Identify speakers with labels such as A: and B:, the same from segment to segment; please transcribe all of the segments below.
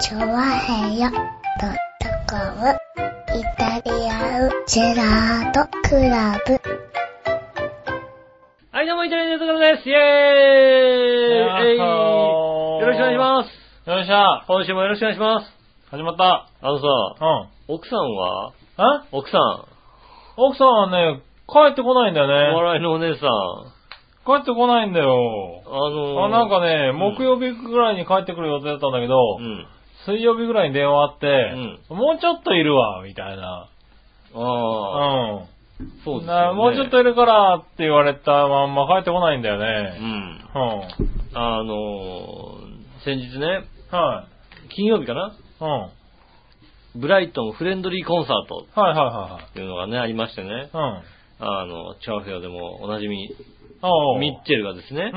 A: チョワヘヨドットコムイタリアンジェラートクラブ。
B: はい、どうも、イタリアンジェラートクラブですイェーイえいよろしくお願いします。
C: よっしゃ
B: 今週もよろしくお願いします
C: 始まった。
B: あのさ、
C: うん。
B: 奥さんは
C: あ
B: 奥さん、
C: 奥さんはね、帰ってこないんだ
B: お
C: よね。
B: 笑いのお姉さん、
C: 帰ってこないんだよ。
B: あの
C: あなんかね、
B: ん
C: 木曜日ぐらいに帰ってくる予定だったんだけど、
B: うん。
C: 水曜日ぐらいに電話あって、もうちょっといるわ、みたいな。う
B: ああ、
C: ん。
B: そうですよ
C: な
B: ね。
C: もうちょっといるからって言われたまんま帰ってこないんだよ
B: うん。
C: ね。うん。
B: あのー、先日ね、
C: はい。
B: 金曜日かな
C: うん。はい
B: ブライトンフレンドリーコンサート
C: はいは
B: っていうのがね、ありましてね
C: い。はい。
B: あの、チャーフェアでもおなじみ、
C: うん。おう
B: ミッチェルがですね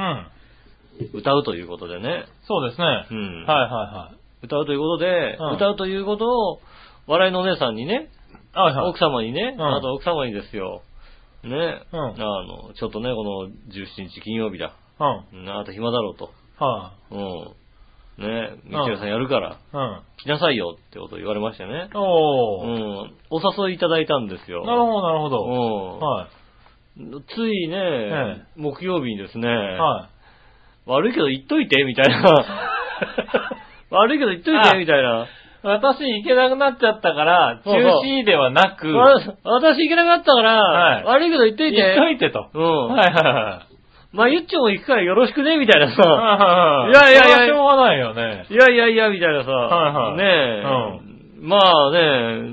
C: う、ん。
B: 歌うということでね。
C: そうですね。は
B: う
C: い
B: ん。
C: はいはい。
B: 歌うということで、
C: うん
B: 歌うということを、笑いのお姉さんにね、
C: はいはい。
B: 奥様にね、
C: うん
B: あと奥様にですよ、ね、
C: うん
B: あの、ちょっとね、この17日金曜日だ、
C: うん。
B: うんあと暇だろうと、
C: は
B: うん、ね、みちるさんやるから、
C: い。うん。
B: 来なさいよってことを言われましてね、う
C: おー。
B: ん、お誘いいただいたんですよ。
C: なるほど、なるほど。
B: ど。
C: は
B: うん、ついね、
C: え
B: 木曜日にですね、
C: い。は
B: 悪いけど言っといて、みたい な。悪いけど言っといて、みたいな。
C: い。私行けなくなっちゃったから、中
B: そうそう
C: 止ではなく、
B: わ私行けなかったから、
C: はい
B: 悪いけど言っといて。
C: 行っといてと。
B: うん。
C: はいはいはい。
B: まあ、ゆっちょも行くからよろしくね、みたいな
C: は
B: さ。
C: はい
B: やいやいや
C: それはしょうがないよね。
B: いやいやいや、みたいなさ。
C: はいはい
B: ねえ。まあね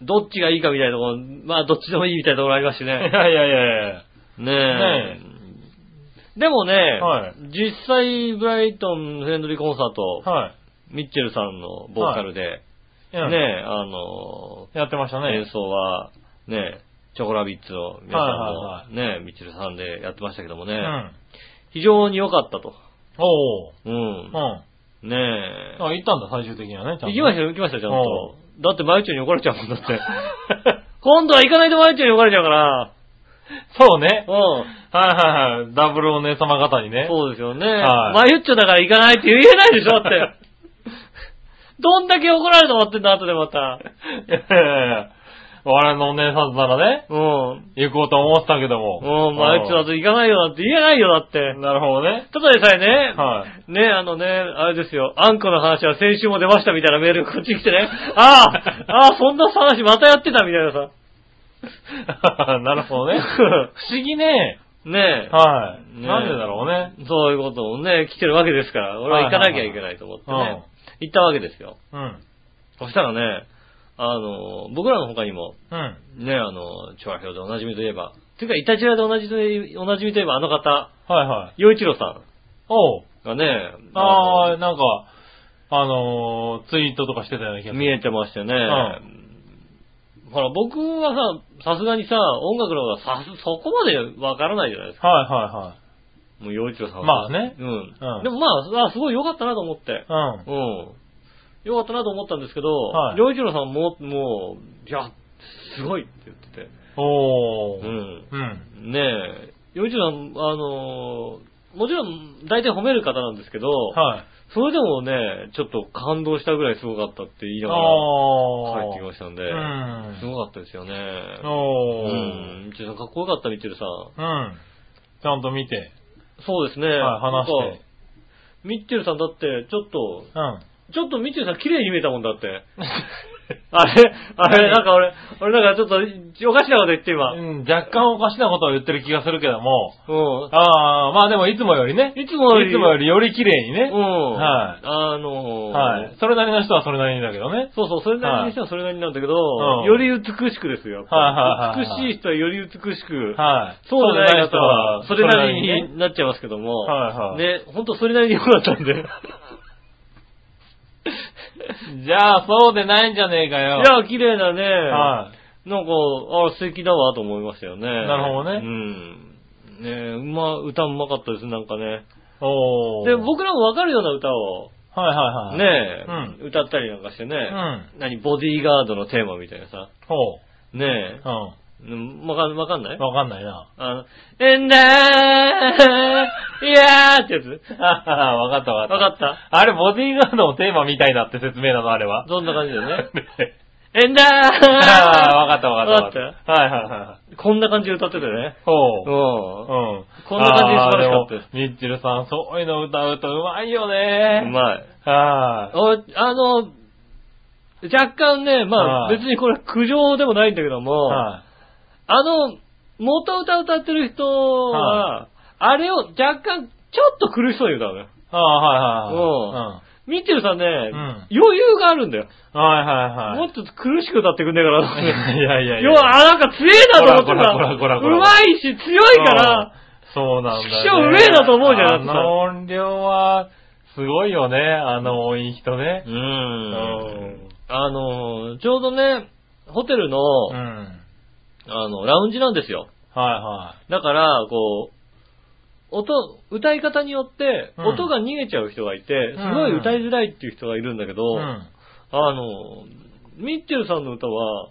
B: どっちがいいかみたいなところ、まあどっちでもいいみたいなところありまして
C: い
B: ね。
C: やいやいやいや。
B: ね
C: ね
B: え。でもね、
C: はい
B: 実際、ブライトンフレンドリーコンサート、
C: は
B: ミッチェルさんのボーカルで、
C: い。うん
B: ねえ、あの
C: やってました
B: 演
C: ね。
B: 奏は、ね、チョコラビッツの皆さんも、ね、ミッチェルさんでやってましたけどもね、
C: うん。
B: 非常に良かったと。
C: おー。
B: う
C: うんん。。あ、
B: ねえ。
C: 行ったんだ、最終的にはね。ちゃんと
B: 行きま
C: ね
B: したよ、行きましたよ、ちゃんと。だって、マユチョに怒られちゃうもんだ って。今度は行かないとマユチョに怒られちゃうから。
C: そうね。
B: うん。
C: はいはいはい。ダブルお姉様方にね。
B: そうですよね。
C: は
B: マユッチョだから行かないって言えないでしょ、だ って。どんだけ怒られて終わってんだ、後でまた。
C: いやいやいや。我々のお姉さんならね、
B: うん。
C: 行こうと思ってたけども。
B: うん、マユッチョだと行かないよだって言えないよ、だって。
C: なるほどね。
B: ただでさえね、
C: はい。
B: ね、あのね、あれですよ、あんこの話は先週も出ましたみたいなメールがこっちに来てね、ああ、ああ、そんな話またやってたみたいなさ。
C: なるほどね。不思議ね。
B: ねえ。
C: はい。
B: ね
C: なんでだろうね。
B: そういうこともね、来てるわけですから、俺は行かなきゃいけないと思って
C: はいはいはい
B: ね、行ったわけですよ。
C: うん。
B: そしたらね、あの、僕らの他にも、
C: うん。
B: ね、あの、チョアヒョウでおなじみといえば、ていうか、イタチラでおなじみ、おなじみといえばあの方、
C: はいはい。
B: 洋一郎さ
C: おうん
B: がね、
C: あ
B: の
C: あ、なんか、あのー、ツイートとかしてたような気がする。
B: 見えてましてね、ほら、僕はさ、さすがにさ、音楽の方がさす、そこまでわからないじゃないですか。
C: はいは
B: もう洋一郎さんは。
C: まあね
B: うん。
C: うん
B: でもまあ、あすごい良かったなと思って。
C: いはい。
B: うん。よかったなと思ったんですけど、
C: はい
B: 良一郎さんも、もう、いや、すごいって言ってて。
C: うん。お
B: う
C: ー。うん。
B: ん。ねえ、良一郎さん、あのーもちろん、大体褒める方なんですけど、
C: はい。
B: それでもね、ちょっと感動したぐらいすごかったって言いながら
C: あ
B: 帰ってきましたんで、
C: うん
B: すごかったですよね。
C: ー。
B: う
C: おー。
B: ん。一郎さんかっこよかった、ミッチェルさん。
C: うん。ちゃんと見て。
B: そうですね。
C: はい、話して。
B: て。ミッチェルさんだって、ちょっと、
C: うん。
B: ちょっとミッチェルさん綺麗に見えたもんだ って。あれあれなんか俺、俺なんかちょっと、おかしなこと言って今。うん。
C: うん、若干おかしなことを言ってる気がするけども。ああ、まあでもいつもよりね。い
B: いつもより、
C: つもよりより綺麗に
B: うん。
C: ね。はい
B: あのー
C: はい。それなりの人はそれなりにだけどね。
B: そうそう、それなりにしてはそれなりなんだけど、
C: うん
B: より美しくですよ。
C: はいはいはいはい
B: 美しい人はより美しく、
C: はい。
B: そうじゃない人は、そ
C: そ
B: れ
C: うじゃ
B: な
C: ない人は
B: り
C: ね
B: になっちゃいますけども、
C: はいはい
B: ね、ほんとそれなりに良かったんで。い
C: じゃあ、そうでないんじゃねえかよ。
B: や、綺麗なね、
C: はい。
B: なんか、あ素敵だわと思いましたよね。な
C: るほどね
B: うん。ねえ、うま、歌うまかったです、なんかね。
C: おー。
B: で、、僕らもわかるような歌を、
C: はいはいはい。。
B: ねえ、
C: う
B: 歌ったりなんかしてね、
C: うん。
B: 何、ボディーガードのテーマみたいなさ、
C: ほう。
B: ねえ、
C: うん。
B: うんわかん、わかんない
C: わかんないな。
B: あの、えんだーいやーってやつ
C: あはは わかったわかった。
B: わかった。
C: あれ、ボディーガードのテーマみたいなって説明なの、あれは。
B: そんな感じだよね。
C: ね
B: えんだー
C: ああ、わかったわかった。
B: わか
C: た。はいはいはい。
B: ったこんな感じで歌ってたよね。
C: ほう。
B: う
C: うん。
B: こんな感じで素晴らしかったです
C: あー。でもミッチェルさん、そういうの歌うとうまいよね。
B: ん。うまい。
C: はい。
B: おあの、若干ね、まあ
C: はい
B: 別にこれ苦情でもないんだけども、
C: は
B: あの、元歌歌ってる人は、あれを若干ちょっと苦しそうに歌うのよ。
C: い。ああ、は
B: ミッチェルさんね、
C: ん
B: 余裕があるんだよ。
C: いはいはい。うん。はいはい
B: も
C: は
B: っと苦しく歌ってくんねえかなと思って。
C: い。いやいやいや。
B: 要は、あなんか強えなと思って
C: こらこらこ
B: た
C: らこら
B: うまいし強いから、
C: そうなんだよ、ね。
B: 師匠うめえなと思うじゃんだってさ
C: あの音量は、すごいよね、あの多い人ね。
B: う
C: うん
B: あの、ちょうどね、ホテルの、
C: うん。
B: あ
C: はい
B: の、ラウンジなんですよ。
C: は
B: だから、こう、音、歌い方によって、
C: うん
B: 音が逃げちゃう人がいて、すごい歌いづらいっていう人がいるんだけど、
C: い。うん。
B: あの、ミッチェルさんの歌は、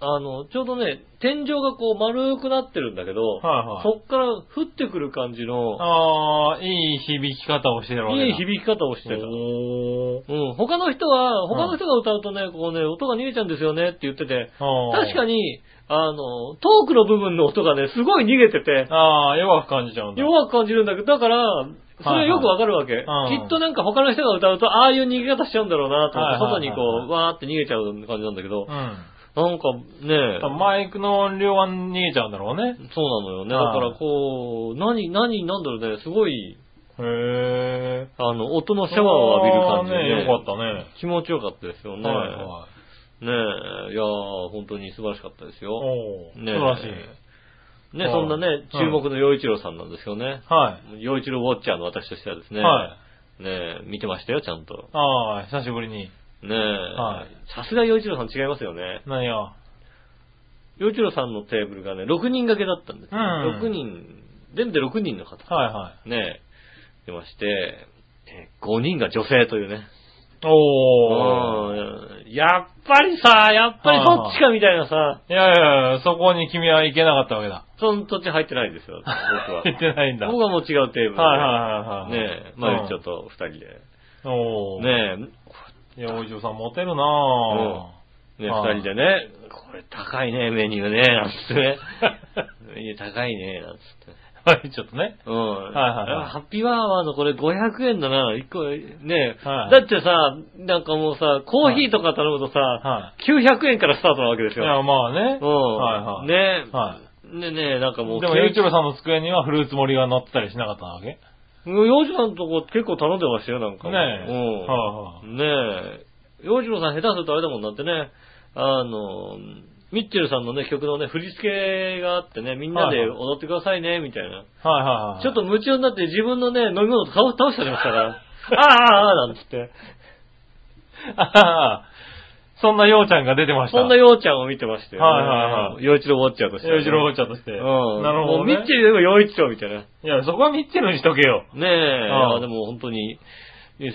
B: あの、ちょうどね、天井がこう丸くなってるんだけど、
C: はいはい
B: そっから降ってくる感じの、
C: ああ、いい響き方をしてるわけだ。
B: いい響き方をしてた。うん、他の人は、他の人が歌うとね、こうね、音が逃げちゃうんですよねって言ってて、確か
C: に。
B: に、あの、トークの部分の音がね、すごい逃げてて、
C: ああ、弱く感じちゃうんだ。
B: 弱く感じるんだけど、だから、それはよくわかるわけ、
C: はいうん
B: きっとなんか他の人が歌うと、ああいう逃げ方しちゃうんだろうなと思って、外
C: はいはいはい
B: にこう、わーって逃げちゃう感じなんだけど
C: う、ん。
B: なんかね、
C: マイクの音量は逃げちゃうんだろうね。
B: そうなのよね。だ
C: は
B: か
C: い
B: らこう、何、何、なんだろうね、すごい、
C: へえ。
B: あの、音のシャワーを浴びる感じで、
C: ね。よかったね。
B: 気持ちよかったですよね。
C: はいはい。
B: ねえ、いやー、本当に素晴らしかったですよ。
C: おー素
B: ねえ
C: 晴らしい。
B: ね、
C: はい
B: そんなね、注目の洋一郎さんなんですよね。
C: は
B: 洋一郎ウォッチャーの私としてはです
C: い。
B: ね、
C: はい。
B: ねえ見てましたよ、ちゃんと。
C: ああ、久しぶりに。
B: ねえ。
C: はい
B: さすが洋一郎さん違いますよね。
C: 何が
B: 洋一郎さんのテーブルがね、6人掛けだったんですよ。
C: うん
B: 6人、全部で6人の方。
C: はいはい。
B: ねえ、出まして、え5人が女性というね。
C: おー。
B: うんやっぱりさ、やっぱりそっちかみたいなさ、
C: いやいやいや、そこに君は行けなかったわけだ。。
B: その土地入ってないですよ、僕は
C: 行ってないんだ。
B: 僕はもう違うテーブルで。
C: はいはいはいはい。
B: ねえ、
C: うん
B: まゆちょと二人で。
C: おー。
B: ね
C: いや、お嬢さんモテるなぁ。
B: え、ね
C: はい
B: 二人でね、これ高いね、メニューね、なんつって ね。メニュー高いね、なんつって。
C: はい、ちょっとね。
B: うん。
C: はいはい
B: あハッピーワーワーのこれ500円だな、一個、ねえ、
C: はい
B: だってさ、なんかもうさ、コーヒーとか頼むとさ、
C: は
B: 900円からスタートなわけです
C: い
B: よ。
C: や、まあね。
B: うん。
C: はいはい。
B: ねえ、
C: は
B: ねえねえ、なんかも
C: い。
B: う、
C: でも、ゆうちろさんの机にはフルーツ盛りが乗ってたりしなかったわけね
B: 洋次郎のとこ結構頼んでましたよ、なんか。
C: え。
B: うん。
C: はいはい。
B: ねえ。洋次郎さん下手するとあれだもんなってね、あの、ミッチェルさんのね、曲のね、振り付けがあってね、みんなで
C: はいはい
B: 踊ってくださいね、みたいな。
C: はいはいはい。
B: ちょっと夢中になって自分のね、飲み物倒倒したりました から、ああ、ああ、なんつって。
C: あはは、そんなようちゃんが出てました。
B: そんな洋ちゃんを見てましたよ、ね。。
C: はいはいはい
B: 洋一郎ウォッチャーとして、
C: ようちろお
B: チ
C: うちゃんとして。
B: ャうん。
C: なるほどね。
B: もうミッチェルでも洋一郎みたいな。
C: いや、そこはミッチェルにしとけよ。
B: ねえ、
C: ああ
B: いやでも本当に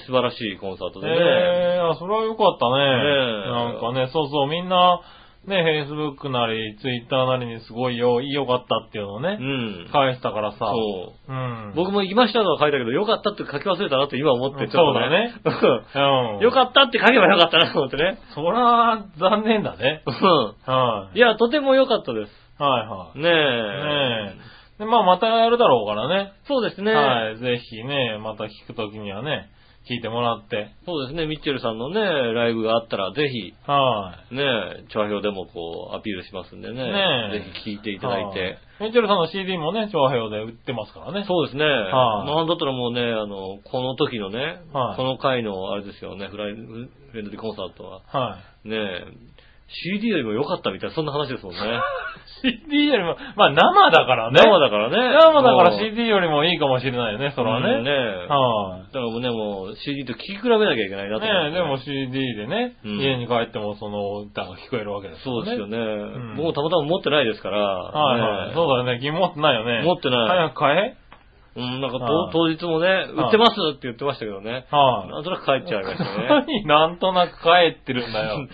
B: 素晴らしいコンサートでね。
C: ええあそれは良かったね。
B: え
C: なんかね、そうそう、みんな、ね、Facebook なり、Twitter なりにすごいよ、良かったっていうのを
B: う
C: ね、
B: ん。
C: 返したからさ。
B: そう。
C: うん。
B: 僕も行きましたとは書いたけど、よかったって書き忘れたなって今思って、
C: うん
B: ちょっとね。
C: うん。
B: よかったって書けばよかったなと思ってね。
C: そら、残念だね。
B: うん
C: はいい。
B: や、とても良かったです。
C: はいはい。
B: ねえ。
C: ねえ。で、まあ、またやるだろうからね。
B: そうですね。
C: はい。ぜひね、また聞くときにはね、聞いてもらって。
B: そうですね。ミッチェルさんのね、ライブがあったら、ぜひ、
C: は
B: ねえ、調和表でもこう、アピールしますんでね。
C: ねえ
B: ぜひ聞いて
C: い。
B: いただいて。
C: はい。ミッチェルさんの CD もね、長平で売ってますからね。
B: そうですね。
C: はい
B: なんだったらもうね、あの、この時のね、
C: はい
B: この回の、あれですよね、フライ、フレンドリーコンサートは、
C: はい。
B: ねえ、CD よりも良かったみたいな、そんな話ですもんね。
C: CD よりも、まあ生だからね。
B: 生だからね。
C: 生だから
B: もう
C: CD よりもいいかもしれないよね、 それは
B: うん
C: ね。
B: ねえ
C: は
B: だからもうね、もう CD と聴き比べなきゃいけない
C: い。
B: なと思
C: ね
B: って
C: え、でも CD でね、
B: うん
C: 家に帰ってもその歌が聞こえるわけです
B: そうですよね。
C: ん
B: 僕もたまたま持ってないですから。
C: はいは
B: ね
C: い。そうだよね、君持ってないよね。
B: 持ってない
C: 早く買
B: うん、なんかと
C: はい
B: 当日もね、売ってますって言ってましたけどね。
C: え は
B: なんとなく帰っちゃいましたね。
C: い。何なんとなく帰ってるんだよ。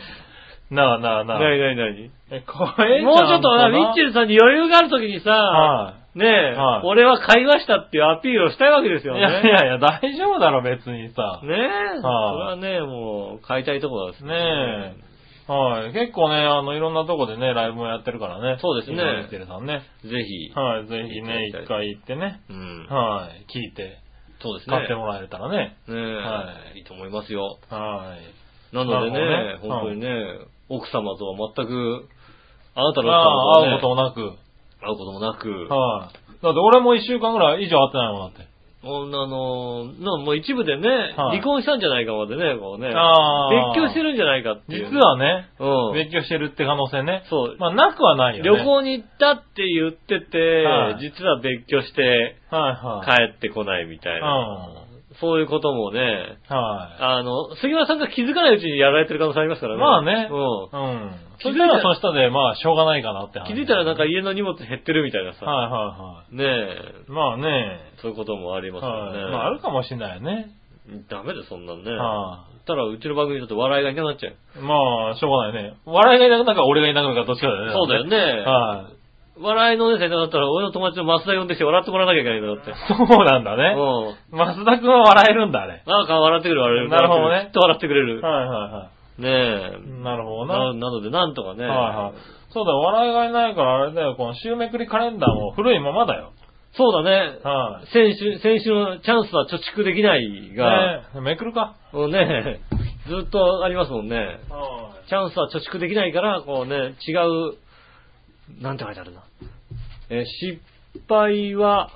C: なあなあなあ。
B: なになになに
C: え、怖えじゃん
B: もうちょっとな、
C: こ
B: ミッチェルさんに余裕があるときにさ、
C: は
B: ねえ、
C: はい
B: 俺は会話したっていうアピールをしたいわけです
C: い
B: よね。
C: やいやいや、大丈夫だろ、別にさ。
B: ねえ、
C: は
B: それはね、もう、買いたいところですね。
C: ねえ。はい。結構ね、あの、いろんなとこでね、ライブもやってるからね。
B: そうですね
C: ミッチェルさんね。
B: ぜひ、
C: はい。ぜひね、
B: 行っていただいて
C: 一回行ってね。
B: うん、
C: はい。聞いて、
B: そうですね。
C: 買ってもらえたらね。
B: ねえ、、
C: はい
B: いと思いますよ。
C: はい。
B: なのでね、
C: なるほ
B: 本当
C: どね
B: にね、奥様とは全く、あなたの
C: まあ、会う
B: 奥
C: こと
B: 様
C: もなく。
B: 会うこともなく、
C: はい。だって俺も一週間ぐらい以上会ってないもんだって。
B: 女の、の、もう一部でね、
C: はい
B: 離婚したんじゃないかまでね、こうね、
C: ああ
B: 別居してるんじゃないかっていう。
C: 実はね、
B: うん。
C: 別居してるって可能性ね。
B: そう、
C: まあ、なくはないよね。
B: 旅行に行ったって言ってて、
C: はい
B: 実は別居して
C: はいはい。
B: 帰ってこないみたいな、そういうこともね、
C: うん。はい。
B: あの、杉村さんが気づかないうちにやられてる可能性ありますからね。
C: まあね
B: う
C: うん。
B: 気
C: 気
B: づ
C: づ
B: い
C: い
B: た
C: た
B: ら
C: らその下で、まあ、しょうがないかなって話
B: ん。気づいたらなんか家の荷物減ってるみたいなさ。
C: はいは
B: ねえ、
C: いはい。まあね、
B: そういうこともありますから
C: は
B: ね。
C: い。まあ、あるかもしれないよね。
B: ダメだよ、そんなんね。
C: は
B: たら、うちの番組だと笑いがいなくなっちゃう。
C: い。まあ、しょうがないね。笑いがいなくなるか、俺がいなくなるか、どっちかだよね。
B: そうだよ。ね。
C: はい。
B: 笑いのお姉さんいなかったら、俺の友達の増田呼んできて笑ってもらわなきゃいけないんだよだって。
C: そうなんだね。
B: うん。
C: 増田くんは笑えるんだ、あれ。
B: なんか笑ってくれる、笑える。
C: なるほどね
B: きっと笑ってくれる。
C: はいは
B: ねえ。
C: いはい。なるほど
B: なな
C: な。
B: ので、なんとかね。
C: はいはい。そうだ、笑いがいないから、あれだよ、この週めくりカレンダーも古いままだよ。
B: そうだね。
C: は
B: 先週、先週のチャンスは貯蓄できない
C: い。
B: が、
C: ねえめくるか。
B: もうね、ずっとありますもんね。
C: は
B: チャンスは貯蓄できないから、こうね、違う、なんて書いてあるな。えー失敗は、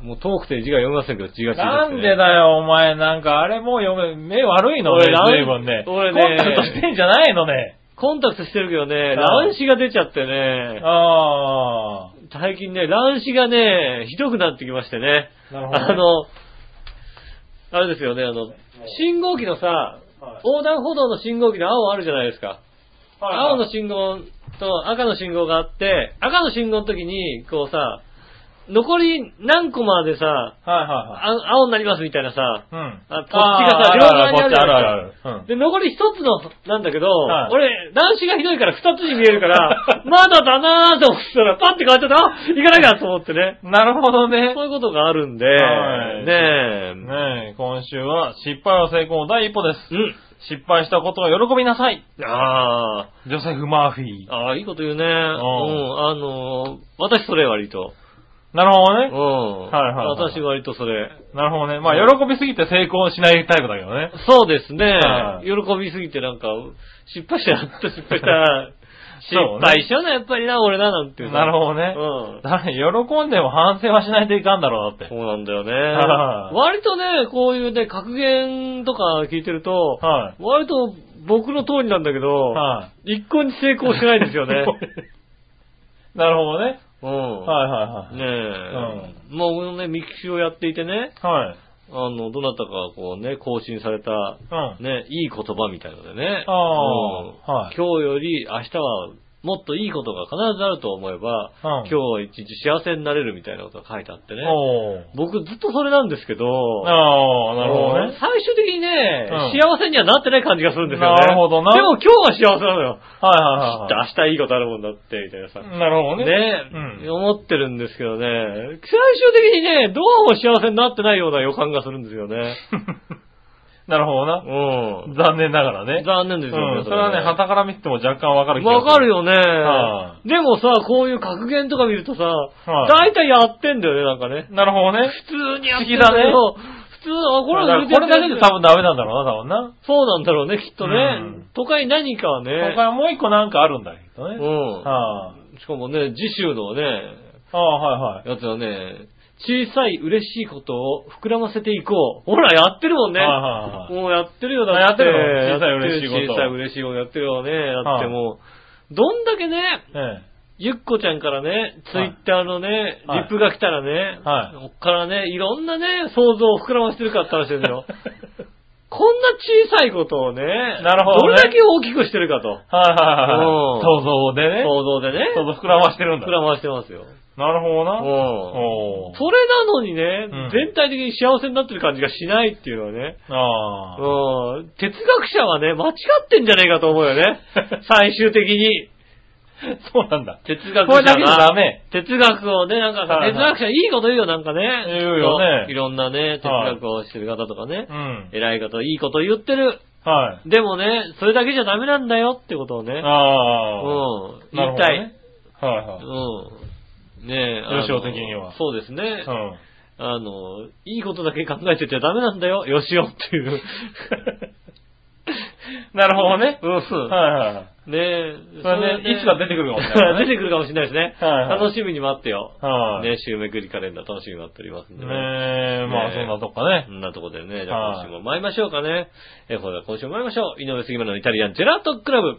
B: もう遠くて字が読めませんけど、字が小さ
C: な
B: くて
C: ん
B: ね、
C: でだよ、お前。なんか、あれもう読め、目悪いのね、
B: 俺なん
C: 随分ね。
B: 俺
C: コ
B: ね
C: ンタクトしてんじゃないのね。
B: コンタクトしてるけどね、
C: ああ
B: 乱視が出ちゃってね、
C: あ
B: 最近ね、乱視がね、ひどくなってきましてね。
C: あ。なるほどね。
B: あの、あれですよね、あの、信号機のさ、
C: はい
B: 横断歩道の信号機の青あるじゃないですか。
C: はい
B: 青の信号と赤の信号があって、赤の信号の時に、こうさ、残り何個までさ、
C: はいはいはい。
B: あ青になりますみたいなさ、
C: うん。
B: あこっちがさ、
C: あー
B: 両側に
C: あ
B: あるじ
C: る
B: ゃ
C: あるあ
B: ない
C: るあるある。うん
B: で、残り一つの、なんだけど、
C: はい
B: 俺、乱視がひどいから二つに見える から、まだだなーと思ってたら、パッて変わっちゃった、あ行かなきゃと思ってね。
C: なるほどね
B: そ。ういうことがあるんで、
C: は
B: ね
C: いねえ、今週は、失敗は成功の第一歩です。
B: え。うん。
C: 失敗したことを喜びなさい。
B: あ
C: ジョセフ・マーフィー。
B: あ、ああ、いいこと言うね。うん、あのー私それ割と。
C: なるほど
B: うん。
C: ね。はいはいはい
B: 私割とそれ。
C: なるほどね。まあ、喜びすぎて成功しないタイプだけどね。
B: そうですね
C: は。い
B: 喜びすぎてなんか、失敗した、やっと失敗した。失
C: そうね
B: 敗したな、やっぱりな、俺な、なんていう
C: なるほどね。
B: どうん。
C: だから喜んでも反省はしないといかんだろう、だって
B: そ。うなんだよね。
C: はい
B: 割とね、こういうね、格言とか聞いてると、
C: はい。
B: 割と僕の通りなんだけど、
C: は
B: 一向に成功しないですよ ね。
C: い。なるほどね。
B: うん。
C: はいはいはい。
B: ねえ。まあ、俺のね、ミクシーをやっていてね、
C: はい。
B: あの、どなたかこうね、更新された、
C: うん。
B: ね、いい言葉みたいのでね。
C: ああ
B: うん
C: はい
B: 今日より明日はもっといいことが必ずあると思えば、
C: う
B: 今
C: ん
B: 日は一日幸せになれるみたいなことが書いてあってね。
C: おー。
B: 僕ずっとそれなんですけど、
C: ああ、なるほど
B: うん
C: ね。
B: 最終的にね、
C: うん
B: 幸せにはなってない感じがするんですよね。
C: なるほどな
B: でも今日は幸せなのよ。
C: はい
B: きっ
C: はいはい
B: と
C: は
B: 明日いいことあるもんだって、みたいなさ。
C: い。なるほどね。
B: ね、
C: うん
B: 思ってるんですけどね、最終的にね、どうも幸せになってないような予感がするんですよね。
C: なるほどな。
B: うん。
C: 残念ながらね。
B: 残念
C: う
B: ですよね。
C: ん。それはね、旗から見てても若干わかる気が
B: わ
C: す
B: かる。よね、
C: は
B: でもさ、こういう格言とか見るとさ、
C: い
B: 大体やってんだよね、なんかね。
C: なるほどね。
B: 普通にやってん
C: 不思議だね
B: 普通の、あこ
C: こ
B: れ
C: れ
B: は
C: これだけで多分ダメなんだろうな、多分な。
B: そうなんだろうね、きっとね。
C: うん
B: 都会に何かはね。
C: 他はもう一個なんかあるんだけどね。
B: うん
C: は
B: しかもね、次週のね、
C: あ、ああ、はいはい。
B: やつはね、小さい嬉しいことを膨らませていこう。ほら、やってるもんね。
C: はいはいはい
B: もうやってるよ、だ
C: やってるよ小さい嬉しいこと
B: やってる小さい嬉しいことやってるよね。だってもう、どんだけね、
C: え
B: ゆっこちゃんからね、ツイッターのね、
C: はい
B: リップが来たらね、
C: はい
B: こっからね、いろんなね、想像を膨らましてるかって話ですよ。 こんな小さいことをね、
C: なるほどね
B: れだけ大きくしてるかと。
C: え。はい
B: う
C: はいはい
B: ん
C: はい。想像でね。
B: 想像でね。
C: 想像膨らましてるんだ
B: 膨らましてますよ。
C: ななるほどな。
B: うん。
C: おー
B: それなのにね、
C: うん
B: 全体的に幸せになってる感じがしないっていうのはね。
C: ああ。
B: うん。哲学者はね、間違ってんじゃねえかと思うよ ね。最終的に。
C: そうなんだ。
B: 哲学者が。
C: これだけじゃダメ。
B: 哲学をね、なんかさ、
C: はいはい
B: 哲学者いいこと言うよ、なんかね。
C: 言うよね
B: そういろんなね、哲学をしてる方とかね
C: う。ん。
B: 偉い方、いいこと言ってる。
C: はい。
B: でもね、それだけじゃダメなんだよってことをね。
C: ああ。
B: うん。言い
C: なるほど
B: たい。
C: ね。はいはい。
B: うん。ねえ。あの
C: 文章的には
B: そうですね。
C: うん。
B: あの、いいことだけ考えてちゃダメなんだよ、よしおっていう。
C: なるほどね。
B: うん。
C: はいはいはい。
B: ねえ。
C: それねいつか出てくるかもしれないね
B: 出てくるかもしれないですね。
C: はいはい
B: 楽しみに待ってよ。
C: はい。ね
B: ね、週めくりカレンダー楽しみに待っておりますんでね。
C: え、ま
B: ね
C: あそんなとこか
B: こ
C: ね。
B: んなとこでね、じゃあ今週も参りましょうかね。えー、ほら、今週も参りましょう。井上杉村のイタリアンジェラートクラブ。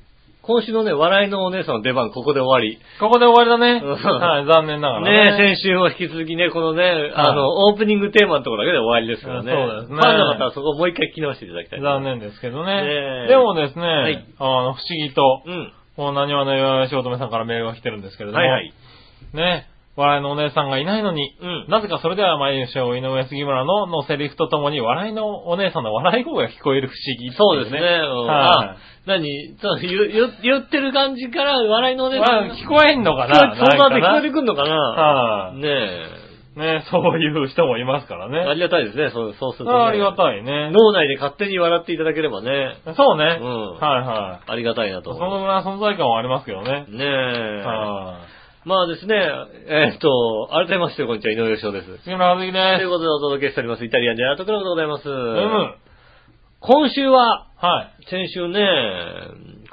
B: 今週のね、笑いのお姉さんの出番、ここで終わり。
C: ここで終わりだね。
B: うん
C: はい、残念なが
B: ね
C: らね。
B: 先週も引き続きね、このね、あの、オープニングテーマのところだけで終わりですからね。
C: そうですね
B: ファンの方はそこをもう一回聞き直していただきたい。
C: 残。念ですけど
B: ねえ
C: ね。でもです
B: はい
C: ね、あの、不思議と、
B: うん。
C: もう何話の岩井しおとめさんからメールが来てるんですけれども、
B: はいはい。
C: ね、笑いのお姉さんがいないのに、
B: うん
C: なぜかそれでは毎週井上杉村ののセリフとともに笑いのお姉さんの笑い声が聞こえる不思議ってい
B: そうですね。うんあ
C: は
B: 何 そう言う言う言ってる感じから、笑いのお
C: い。
B: 姉さん
C: まあ聞こえんの
B: が
C: かな
B: そうなって聞こえ
C: な
B: て
C: んか
B: くんのか
C: な
B: な
C: はい、
B: ね
C: ね、そういう人もいますから
B: え。あ
C: ね。
B: りがたいですね、そうそうすると、ね。
C: あありがたいね。
B: 脳内で勝手に笑っていただければね、
C: そうね。
B: うん
C: はいはい。
B: ありがたいなと
C: そ
B: 思い
C: の
B: ま
C: ぐらいの存在感はありますけどね
B: す。。ねえ。
C: は
B: まあですね、えーっと、改めまして、こんにちは、井上翔です。
C: い。杉村和
B: と
C: 樹 で
B: いう
C: す。
B: ことでお届けしております、イタリアンジェラートクラブでございます。
C: うむ。
B: 今週は、
C: はい。
B: 先週ね、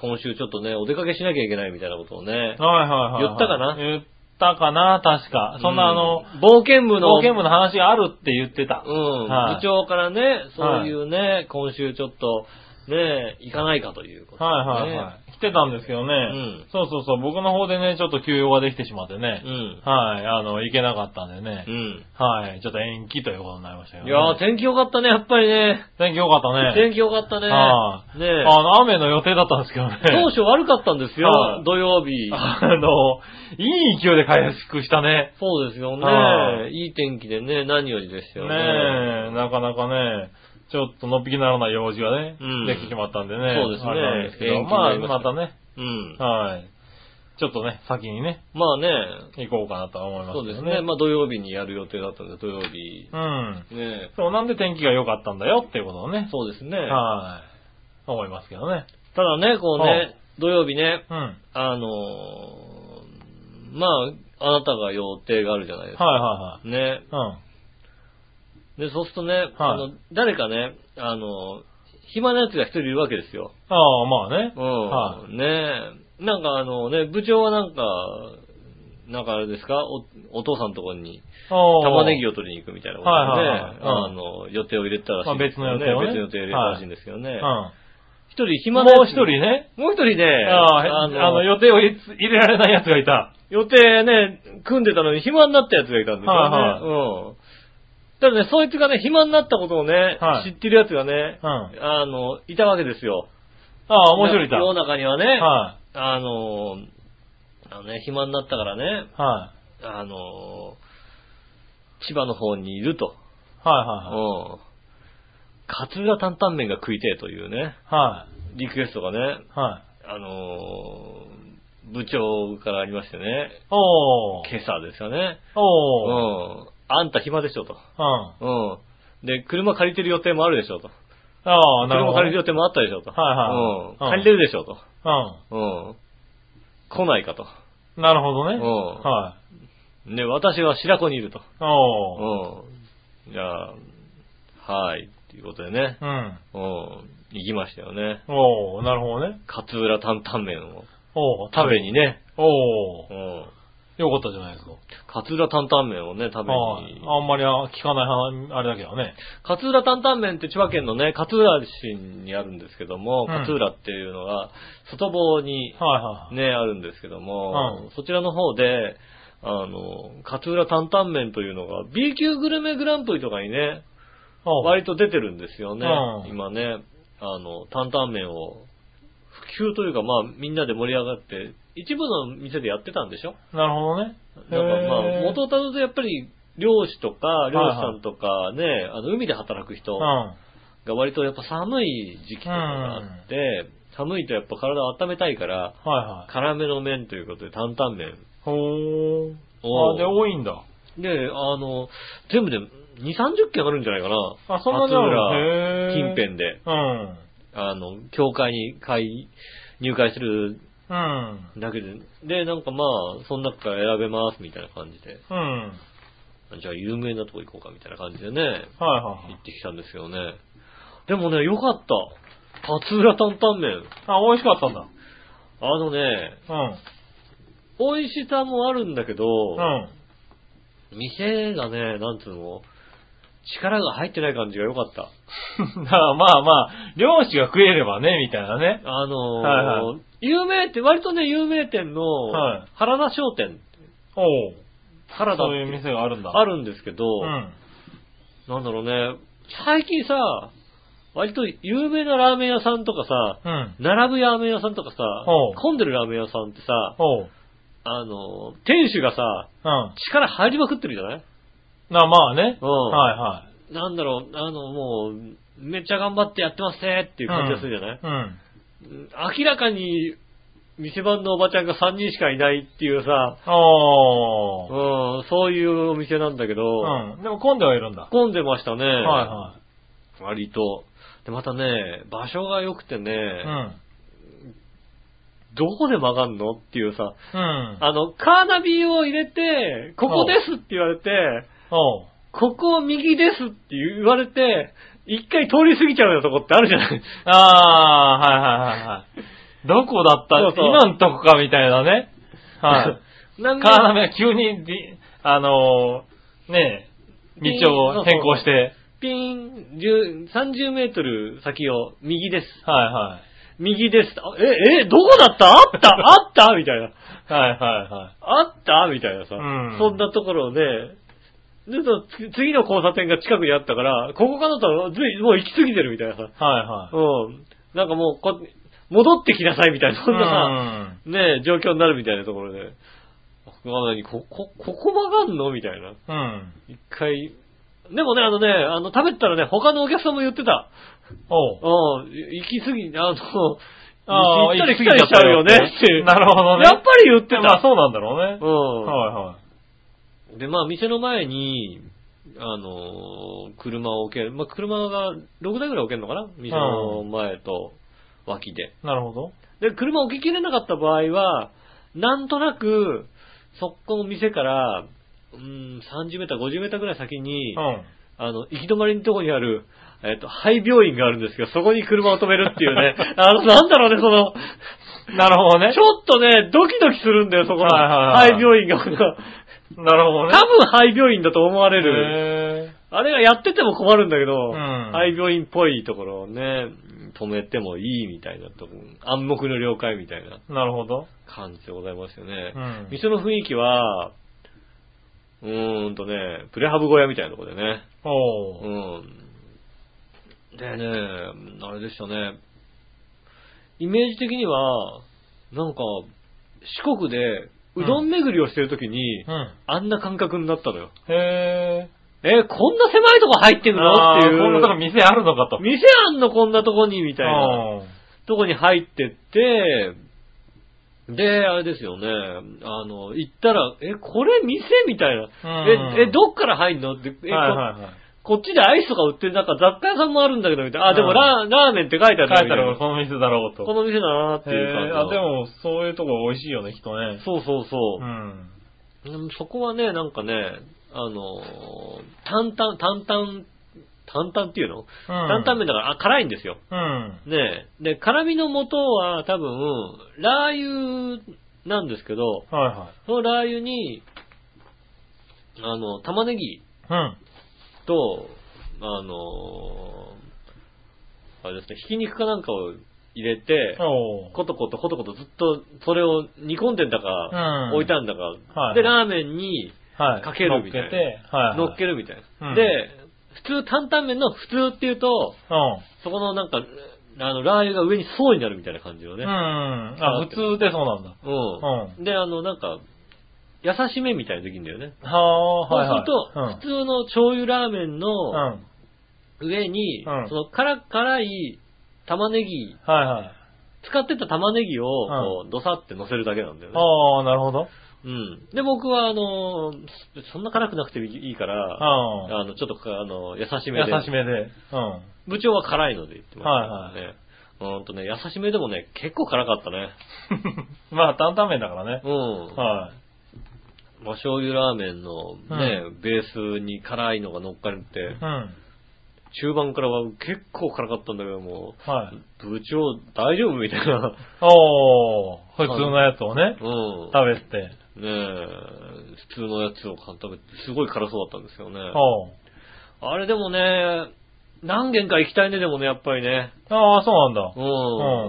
B: 今週ちょっとね、お出かけしなきゃいけないみたいなことをね、
C: はいはいはいはい。
B: 言ったかな
C: 言ったかな確か。そんなあの、
B: うん冒険部の、
C: 冒険部の話があるって言ってた。
B: うん、
C: はい
B: 部長からね、そういうね、今週ちょっと、ね、行かないかということ、ね。
C: はいはいはい。来てたんですけどね。
B: ん
C: そうそうそう。僕の方でね、ちょっと休養ができてしまってね。
B: うん。
C: はい。あの、行けなかったんでね。
B: うん。
C: はい。ちょっと延期ということになりましたけど、
B: い
C: ね。
B: やー、天気良かったね、やっぱりね。
C: 天気良かったね。
B: 天気良かったね。
C: は
B: ね
C: あの、雨の予定だったんですけどね。
B: 当初悪かったんですよ、
C: はい
B: 土曜日。
C: あの、いい勢いで回復したね。
B: そうですよ
C: は
B: ね。いい天気でね、何よりでした
C: ね
B: よ
C: え
B: ね。、
C: なかなかね、ちょっとのっぴきならない用事がね、
B: うん
C: できてしまったんでね。
B: そうですね
C: あれなんですけ
B: 延期
C: ど、
B: に
C: ま
B: な
C: あ、
B: りました
C: またね、
B: うん。
C: はい。ちょっとね、先にね、
B: まあね、
C: 行こうかなとは思います
B: そう
C: け
B: です
C: ど
B: ね。まあ土曜日にやる予定だったんで、土曜日。
C: うん。
B: ね
C: そう、なんで天気が良かったんだよっていうことをね。
B: そうですね。
C: はい。思いますけどね。
B: ただね、こう
C: は
B: ね
C: い、
B: 土曜日ね、
C: うん。はい
B: あのーまあ、あなたが予定があるじゃないですか。
C: は
B: ね。
C: いはい。
B: で、そうするとね、あの誰かね、あのー暇な奴が一人いるわけですよ。
C: うん。ああ、まあね。
B: うん。
C: は
B: ねえ。なんかあのね、部長はなんか、なんかあれですかお、お父さんのところに玉
C: 玉
B: ねぎ
C: を。
B: を取りに行くみたいなことで、ね
C: はいはいはい
B: あの、予定を入れてたらしい
C: まあ
B: んです
C: 別
B: け
C: の
B: どね、
C: 予定をね
B: 別の予定を入れたらしいんですけどね。
C: うん。
B: 一、人
C: も
B: 暇なやつ
C: う一人ね。
B: もう一人ね、
C: ああ、へあの、予定を入れ入れられないやつがいた。
B: 予定ね、組んでたのに暇になったやつがいたんですよね。
C: はいはい
B: うん。ただね、そいつがね、暇になったことをね、
C: はい
B: 知ってるやつがね、
C: うん
B: あの、いたわけですよ。
C: ああ、面白いた。
B: 世の
C: は
B: 中にはね、
C: い。は
B: あの、あのね、暇になったからね、
C: い。は
B: あの、千葉の方にいると。
C: いはいは
B: う
C: い。
B: ん。カツラ担々麺が食いてえというね、
C: は
B: リクエストがね、
C: い。はい。
B: あのー部長からありましてね、
C: おー。
B: 今朝ですよね。う
C: おー。
B: ん。あんた暇でしょと。
C: うん。あ
B: うん。で、車借りてる予定もあるでしょと。
C: あ、なる
B: 車
C: ほど。う
B: 借
C: ん。
B: りる予定もあったでしょと。
C: はいはい
B: うん。
C: うん
B: 借りれるでしょと。
C: う
B: うん。来ないかと。
C: ん。なるほどね。
B: うん
C: はい。
B: で、私は白子にいると。
C: おー。
B: うん。じゃあ、はい。ということでね。
C: うん。
B: うん。行きましたよね。
C: おー、なるほどね。
B: 勝浦担々麺を
C: おー、
B: 食べにね、
C: お
B: う。
C: ー
B: ん。
C: よかったじゃないですか。
B: 勝浦担々麺をね、食べ
C: はい
B: に。。
C: あんまりあ聞かない話、あれだけどね。
B: 勝浦担々麺って千葉県のね、勝浦市にあるんですけども、
C: うん
B: 勝浦っていうのが、外房に
C: はいはい。
B: ね、あるんですけども、そちらの方で、あの、勝浦担々麺というのが B 級グルメグランプリとかにね、割と出てるんですよね。
C: うん
B: 今ね、あの、担々麺を普及というか、まあみんなで盛り上がって、一部の店でやってたんでしょ
C: なるほどね。
B: だからまあ
C: へー、
B: 元をたどるとやっぱり漁師とか、漁師さんとかね、あの海で働く人
C: う
B: が
C: ん。
B: 割とやっぱ寒い時期とかがあって、寒いとやっぱ体を温めたいから、
C: はいはい。
B: 辛めの麺ということで担々麺。
C: ほー。
B: おー
C: あ、で、多いんだ。
B: で、あの、全部で2、30件あるんじゃないかな。
C: あ、そんなにある
B: 松浦
C: へ
B: 近
C: ー
B: 辺で、
C: うん。
B: あの、教会に会、入会する
C: うん。
B: だけで、で、なんかまあ、その中から選べますみたいな感じで、
C: うん。
B: じゃあ有名なとこ行こうかみたいな感じでね、
C: はいはいは
B: 行
C: い
B: っ。てきたんですよね。でもね、よかった。勝浦担々麺。
C: あ、美味しかったんだ。
B: あのね、
C: うん。
B: 美味しさもあるんだけど、
C: うん。
B: 店がね、なんつうの、力が入ってない感じが良かった。
C: だからまあまあ、漁師が食えればね、みたいなね。
B: あのー
C: はいは
B: 有名店、割とね、有名店の
C: はい、
B: 原田商店、
C: おう
B: 原田
C: そう
B: っ
C: いう
B: て
C: 店があるんだ。
B: あ
C: る。
B: るんですけど、
C: うん。
B: なんだろうね、最近さ、割と有名なラーメン屋さんとかさ、
C: うん。
B: 並ぶラーメン屋さんとかさ
C: おう、
B: 混んでるラーメン屋さんってさ、
C: おう。
B: あのー、店主がさ、
C: うん。
B: 力入りまくってるじゃない
C: な、まあね。
B: うん
C: はいはい。っ
B: なんだろう、あの、もう、めっちゃ頑張ってやってますねって
C: て
B: いう感じがするじゃない、
C: うん。
B: 明らかに、店番のおばちゃんが3人しかいないっていうさ、う
C: おー。
B: ん、そういうお店なんだけど、
C: うん。でも混んではいるんだ。
B: 混んでましたね。
C: はいは
B: 割と。で、またね、場所が良くてね、
C: い。うん。
B: どこで曲がんのっていうさ、
C: うん。
B: あの、カーナビを入れて、ここですって言われて、
C: おう。
B: ここを右ですって言われて、一回通り過ぎちゃうようなとこってあるじゃない
C: あー、はいはいはいはい。どこだった
B: そうそう
C: 今んとこか、みたいなね。 は い。
B: なん
C: カーナ
B: か、
C: ビが急にディ、あのー、ねえ、道を変更して、
B: ピン、10 30メートル先を右です。
C: はいはい。
B: 右です。あえ、え、どこだったあったあったみたいな。
C: はいはいはい。
B: あったみたいなさ、
C: うん
B: そんなところをね、でそつ次の交差点が近くにあったから、ここかなとはずいもう行き過ぎてるみたいなさ。
C: はいは
B: うん。なんかもうこ、戻ってきなさいみたいな、
C: い。
B: そんなさ、ねえ、状況になるみたいなところで、あ何こ、こ、ここ曲がんのみたいな。
C: うん。うん。
B: 一回、でもね、あのね、あの、食べてたらね、他のお客さんも言ってた。
C: お
B: う
C: う。
B: ん、行き過ぎ、あの、
C: あ
B: 行
C: あ、
B: ったり来たりしちゃうよねって いう。
C: なるほどね。
B: やっぱり言ってた。
C: まあそうなんだろうね。
B: うん。
C: は
B: で、まあ、店の前に、あのー車を置ける。まあ、車が6台ぐらい置けるのかな店の前と脇で。
C: いはい。なるほど。
B: で、車置ききれなかった場合は、なんとなく、そこの店から、うん、30メーター、50メーターぐらい先に、
C: うん。
B: あの、行き止まりのとこにある、えっ、と、廃病院があるんですけど、そこに車を止めるっていうね。 あの、なんだろうね、その、
C: なるほどね
B: ち。ょっとね、ドキドキするんだよ、そこの。
C: はいはいはい
B: 廃病院が。
C: なるほどね。
B: 多分廃病院だと思われる。
C: へ
B: あれがやってても困るんだけど、
C: うん
B: 廃病院っぽいところをね、止めてもいいみたいなとこ、暗黙の了解みたいな
C: ーなるほど。
B: 感じでございますよね。
C: うん
B: 店の雰囲気は、うーんとね、プレハブ小屋みたいなとこでね。
C: お
B: う
C: う。
B: ん。でね、あれでしたね。イメージ的には、なんか、四国で、うどん巡りをしてるときに、
C: うん。
B: あんな感覚になったのよ。
C: へ
B: え、こんな狭いとこ入って
C: ー。
B: くのってい
C: あーこんなとこ
B: う。
C: 店あるのかと。
B: 店あんのこんなとこにみたいな。
C: うん
B: とこに入ってって、で、あれですよね。あの、行ったら、え、これ店みたいな。
C: うん
B: え、え、どっから入んのって、え、こ
C: はいはいはい。
B: こっちでアイスとか売ってる中、雑貨屋さんもあるんだけど、みたいな。あ、で
C: う
B: も
C: ん
B: ラーラーメンって書いてある
C: 書
B: な
C: いた
B: みたい
C: ら
B: な
C: この店だろうと。
B: この店だなって
C: へ
B: いう感じ
C: ー
B: の。
C: あ、でも、そういうとこ美味しいよね、きっとね。
B: そうそうそうう。
C: ん。
B: うんそこはね、なんかね、あのー、担々、担々、担々っていうの担々麺だから、あ、辛いんですよ。
C: うん。
B: ねえ。で、辛味の元は多分、ラー油なんですけど、
C: は
B: そのラー油に、あの、玉ねぎ
C: いはい。
B: と、あのーあれですね、ひき肉かなんかを入れて、
C: おー
B: コトコトコトコトずっとそれを煮込んでんだか、
C: うん。
B: 置いたんだか、
C: はい
B: で、ラーメンに
C: はい。
B: かけるみたいな
C: 乗っけて、はい。
B: 乗っけるみたいな。
C: うん
B: で、普通、担々麺の普通っていうと、そこのなんか、あの、ラー油が上に層になるみたいな感じよ
C: う
B: ね
C: ん。。うん。あ、普通でそうなんだ。
B: うん。で、あの、なんか、優しめみたいにできるんだよね。
C: は
B: そうす
C: あ、
B: ると、
C: はいはい。
B: 普通の醤油ラーメン
C: うん。
B: の
C: うん。
B: 上に、
C: うん
B: その辛、辛い玉ねぎ、
C: はいはい。
B: 使ってた玉ねぎを、
C: ん
B: こう、ドサって乗せるだけなんだよね。
C: ああ、なるほど。
B: うん。で、僕は、あのー、そそんな辛くなくていいから、
C: う
B: あの、ちょっとか、あの、優し
C: ん。
B: めで。
C: 優しめで。うん。
B: 部長は辛いので言ってましたけど
C: は
B: ね。うーんとね、優しめでもね、結構辛かったね。
C: まあ、担々麺だからね。
B: うん。
C: は
B: まあ、醤油ラーメンのね、ベースに辛いのが乗っかれて
C: い。、うん。
B: 中盤からは結構辛かったんだけども、
C: はい。
B: 部長大丈夫みたいな。
C: おー、普通のやつをね、
B: うん。
C: 食べて。
B: ねえ、普通のやつを食べて、すごい辛そうだったんですよね。
C: おー。
B: あれでもね、何軒か行きたいね、でもね、やっぱりね。
C: ああ、そうなんだ
B: う。。
C: う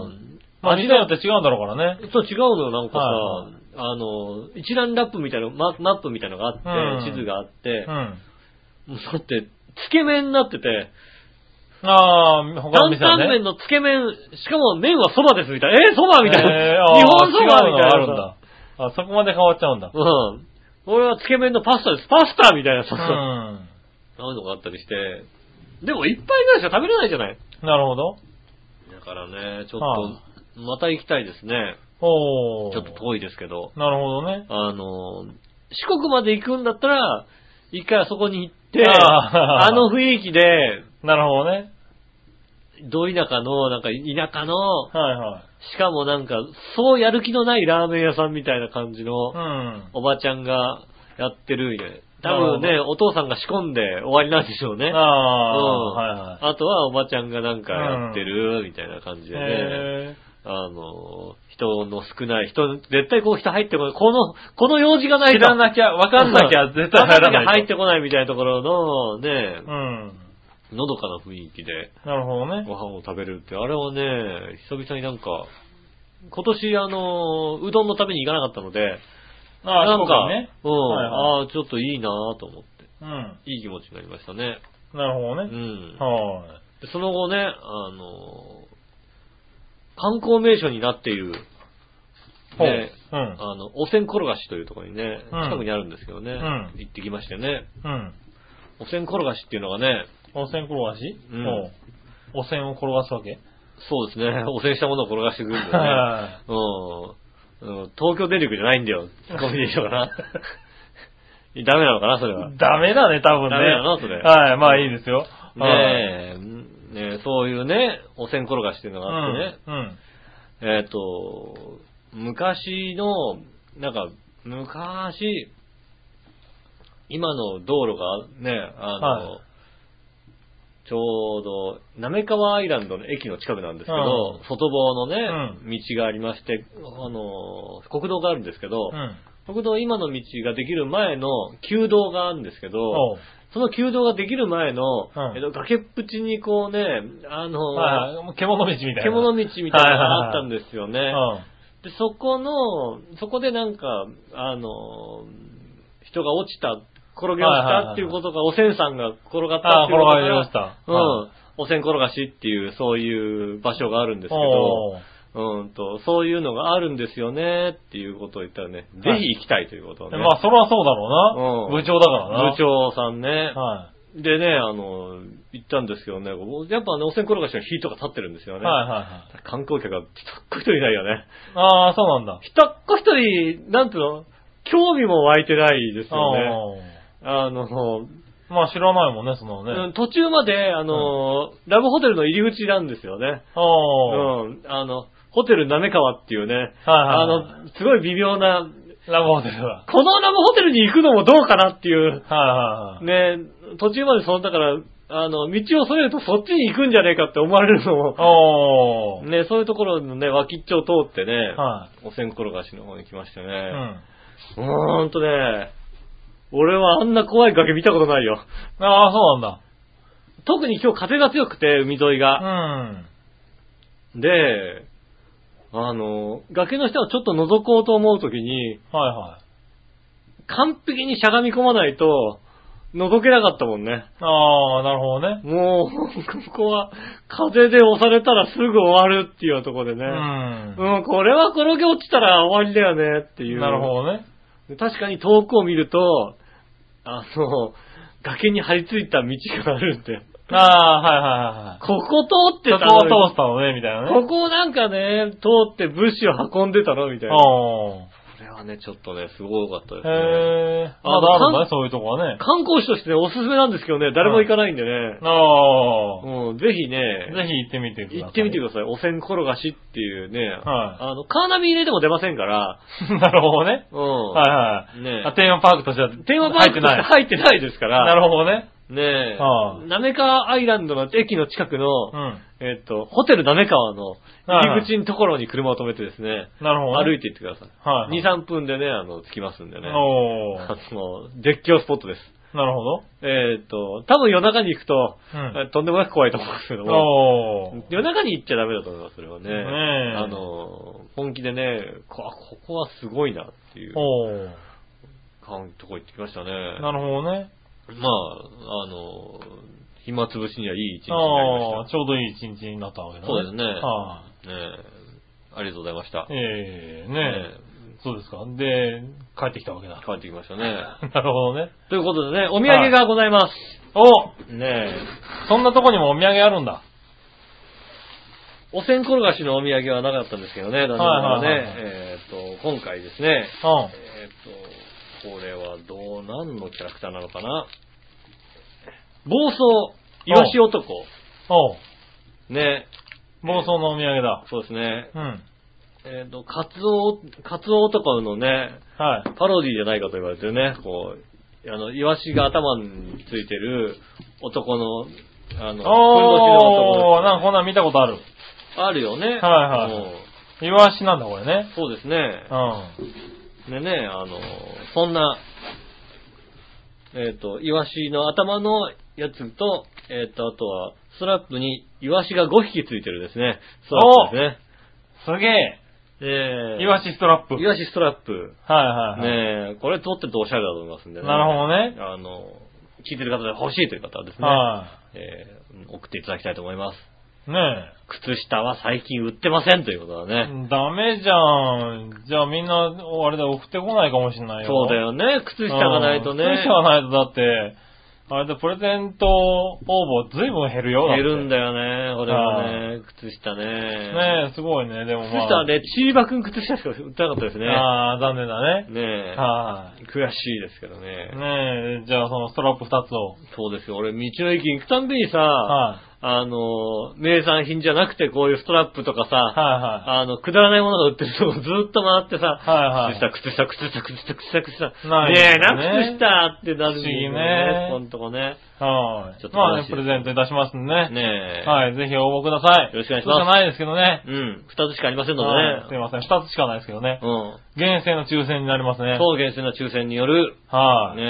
C: んまあ、
B: 味
C: 時
B: が
C: 代によって違うんだろうからね。
B: そう違うのよ、なんかさ、
C: はいは
B: あの、一覧ラップみたいな、ママップみたいなのがあって、
C: うん
B: 地図があって
C: う、
B: も
C: ん。
B: うだって、つけ麺になってて、
C: ああ、他
B: 担
C: の店は
B: 々
C: ね。
B: 麺のつけ麺、しかも麺はそばですみたいな、えー、そばみたいな、
C: えーあー
B: 日本そばみたい
C: 違うのが
B: な
C: あるんだ。あ、そこまで変わっちゃうんだ。
B: うん。俺はつけ麺のパスタです、パスタみたいなさ、
C: うん。
B: そういうのがあったりして、でも一杯ぐらいしか食べれないじゃない
C: なるほど。
B: だからね、ちょっと、
C: は
B: また行きたいですね。
C: おー。
B: ちょっと遠いですけど。
C: なるほどね。
B: あの、四国まで行くんだったら、一回あそこに行って、
C: あ
B: あ
C: ー
B: の雰囲気で、
C: なるほどね。
B: ど田舎の、なんか田舎の、
C: はいはい。
B: しかもなんか、そうやる気のないラーメン屋さんみたいな感じの
C: う、ん。
B: おばちゃんがやってるみたいな。多分
C: な
B: ね、お父さんが仕込んで終わりなんでしょうね。
C: ああ、
B: うん
C: はいはい。
B: あとはおばちゃんがなんかやってる、みたいな感じでね。
C: へ
B: あの、人の少ない、人、絶対こう人入ってこない。この、この用事がない
C: ー
B: と
C: 知らなきゃ、わかんなきゃ絶対
B: わ
C: 入ら
B: かんきゃ
C: ない
B: 入ってこないみたいなところの、ね
C: と。、うん。
B: のどかな雰囲気で
C: なるほどね。
B: ご飯を食べるって、あれはね、久々になんか、今年あの、うどんのために行かなかったので、
C: ああ、
B: なん
C: そう
B: か、
C: ね。
B: うん、
C: はいは
B: ああ、ちょっといいなと思って、
C: うん。
B: いい気持ちになりましたね。
C: なるほど
B: う
C: ね。
B: ん。
C: は
B: でその後ね、あの、観光名所になっている、
C: い。ほう。
B: ね、
C: うん。
B: あの、おせん転がしというところにね、
C: うん
B: 近くにあるんですけどね、
C: ん
B: 行ってきましてね、
C: うん。
B: おせん転がしっていうのがね、
C: 温泉転がし
B: うん
C: ほう。汚染を転がすわけ
B: そうですね。汚染したものを転がしてくる んだよね。
C: は
B: うん。うん東京電力じゃないんだよ。ツッコミでいいのか な。ダメなのかな、それは。
C: い。 ダメだね、多分ね。
B: ダメだなそれ
C: はい、まあいいですよ。はい
B: ねえうん、ねえそういうね、汚染転がしっていうのがあってね。
C: うん。うん
B: えっ、と、昔の、なんか、昔、今の道路がね、あの、
C: はい
B: ちょうど、滑川アイランドの駅の近くなんですけど、
C: うん
B: 外房のね、
C: うん
B: 道がありまして、あの、国道があるんですけど、
C: うん。
B: 国道、今の道ができる前の旧道があるんですけど、
C: おう
B: その旧道ができる前の、
C: うん
B: えっと、崖っぷちにこうね、あの、
C: はいはい、もう獣道みたいな。
B: 獣道みたいなのがあったん
C: で
B: ですよね。
C: うん。
B: で、そこの、そこでなんか、あの、人が落ちた、転げ落ちたっていうことが、おせんさんが転がった
C: あ
B: っ
C: あ、
B: ていう
C: 転
B: こと
C: がりました。
B: う
C: はい
B: ん。おせん転がしっていう、そういう場所があるんですけど、
C: おー
B: うんと、そういうのがあるんですよねっていうことを言ったらね、ぜ
C: はい
B: ひ行きたいということをね。
C: まあ、それはそうだろうな。
B: うん
C: 部長だからな。
B: 部。長さんね。
C: は
B: でね、あの、行ったんですけどね、やっぱね、おせん転がしの火とか立ってるんですよ
C: い。
B: ね。
C: はいはいはい。
B: 観光客が一人一人いないよね。
C: ああ、そうなんだ。
B: 一っ子一人、なんつうの、興味も湧いてないですよね。
C: あ
B: あの、
C: あ。まあ、知らないもんね、そのね。
B: うん途中まで、あの、ラブホテルの入り口なんですよね。う
C: あ
B: ん。あの、ホテルなめかわっていうね、
C: あ。は
B: あ
C: いはい。
B: の、すごい微妙な、
C: ラブホテルだ。はい
B: このラブホテルに行くのもどうかなっていう、
C: はいはい。
B: ね、途中までその、だから、あの、道をそれるとそっちに行くんじゃねえかって思われるのも、
C: おー。
B: ね、そういうところのね、脇っちょを通ってね、
C: は
B: お線転がしの方に来ましたね。
C: い。うん。
B: うーんとね、俺はあんな怖い崖見たことないよ。
C: ああ、そうなんだ。
B: 特に今日風が強くて、海沿いが。
C: うん。
B: で、あの、崖の下をちょっと覗こうと思うときに、
C: はいはい。
B: 完璧にしゃがみ込まないと、覗けなかったもんね。
C: ああ、なるほどね。
B: もう、ここは、風で押されたらすぐ終わるっていうようなところでね。
C: うん。
B: うん、これは転げ落ちたら終わりだよねっていう。
C: なるほどね。
B: ど。確かに遠くを見ると、あの、崖に張り付いた道があるんで、
C: ああ、はいはいはいはい。
B: ここ通ってた
C: ここ
B: の
C: を通したのね、みたいなね。
B: ここをなんかね、通って物資を運んでたのみたいな。これはね、ちょっとね、すごかったです
C: ああ。
B: ね。
C: へえ。
B: あ
C: ま
B: の
C: だあるんだ
B: か
C: ね、そういうとこはね。
B: 観光地としてね、おすすめなんですけどね、誰も行かないんでね。
C: ああ。
B: うん、ぜひね、
C: ぜひ行ってみてください。
B: 行ってみてく
C: だ
B: ださい。お線転がしっていうね。
C: はい
B: あの、カーナビ入れても出ませんから。
C: さ い。なるほどね。
B: うん。
C: はいはい。
B: ね
C: あ、テーマパークとしては、
B: テーマパークとして
C: 入ってない。
B: 入ってないですから。
C: なるほどね。
B: ねえ。
C: は
B: なめかアイランドの駅の近くの、
C: うん。
B: えっと、ホテルなめかわの入り口のところに車を止めてですね、
C: なるほどね。
B: 歩い
C: て。
B: て行ってください。
C: はい。
B: 2、3分でね、あの、着きますんでね。
C: おー
B: あの、絶叫スポットです。
C: なるほど。
B: えっと、多分夜中に行くと、
C: うん
B: とんでもなく怖いと思うんですけども。
C: おー。
B: 夜中に行っちゃダメだと思います、それはね。
C: ねえ
B: あの、本気でね、こあここはすごいなっていう
C: おー。
B: 感とこ行ってきましたね。
C: なるほどね。
B: まあ、あの、暇つぶしにはいい一日になり
C: あ
B: ま
C: あ、
B: し
C: ちょうどいい一日になったわけだ
B: た。そ
C: ね。
B: うですね。
C: は
B: ねえありがとうございました。
C: い。ええ、
B: え
C: ねえ。そうですか。で、帰ってきたわけだ。
B: 帰ってきました ね。
C: なるほどね。
B: ということでね、お土産がございます。
C: お
B: ねえ
C: そんなとこにもお土産あるんだ。
B: お線転がしのお土産はなかったんですけどね、残念ながらね。
C: はいはいはい
B: えっと、今回ですね、
C: うん。は
B: えっ、と、これはどう、何のキャラクターなのかな暴走、イワシ男。
C: おう。
B: ね。
C: 暴走のお土産だ。
B: そうですね。
C: うん。
B: えっ、と、カツオ、カツオ男のね、
C: はい。
B: パロディじゃないかと言われてるね。こう、あの、イワシが頭についてる男の、あの、ふんどしの
C: おー、
B: 男
C: なんかこんなん見たことある。
B: あるよね。
C: いはい
B: うん
C: イワシなんだ、これね。
B: そうですね
C: う。ん。
B: でね、あの、そんな、えっ、と、イワシの頭のやつと、えっ、と、あとは、ストラップにイワシが5匹ついてるですね。ストラップです
C: げえ。
B: すね。で
C: イワシストラップ。はい
B: イワシストラップ。
C: はいはい。
B: ねえ、これ撮ってるとおしゃれだと思いますんでね。
C: なるほどね
B: あの、聞いてる方で欲しいという方はですね、
C: は
B: えー送っていただきたいと思います。
C: い。ね
B: 靴下は最近売ってませんということだ
C: え
B: ね。。
C: ダメじゃん。じゃあみんな、あれだ、送ってこないかもしんないよ。
B: そうだよね、靴下がないとね。
C: うん靴下がないとだって、あれだ、プレゼント応募ずいぶん減るよ。
B: 減るんだ
C: よ。
B: よね、これはね、靴下ね。
C: ねえ、すごいね。でも
B: 靴
C: まあ。
B: 下はね、チーバくん靴下しか売ってなかったですね。
C: ああ、残念だね。
B: ねえ、
C: は
B: 悔しいですけどね
C: い。。ねえ、じゃあそのストラップ二つを。
B: そうですよ、俺道の駅に行くたんびにさ、
C: は
B: あの、名産品じゃなくてこういうストラップとかさ、
C: い。は
B: あの、くだらないものが売ってるとこ ずっと回ってさ、
C: はいはい
B: 靴下、靴下、靴下、靴下、靴下、靴下。
C: ない
B: ね
C: よね
B: えな、靴下ってなるんだよね。
C: 不思議ね
B: このとこね。
C: いはい。は
B: ちょっ
C: い。
B: と
C: まあ
B: 悲
C: ね、
B: しい
C: プレゼントいたしますんでね。
B: ねえ。い。
C: はい、ぜひ応募ください。
B: よろしくお願いします
C: そうじゃないですけどね。
B: うん。二つしかありませんの
C: はいす
B: でね。
C: いません、二つしかないですけどね
B: う。ん。
C: 厳正の抽選になりますね。
B: 当厳選の抽選による、
C: はい。
B: ね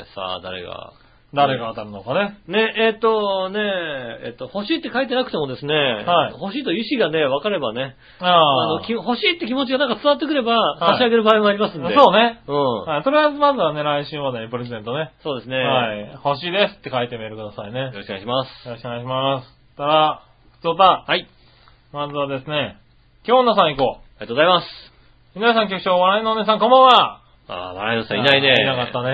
B: え、さあ、誰が。
C: 誰が当たるのかね。
B: ねえ、っと、ねえ、えっと、欲しいって書いてなくてもですね、
C: はい
B: 欲しいという意思がね、分かればね、
C: あ
B: の
C: あ。
B: き欲しいって気持ちがなんか伝わってくれば、
C: は
B: 差
C: い
B: し上げる場合もありますんで。
C: そうね。
B: うん。
C: はい、とりあえずまずはね、来週までにプレゼントね。
B: そうですね。
C: はい。欲しいですって書いてメールくださいね。
B: よろしくお願いします。
C: よろしくお願いします。たら、ふつおた。
B: はい。
C: まずはですね、京女さん行こ
B: ありがとうございます。
C: う。皆さん局長、笑いのお姉さんこんばんは。
B: ああ、笑いのさんいないね。
C: あーいなかったね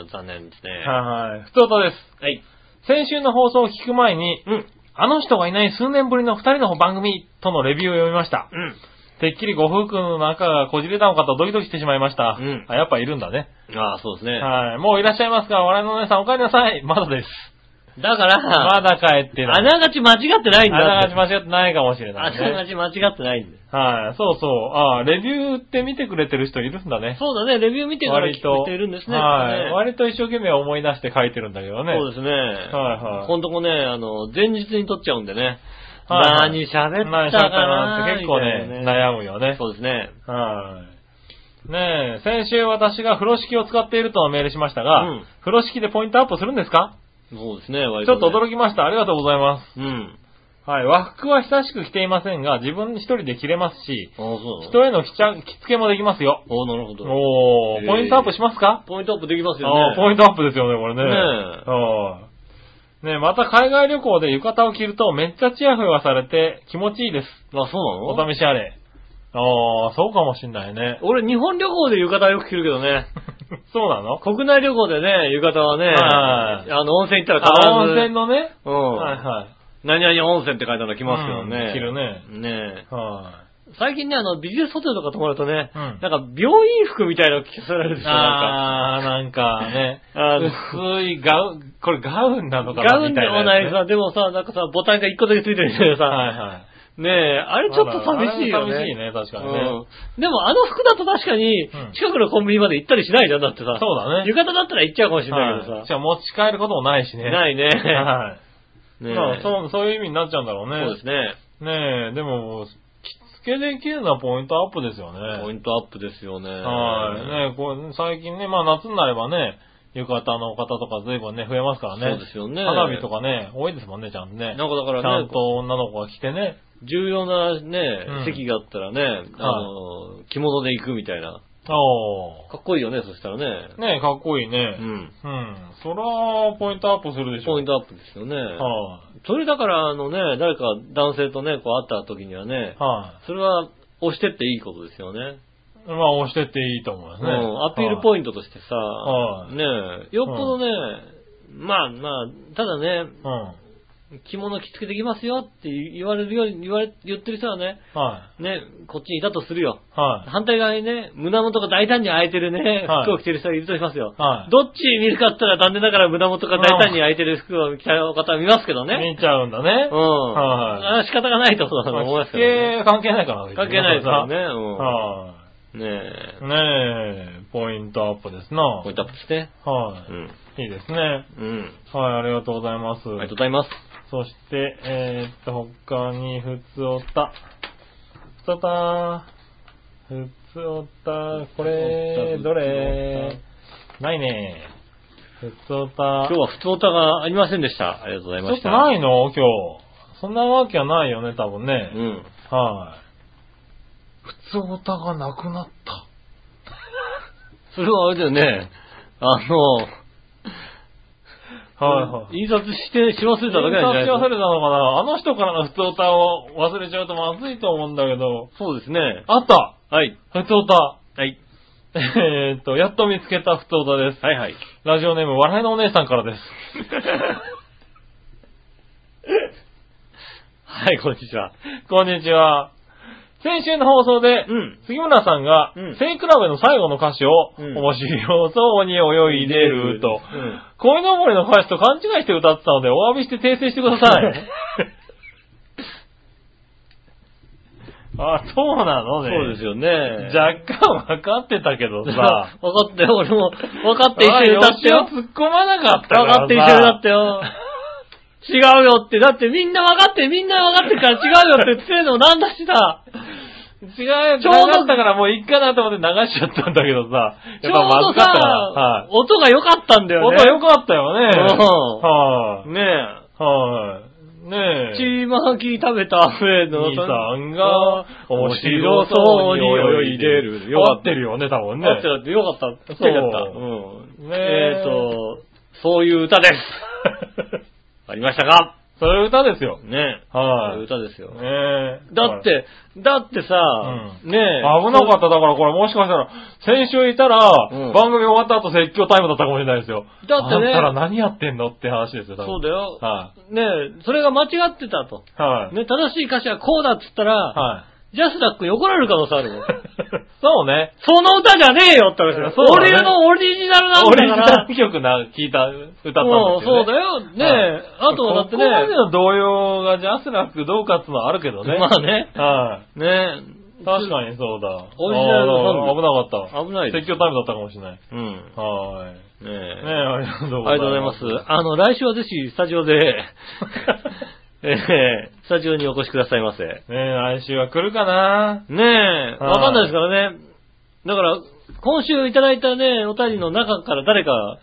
B: うん、残念ですね。
C: はい。ふつおたです。
B: はい。
C: 先週の放送を聞く前に、
B: うん。
C: あの人がいない数年ぶりの二人の番組とのレビューを読みました。
B: うん。
C: てっきりご夫婦の中がこじれたのかとドキドキしてしまいました。
B: うん
C: あ、やっぱいるんだね。
B: ああ、そうですね。
C: はい。もういらっしゃいますが、笑いのお姉さんお帰りなさい。まだです。
B: だから、
C: まだ帰って
B: あ
C: ない。
B: ながち間違ってないんだ。
C: あながち間違ってないかもしれない、ね。
B: あながち間違ってないんだ。
C: はい、そうそう。ああ、レビューって見てくれてる人いるんだね。
B: そうだね、レビュー見てから聞
C: 割と。
B: いてるんですね。
C: はい。
B: これね
C: 割と一生懸命思い出して書いてるんだけどね。
B: そうですね。
C: はいはい
B: このとこね、あの、前日に撮っちゃうんでね。
C: はいはい
B: 何喋ったか
C: 何しちゃった
B: な
C: なって結構ね
B: みたい、な
C: 悩むよね。
B: そうですね。
C: はい。ねえ、先週私が風呂敷を使っているとのメールしましたが、
B: うん
C: 風呂敷でポイントアップするんですか
B: そうですね、割
C: ちょっと
B: ね
C: 驚きました。ありがとうございます。
B: うん。
C: はい。和服は久しく着ていませんが、自分一人で着れますし、
B: ああ、そうなの
C: 人への着ちゃ着付けもできますよ。
B: おーなるほど。
C: お
B: へ
C: ー、
B: ー
C: ポイントアップしますか
B: ポイントアップできますよね。
C: ああ、ポイントアップですよね、これね。
B: ねえ
C: はい。ねえまた海外旅行で浴衣を着るとめっちゃチヤホヤされて気持ちいいです。
B: あ、そうなの
C: お試しあれ。ああ、そうかもしんな いね。
B: 俺、日本旅行で浴衣よく着るけど ね。
C: そうなの
B: 国内旅行でね、浴衣はね、
C: はい
B: あの、温泉行ったら必
C: あ
B: ず、
C: 温泉のね。
B: う
C: はい
B: ん。
C: は
B: 何々温泉って書いたの来
C: い。
B: ますけど
C: うん
B: ね。
C: 着るね。
B: ねえ。
C: は
B: 最近ね、あの、ビジネスホテルとか泊まるとね、
C: うん
B: なんか、病院服みたいなの着せられるで
C: い。
B: しょ、なんか。
C: ああ、なんか ね。
B: あの
C: 薄いガウン、これガウンなのか
B: ガ
C: な
B: ウンで
C: みたいな
B: も
C: やつね、
B: ないさ、でもさ、なんかさ、ボタンが一個だけついてるみたいなさ、
C: はいはい。
B: ねえ、あれちょっと寂しいよね。
C: あれ寂しいね、確かにね。
B: うんでもあの服だと確かに
C: うん、
B: 近くのコンビニまで行ったりしないじゃん、だってさ。
C: そうだね
B: 浴衣だったら行っちゃうかもしれないけ
C: は
B: ど
C: いし
B: さ。
C: かも持ち帰ることもないしね。。
B: ないいね。
C: はい。
B: ねえ
C: まあそう、そういう意味になっちゃうんだろうね。
B: そうですね。
C: ねえ、でも、着付けできるのはポイントアップですよね。
B: ポイントアップですよね。
C: はい。ねこう最近ね、まあ夏になればね、浴衣の方とか随分ね、増えますからね。
B: そうですよね
C: 花火とかね、多いですもんね、ちゃんとね。
B: なんかだか
C: ちゃ
B: らね
C: ん、と女の子が着てね。
B: 重要な
C: うん
B: ね、席があったらね、あの、着物で行くみたいな。
C: お
B: かっこいいよね、そしたらね。
C: ー。ねえ、かっこいいね
B: う。ん。
C: うん。そら、ポイントアップするでしょ。
B: ポイントアップですよね。
C: は
B: それだから、あのね、誰か男性とね、こう会った時にはね
C: い。、はい。
B: それは押してっていいことですよね。
C: まあ、押してっていいと思います
B: う
C: ね。
B: ん、アピール
C: イン
B: ポイントとしてさ、
C: はい
B: ねえよっぽどね、まあまあ、ただね、
C: ト。うん。
B: 着物着付けできますよって言われるように、言われ、言ってる人はね、
C: は
B: ね、こっちにいたとするよ。
C: い。はい。
B: 反対側にね、胸元が大胆に開いてるね、
C: はい
B: 服を着てる人がいるとしますよ。
C: はい
B: どっち見るかって言ったら残念ながら胸元が大胆に開いてる服を着た方は見ますけどね。
C: 見ちゃうんだね。
B: うん。
C: は
B: あ仕方がないとそうだと思いますけどね。
C: 関係関係ないから
B: 関係ないですからね。。
C: は
B: うん。ねえ
C: い。。ねえ、ポイントアップですな。
B: ポイントアップですね。
C: は
B: うん。
C: い。いいですね。
B: うん。
C: はい、ありがとうございます。
B: ありがとうございます。
C: そして、えー、っと、他に、ふつおた。ふつおた。ふつおた。これ、
B: ふつおた
C: どれないね。ふつおた
B: 今日。は普通歌がありませんでした。ありがとうござい
C: ち
B: ま
C: ょ
B: し。
C: ったとないの今日。そんなわけはないよね、多分ね。
B: うん。
C: はい。普通オタがなくなった。
B: それはあれだよね。あの、
C: はいはい。
B: 印刷して、し忘れただけなんじゃない
C: 印刷し忘
B: で
C: れたのかなあの人からの普通オタを忘れちゃうとまずいと思うんだけど。
B: すか。そうですね。
C: あった
B: はい。
C: 普通オタ。
B: はい。
C: えーっと、やっと見つけた普通オタです。
B: はいはい。
C: ラジオネーム、笑いのお姉さんから です。
B: はい、こんにちは。
C: こんにちは。先週の放送で、
B: うん。
C: 杉村さんが、
B: うん
C: セイクラブの最後の歌詞を、
B: うん
C: 面白そうに泳いでると、
B: うん
C: 恋のぼりの歌詞と勘違いして歌ってたので、お詫びして訂正してくだ さい。あ、そうなの
B: そ
C: ね。
B: うですよね。
C: 若干分かってたけど
B: さ。
C: さ
B: 分かったよ、俺も。分かって一緒に歌ってよ
C: あ。よしを突っ込まなかったから
B: 分
C: さ
B: かって一緒に歌ってよ。違うよって、だってみんな分かって、みんな分かってるから違うよって言ってるのもなんだしさ。
C: 違うよ、
B: ち
C: ち
B: ょ
C: ょ
B: うど
C: うどだからもういっかなと思って流しちゃったんだけ どさ。
B: ち
C: や
B: ょ
C: っ
B: う
C: ぱま
B: ど
C: ずかったな。
B: さ
C: は、い。
B: 音が良かったんだよね。
C: 音良かったよ
B: う
C: ね。
B: ん
C: はい、
B: ね
C: は
B: え。
C: い、ねえ。
B: チーマキ食べた上の
C: 兄さんが、面白そうに泳いでる。
B: よか
C: 合
B: っ
C: ったて
B: よ。
C: るよね、多分ね。
B: 合ってるよかった。来てやった。
C: そう
B: うん。
C: ね
B: え
C: え
B: っと、そういう歌です。ありましたか
C: それ歌ですよ。
B: ねえ。
C: はい
B: そういう歌ですよ。
C: ねえ。
B: だっ、て、だってさ、
C: うん
B: ねえ。
C: 危なかった。だからこれもしかしたら、先週いたら
B: うん、
C: 番組終わった後説教タイムだったかもしれないですよ。
B: だってね
C: あんたら何やってんのって話ですよ、多分
B: そうだよ。
C: は
B: ねえ、それが間違ってたと。
C: い。はい。
B: ね、正しい歌詞はこうだっつったら、
C: はい。
B: ジャスダックに怒られる可能性あるもん。
C: そうね。
B: その歌じゃねえよって話だよ。
C: そうだね
B: 俺のオリジナルなん
C: オリジ
B: だから
C: ナ。ル曲な、聞いた、歌ったんですよ、ね。
B: もうそうだよ。ね
C: はい
B: え、あとはだってね、
C: ここまでの動揺がジャスラックどうかっていうのはあるけどね。
B: まあね
C: はい。
B: ね
C: 確かにそうだ。
B: オリジナルのソング
C: あー危なかった。
B: 危ないです
C: 説教タイムだったかもしれない。
B: え。うん。
C: はーい。
B: ねえ
C: ねえ、ありがとうご
B: ありが
C: ざいます。
B: とうございます。あの、来週はぜひスタジオ で、えースタジオにお越しくださいませ。ね
C: ねえ、来週は来るかな
B: え、
C: い
B: わかんないですからね。だから、今週いただいたね、お便りの中から誰か、
C: は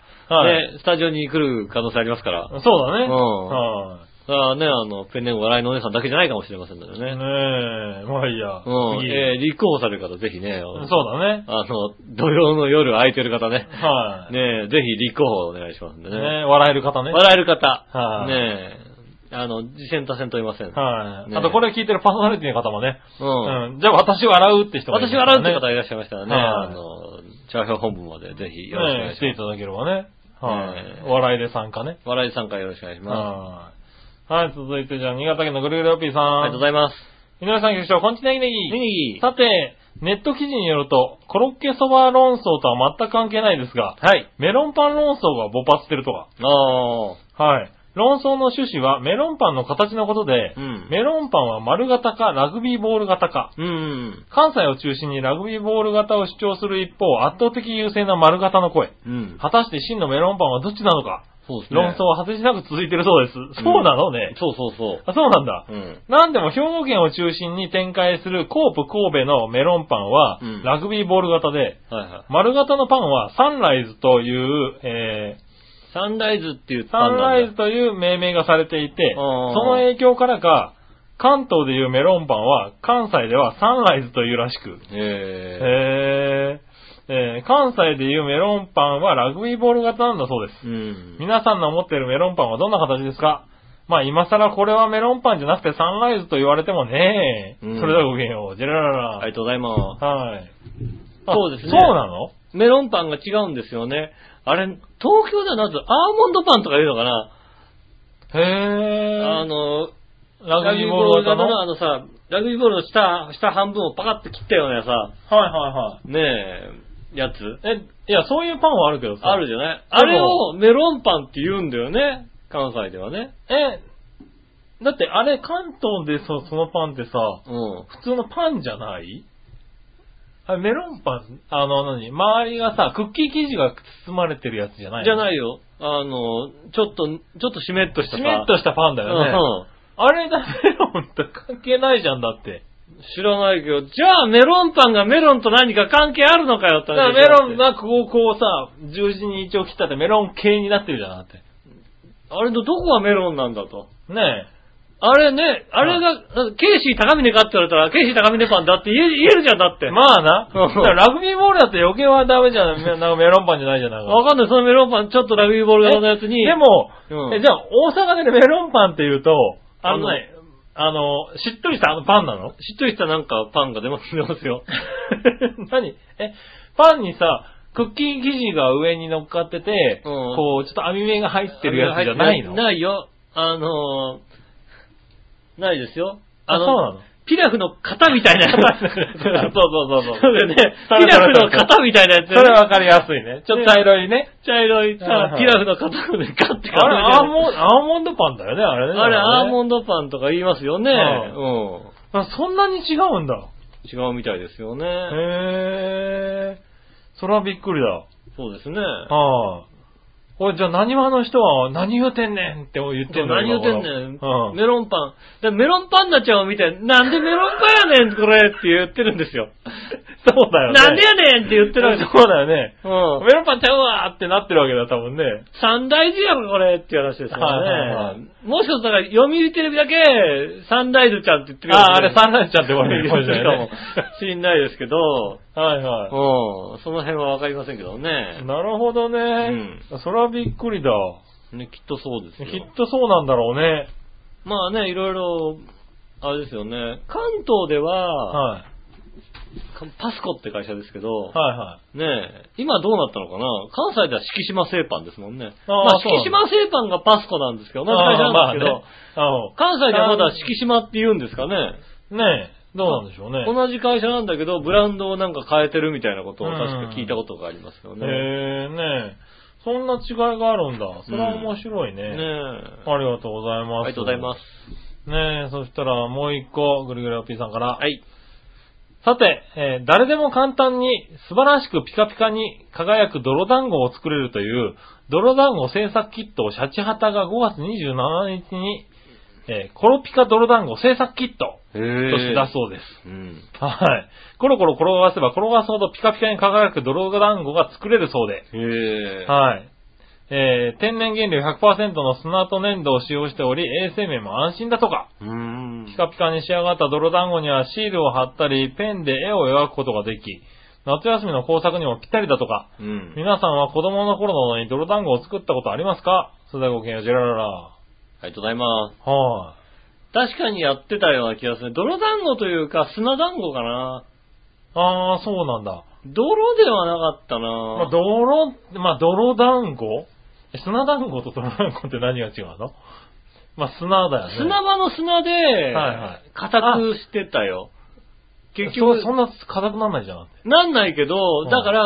C: い
B: ね、スタジオに来る可能性ありますから。
C: そうだね。
B: うん
C: はい。
B: それはね、あの、ペンネーム笑いのお姉さんだけじゃないかもしれませんのでね。
C: ねえ、まあいいや。
B: うん。
C: 次
B: えー、立候補される方ぜひね。
C: そうだね。
B: あの、土曜の夜空いてる方ね。
C: はい。ね
B: ねえ、ぜひ立候補お願いしますんでね。
C: 笑える方ね。
B: 笑える方。
C: はい
B: ねえ、あの、自戦他戦問いません。
C: はい。
B: ね
C: あとこれを聞いてるパーソナリティの方もね。
B: うん。
C: うん。じゃあ私笑うって人がいる
B: 私笑うって方がいらっしゃいましたらね、
C: はい
B: あの、チャーハン本部までぜひよろしくお願
C: ね
B: いし
C: 来てい
B: ます。
C: ただければね。は
B: ね
C: い。笑いで参加ね。
B: 笑い参加よろしくお願いしま
C: はい。はい、続いてじゃあ、新潟県のぐるぐるおっぴーさ
B: す。。ありが
C: ん
B: とうございます。
C: 井上さん局長、こんちねぎね
B: ネ
C: ぎ。
B: ギ
C: さて、ネット記事によると、コロッケそば論争とは全く関係ないですが、
B: はい。
C: メロンパン論争が勃発してるとか。
B: ああ。
C: はい。論争の趣旨はメロンパンの形のことで、
B: うん
C: メロンパンは丸型かラグビーボール型か。
B: うん。
C: 関西を中心にラグビーボール型を主張する一方、圧倒的優勢な丸型の声。
B: うん。
C: 果たして真のメロンパンはどっちなのか。
B: そうですね。
C: 論争は果てしなく続いてるそうです。
B: ん
C: そうなのね。
B: そうそうそ
C: あ、そうなんだ。
B: う。うん。
C: なんでも兵庫県を中心に展開するコープ神戸のメロンパンは
B: うん、
C: ラグビーボール型で、
B: はいはい。
C: 丸型のパンはサンライズという、え
B: サンライズっていう
C: ーサンライズ
B: ズ。
C: という命名がされていて、
B: あ
C: そ
B: ー
C: の影響からか、関東でいうメロンパンは、関西ではサンライズというらしく、
B: え
C: へーえー関西でいうメロンパンはラグビーボール型なんだそうです。
B: え。うん。
C: 皆さんの持っているメロンパンはどんな形ですかまあ今更これはメロンパンじゃなくてサンライズと言われてもね、
B: うん
C: それではごきげんよう。ジェラララ。
B: ありがとうございます。
C: はい。あ
B: そうですね
C: そうなの
B: メロンパンが違うんですよね。あれ、東京ではなんとアーモンドパンとか言うのかな
C: へー。
B: あの、
C: ラグビーボール型
B: ラグビーボール型
C: の
B: のあのさ、ラグビーボールの下、下半分をパカッと切ったようなさ、
C: はいは
B: ねえ、やつ
C: いはい。え、いや、そういうパンはあるけどさ。
B: あるじゃないあれをメロンパンって言うんだよね。関西ではね。
C: え、だってあれ関東でそそのパンってさ、
B: うん。
C: 普通のパンじゃないあれメロンパン、あの、何周りがさ、クッキー生地が包まれてるやつじゃない。
B: じゃないいよ。あの、ちょっと、ちょっとしめっとした
C: し
B: さ。
C: めっとしたパンだよね。
B: うん
C: あれだ、メロンと関係ないじゃんだって。
B: 知らないけど、じゃあメロンパンがメロンと何か関係あるのかよって
C: だ
B: 話
C: から
B: でしょ
C: メロン
B: だって
C: がこう、こうさ、十字に一応切ったってメロン系になってるじゃんだって。
B: あれのどこがメロンなんだと。
C: ね
B: あれね、あれが、だってケーシー高峰かって言われたら、ケーシー高峰パンだって言え言えるじゃんだって。
C: え。まあな。
B: うん
C: だからラグビーボールだって余計はダメじゃん。めなんかメロンパンじゃないじゃない
B: わかんない、そのメロンパン、ちょっとラグビーボール型のやつに。
C: で、も、
B: うん
C: えじゃあ大阪でメロンパンって言うと、あのね、あの、しっとりしたあのパンなの
B: しっとりしたなんかパンが出ます出ますよ。
C: 何え、パンにさ、クッキー生地が上に乗っかってて、
B: うん
C: こう、ちょっと網目が入ってるやつじゃないの
B: ないよ。あのー、ないですよ。
C: あ、そうなの
B: ピラフの型みたいなやつ。
C: そうそうそうそう
B: そうだよね。
C: そ
B: ピ
C: れ
B: ラフの型みたいなやつ。
C: それわかりやすいね。ちょっと茶色いね。
B: 茶色いさ
C: はいは、い
B: ピラフの型でガッて
C: あれ、アー
B: ン
C: モンド、アーモンドパンだよね、あれね。
B: あれ、アーモ
C: ン
B: ンドパンとか言いますよね。う
C: うん
B: ん。
C: ド。あそんなに違うんだ。
B: 違うみたいですよね。
C: へー。それはびっくりだ。
B: そうですね。
C: はい。これじゃあ何話の人は何言うてんねんって言ってんの
B: 何言うてんねん
C: 今。頃
B: メロンパン。でメロンパンになっちゃうみたいな。なんでメロンパンやねん、これって言ってるんですよ。
C: そうだよね。
B: なんでやねんって言ってるわけ
C: そうだよね。
B: うん。
C: メロンパンちゃうわーってなってるわけだ、多分ね。
B: 三大事やろ、これっていう話ですよね。
C: はいはいはい
B: もしかしたら、読売テレビだけ、三大事ちゃんって言ってる
C: ああー、あれ
B: 三
C: サンライズちゃんって言われ
B: 大事
C: るかもしれないね。
B: かもしんないですけど、
C: はいはい。
B: うん。その辺はわかりませんけどね。
C: なるほどね。それはびっくりだ。
B: ねきっとそうです
C: き
B: よ。
C: っとそうなんだろうね。
B: まあね、いろいろ、あれですよね。関東では、
C: はい。
B: パスコって会社ですけど、
C: はいは
B: ねえ、今どうなったのかな関西では敷島製パンですもんね。
C: あー
B: まあ、
C: そうな
B: 敷
C: んだ
B: 島製パンがパスコなんですけど、
C: い。
B: 同じ会社なんですけど、
C: あーまあね
B: 関西ではまだ敷島って言うんですかね。
C: あのねえ、どうなんでしょうね。
B: 同じ会社なんだけど、ブランドをなんか変えてるみたいなことを確か聞いたことがありますよね。
C: へえねえ。そんな違いがあるんだ。それは面白いね。
B: ねえ。
C: ありがとうございます。
B: ありがとうございます。
C: す。ねえ、そしたらもう一個、ぐるぐるおっぴーさんから。
B: はい。
C: さて、えー誰でも簡単に素晴らしくピカピカに輝く泥団子を作れるという、泥団子製作キットをシャチハタが5月27日に、えーコロピカ泥団子製作キット
B: へ
C: と
B: え
C: して出そうです。
B: うん。
C: はい。コロコロ転がせば転がすほどピカピカに輝く泥団子が作れるそうで。
B: へえ。
C: はい。えー天然原料100%の砂と粘土を使用しており、衛生面も安心だとか。
B: うーん
C: ピ。カピカに仕上がった泥団子にはシールを貼ったり、ペンで絵を描くことができ、夏休みの工作にもぴったりだとか。
B: うん。
C: 皆さんは子供の頃なのに泥団子を作ったことありますかそれではごきげんよう、ジェラララ。
B: ありがとうございます。
C: は
B: 確かにやってたような気がする。泥団子というか砂団子かな。
C: い、あ。あー、そうなんだ。
B: 泥ではなかったな、
C: まあ、泥、まあ、泥団子砂団子と泥団子って何が違うのまあ、砂だよね。
B: 砂場の砂で
C: はいはい、
B: 硬くしてたよ。結
C: そ
B: 局、
C: うそんな硬くならないじゃん。
B: なんないけど、
C: うん
B: だから、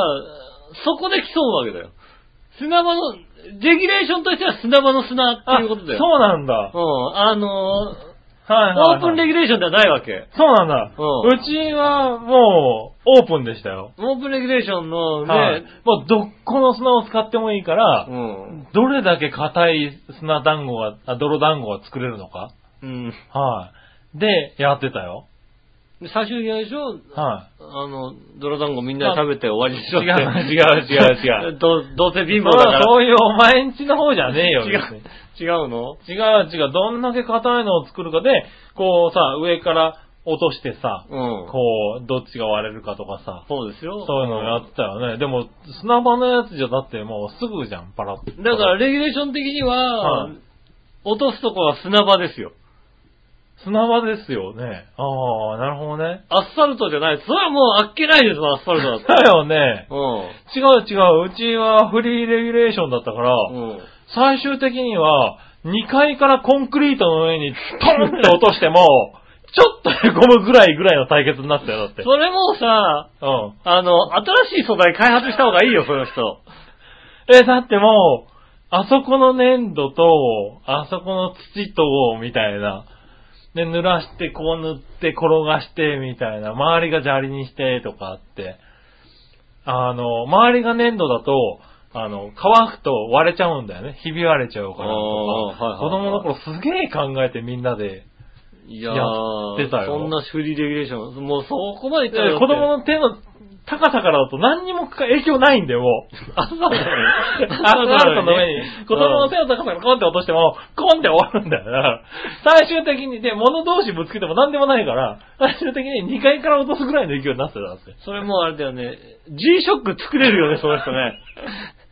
B: そこで競うわけだよ。砂場の、レギュレーションとしては砂場の砂っていうことだよ。
C: そうなんだ。はい
B: うん。あのー
C: はい、はい。
B: オープンレギュレーションではないわけ。
C: そうなんだ。
B: う
C: うちはもう、オープンでしたよ。
B: オープンレギュレーションのね、
C: はい。もう、どっこの砂を使ってもいいから
B: う、ん。
C: どれだけ硬い砂団子が、あ泥団子が作れるのか。
B: うん。
C: はい。で、やってたよ。
B: で最終的にあれでしょ
C: は
B: あの、泥団子みんなで食べて終わりでしょ
C: 違う違う違う違 う
B: どどうせ
C: い。
B: 貧乏だから。
C: そういうお前んちの方じゃねえよ、
B: 違
C: 別に
B: う。違うの
C: 違う違う。どんだけ硬いのを作るかで、こうさ、上から落としてさ、
B: うん。
C: こう、どっちが割れるかとかさ、
B: そうですよ。
C: そういうのやってたよね。でも、砂場のやつじゃだってもうすぐじゃん、パラッと
B: だから、、レギュレーション的には、
C: はい
B: 落とすとこは砂場ですよ。
C: 砂場ですよね。ああ、なるほどね。
B: アスファルトじゃない。それはもうあっけないですもん、アスファルトだった
C: だ
B: ら。
C: よね。違う違う。うちはフリーレギュレーションだったから、
B: うん。うん。
C: 最終的には、2階からコンクリートの上にトンって落としても、ちょっとへこむぐらいぐらいの対決になったよ、だって。
B: それもさ、
C: うん。
B: あの、新しい素材開発した方がいいよ、そういう人。
C: え、だってもう、あそこの粘土と、あそこの土と、みたいな。で、濡らして、こう塗って、転がして、みたいな。周りが砂利にして、とかあって。あの、周りが粘土だと、あの、乾くと割れちゃうんだよね。ひび割れちゃうから
B: あ
C: とか。
B: ーはいはいはい
C: 子供の頃すげえ考えてみんなで。
B: いやー、
C: やってたよ
B: そんなフリーレギュレーション、もうそこまでい
C: で
B: ったらだって
C: 子供の手の高さからだと何にも影響ないんだよ、もう。
B: あ、そうだね。
C: アスファルトの上に、子供の手
B: を。
C: の高さからコンって落としても、コンって終わるんだよ。だから、最終的に、で、物同士ぶつけても何でもないから、最終的に2階から落とすぐらいの勢いになってたんですよ。
B: それもうあれだよね。G-SHOCK 作れるよね、その人 ね。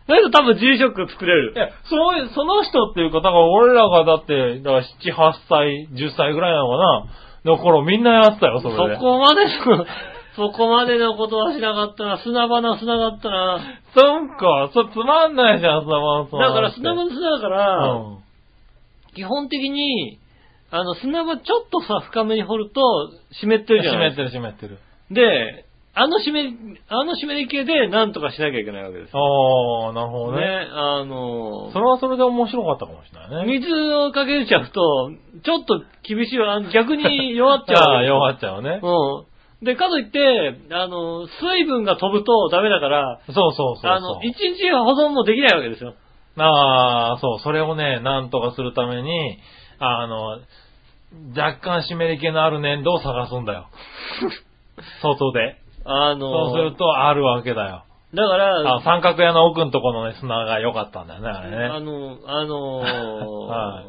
B: だけど多分 G-SHOCK 作れ
C: い
B: る。
C: や、そういう、その人っていうか、だから俺らがだって、だから7、8歳、10歳ぐらいなのかな、の頃みんなやってたよ、そ
B: そ
C: れで。
B: こまでの、 そこまでのことはしなかったな。砂場の砂だったな。
C: そっか、それつまんないじゃん、砂場の
B: だ
C: 砂
B: か
C: なん
B: ら
C: て
B: 砂場の砂だか
C: う
B: ら、
C: ん。
B: 基本的に、あの、砂場ちょっとさ、深めに掘ると、湿ってるじゃ
C: 湿
B: ない
C: ってる湿ってる。
B: で、あの湿り、あの湿り系でなんとかしなきゃいけないわけですよ。
C: あー、なるほどね。
B: ね、あの、
C: それはそれで面白かったかもしれないね。
B: 水をかけちゃうと、ちょっと厳しいわ。逆に弱っちゃう。
C: ああー、弱っちゃうね。
B: うん。で、かといって、あの、水分が飛ぶとダメだから、
C: そうそうそうそう。
B: あの、一日保存もできないわけですよ。
C: ああ、そう、それをね、なんとかするために、あの、若干湿り気のある粘土を探すん だよ。外で。
B: あの、
C: そうするとあるわけだよ。
B: だから、
C: あ三角屋の奥のとこのね、砂が良かったんだよね、あ
B: あ
C: れね。
B: の、あの
C: はい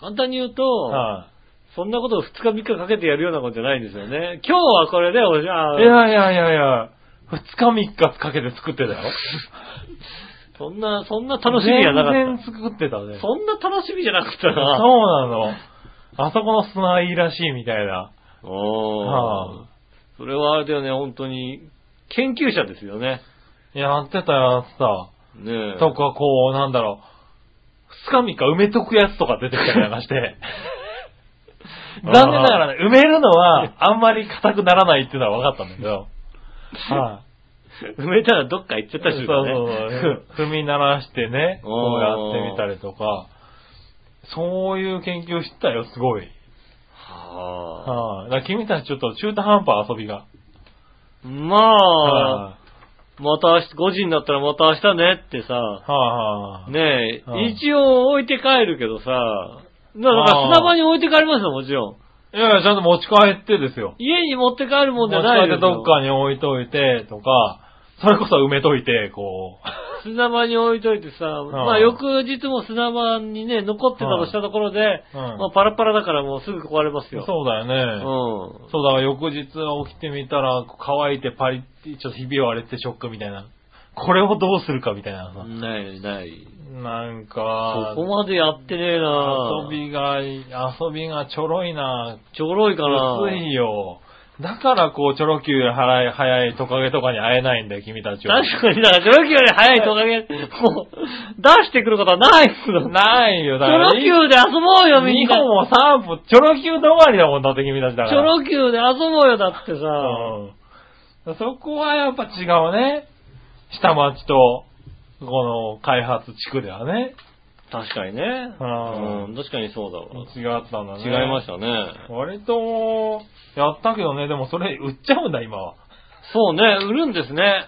B: 簡単に言うと、
C: は
B: そんなことを2日3日かけてやるようなことじゃないんですよね。今日はこれで、おじゃあ
C: いいやいやいやいや、二日三日かけて作ってたよ。
B: そんな、そんな楽しみはなか
C: 全
B: っ
C: 然作ってたね。
B: た。そんな楽しみじゃなかった
C: そうな
B: な。
C: の。あそこの砂いいらしいみたいな。
B: おー
C: は
B: それはあれだよね、本当に、研究者ですよね。
C: やってたよ、さ。
B: ねえ。
C: とか、こう、なんだろう、二日三日埋めとくやつとか出てきたりなんか して。残念ながらね、埋めるのは、あんまり硬くならないっていうのは分かったんだけ ど。はい、
B: 埋めたらどっか行っちゃったりする
C: そうそ
B: から
C: う
B: ね。
C: そう。踏み鳴らしてね、こうや
B: おー
C: ってみたりとか、そういう研究してたよ、すごい。
B: はあ
C: はい、だから君たちちょっと中途半端遊びが。
B: ま
C: は
B: あ、また明日、5時になったらまた明日ねって
C: い
B: さ、
C: はいはい
B: ね
C: は
B: え、
C: い
B: 一応置いて帰るけどさ、だから砂場に置いて帰りますよ、もちろん。
C: いやいや、ちゃんと持ち帰ってですよ。
B: 家に持って帰るもんじゃ
C: 持ち
B: ない
C: 帰
B: で
C: って
B: す
C: どっ
B: よ。
C: かに置いといてとか、それこそ埋めといて、こう。
B: 砂場に置いといてさ、まあ翌日も砂場にね、残ってたとしたところで、まあパラパラだからもうすぐ壊れますよ。
C: そうだ
B: う
C: よね。
B: ん。
C: そうだから翌日起きてみたら、乾いてパリって、ちょっとひび割れてショックみたいな。これをどうするかみたいなさ。
B: ない、ない。
C: なんか、
B: そこまでやってねえな
C: 遊びが、遊びがちょろいな
B: ちょろいかな
C: 薄いよ。だからこう、チョロ Q より早い、早いトカゲとかに会えないんだよ、君たちは。
B: 確かに、だから、チョロキより早いトカ ゲ、もう、出してくることはないっすよ。チ
C: ないよ、
B: ョ
C: だから。
B: ロキで遊ぼうよ、みん
C: 2
B: な。
C: 本も3本、チョロ Q 止まりだもんだって君たちだか
B: チ
C: ら。
B: ョロキで遊ぼうよ、だってさ。
C: うん。そこはやっぱ違うね。下町と、この開発地区ではね。
B: 確かにね。
C: うん
B: うん、確かにそうだわ。
C: 違ったんだね。
B: 違いましたね。
C: た。割と、やったけどね、でもそれ売っちゃうんだ、今は。
B: そうね、売るんですね。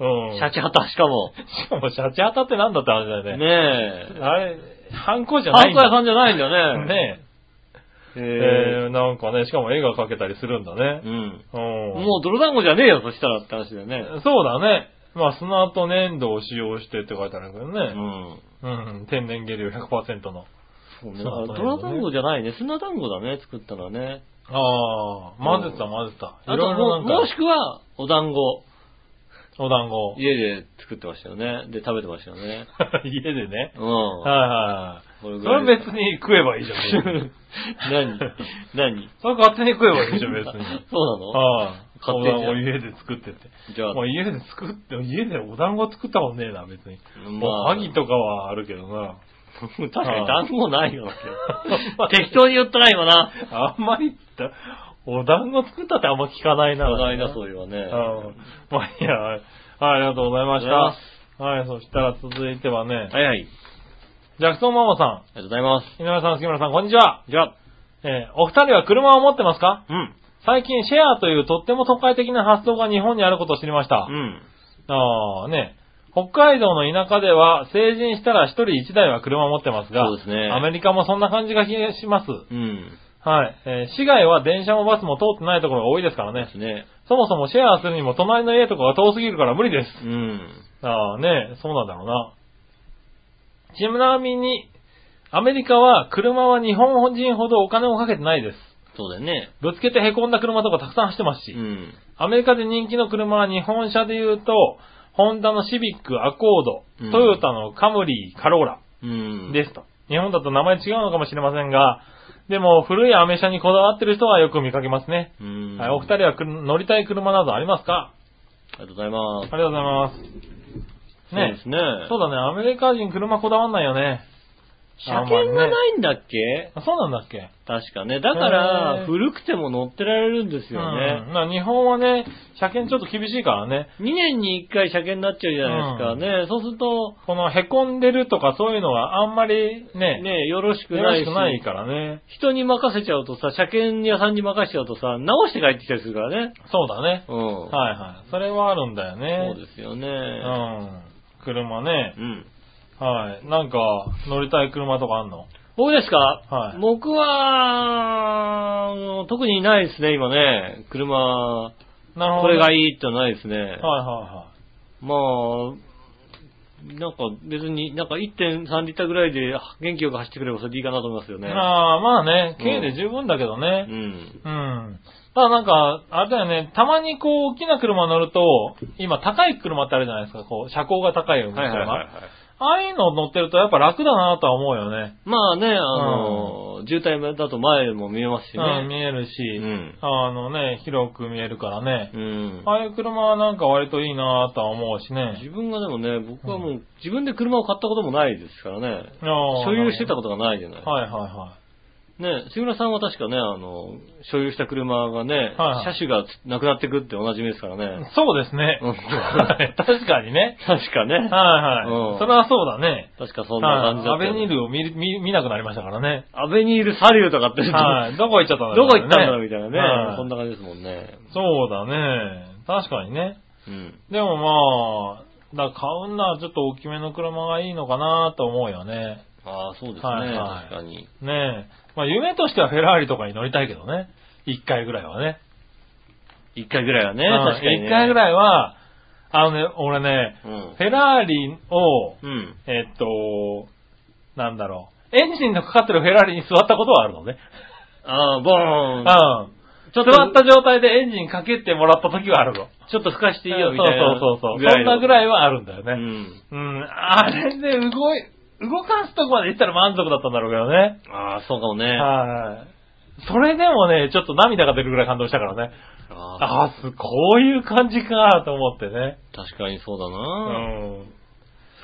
C: うん。
B: シャチハタしかも。
C: し かもシャチ当たってなんだって話だよね。
B: ねえ。
C: あれ、ハンコじゃ
B: ハ
C: ない
B: ン
C: ん
B: コ
C: だ。
B: 屋さんじゃないんだよね。
C: ね
B: え
C: え。
B: え
C: えー、なんかね、しかも絵が描けたりするんだね
B: う。ん。
C: うん。
B: もう泥団子じゃねえよ、そしたらって話だよね。
C: そうだね。まあ、砂と粘土を使用してって書いてあるけど
B: う
C: ね。
B: ん。
C: うん。天然下流100%の。
B: そうね。
C: そう
B: だから泥団子じゃないね。砂団子だね、作ったのはね。
C: ああ、混ぜてた混ぜてた。
B: あと
C: いろいろ
B: も、も
C: なん
B: し
C: か、
B: くは、お団子。
C: お団子。
B: 家で作ってましたよね。で、食べてましたよね。
C: 家でね。
B: うん。これ
C: はいはいはい。
B: ぐ
C: そ
B: らい
C: れ別に食えばいいじゃん。
B: 何何
C: それ勝手に食えばいいでしょ、別
B: そ
C: に。
B: うなの
C: はい。
B: 勝
C: お
B: 手に
C: 団子家で作ってて。
B: じゃあ
C: まあ、家で作って、家でお団子作ったことねえな、別に。
B: ま
C: ま
B: あ
C: あ、萩とかはあるけどな。
B: 確かに団子ないよ。
C: まあ
B: 適当に言ったな、今な。
C: あんまりだ、お団子作ったってあんま聞かないな。
B: お題だ、そういうはね。
C: うんまあいいや、はいはいありがとうございま
B: あ
C: し
B: りがとうござい
C: た。はい、そしたら続いてはね、
B: はいはい。あり
C: ジャクソンママさ
B: がとうございます。
C: ん、井上さん、杉村さん、こんにちは。
B: じゃあ、
C: えーお二人は車を持ってますか
B: うん。
C: 最近シェアというとっても都会的な発想が日本にあることを知りました。
B: うん。
C: ああ、ね。北海道の田舎では成人したら一人一台は車を持ってますが、
B: そうですね
C: アメリカもそんな感じがします。
B: うん。
C: はい。えー市外は電車もバスも通ってないところが多いですから
B: で
C: ね
B: す。ね。
C: そもそもシェアするにも隣の家とかが遠すぎるから無理で
B: う
C: す。
B: ん。
C: ああね、そうなんだろうな。ちなみに、アメリカは車は日本人ほどお金をかけてないです。
B: そうだよね。
C: ぶつけて凹んだ車とかたくさん走ってますし、
B: うん。
C: アメリカで人気の車は日本車で言うと、ホンダのシビック、アコー
B: うん
C: ド、トヨタのカムリー、カローラ
B: うん。
C: ですと。日本だと名前違うのかもしれませんが、でも古いアメ車にこだわってる人はよく見かけますね。
B: うん。
C: はい、お二人
B: あ
C: はく乗りたい車などありますか
B: りがとうございま
C: あり
B: す。
C: がとうございます。
B: そう
C: ね
B: ですね。
C: そうだね、アメリカ人車こだわんないよね。
B: 車検がないんだっけ
C: あそうなんだっけ
B: 確かね。だから、
C: へー
B: 古くても乗ってられるんですよ
C: うん
B: ね。
C: まあ日本はね、車検ちょっと厳しいからね。
B: 2年に1回車検になっちゃうじゃないですかね。そうすると、
C: この凹んでるとかそういうのはあんまりね、
B: ね、よろしく
C: よろ
B: な
C: し
B: い
C: く
B: し。
C: ないからね。
B: 人に任せちゃうとさ、車検屋さんに任せちゃうとさ、直して帰ってきたりするからね。
C: そうだね。
B: うん。
C: はいはい。それはあるんだよね。
B: そうですよね。
C: うん。車ね。
B: うん。
C: はい。なんか、乗りたい車とかあんの
B: 僕ですか
C: はい
B: 僕は、あの特にないですね、今ね。車、
C: なるほど、
B: これがい
C: い。
B: いってのはないですね。
C: はいは
B: まあ、なんか別に、なんか1.3リッターぐらいで元気よく走ってくればそれでいいかなと思いますよ
C: いは
B: ね
C: い。。ああ、まあね、
B: うん
C: 軽で十分だけどね。
B: うん。
C: うん。ただなんか、あれだよね、たまにこう、大きな車乗ると、今高い車ってあるじゃないですか、こう、車高が高いよ、
B: はいはいはいはい
C: 車。ああいうの乗ってるとやっぱ楽だなとは思うよね。
B: まあね、あの、渋滞だと前も見えますしね。
C: うん、見えるし、
B: ん
C: あのね、広く見えるからね。
B: うん
C: ああいう車はなんか割といいなとは思うしね。
B: 自分がでもね、僕はもう自分で車を買ったこともないですからね。所
C: 所
B: 有してたことがないじゃない。
C: はいはいは
B: ね、杉村さんは確かね、あの、所有した車がね、
C: はい
B: 車種がなくなってくっておなじみですから
C: い
B: ね。。
C: そうですね。
B: うん
C: はい 確かにね。
B: 確かね。
C: はいは
B: うん
C: い。それはそうだね。
B: 確かそんな感じだ
C: は
B: っ
C: い
B: たよ
C: アベ
B: ね、
C: ニールを見る見見なくなりましたから ね。
B: アベニールサリューとかって、
C: はい。どこ行っちゃったんだろ
B: ど
C: うね
B: こ行ったんだろうみたいなね、
C: はい
B: そんな感じですもんね。
C: そうだね。確かにね。
B: うん。
C: でもまあ、だから買うならちょっと大きめの車がいいのかなと思うよね。
B: ああ、そうですね、
C: はいはい
B: 確かに。
C: ねえ。まあ夢としてはフェラーリとかに乗りたいけどね。一回ぐらいはね。
B: 一回ぐらいはね、
C: うん
B: 確かに、ね。
C: 一回ぐらいは、あのね、俺ね、
B: うん
C: フ。ェラーリを、
B: うん。
C: えっと、なんだろう。エンジンのかかってるフェラーリに座ったことはあるのね。
B: ああ、ボー
C: う
B: ン。
C: ん。
B: ちょっと、
C: 座った状態でエンジンかけてもらった時はあるの。
B: ちょっと吹かしていいよ、みたいな。
C: そうそうそうそう。そんなぐらい
B: は。
C: はあるんだよ
B: う
C: ね。
B: ん。
C: うん。あれで動い、動かすとこまで行ったら満足だったんだろうけどね。
B: ああ、そうかもね。
C: はい。それでもね、ちょっと涙が出るぐらい感動したからね。
B: ああ、
C: ああ、すこういう感じかと思ってね。
B: 確かにそうだ
C: う
B: な。
C: ん。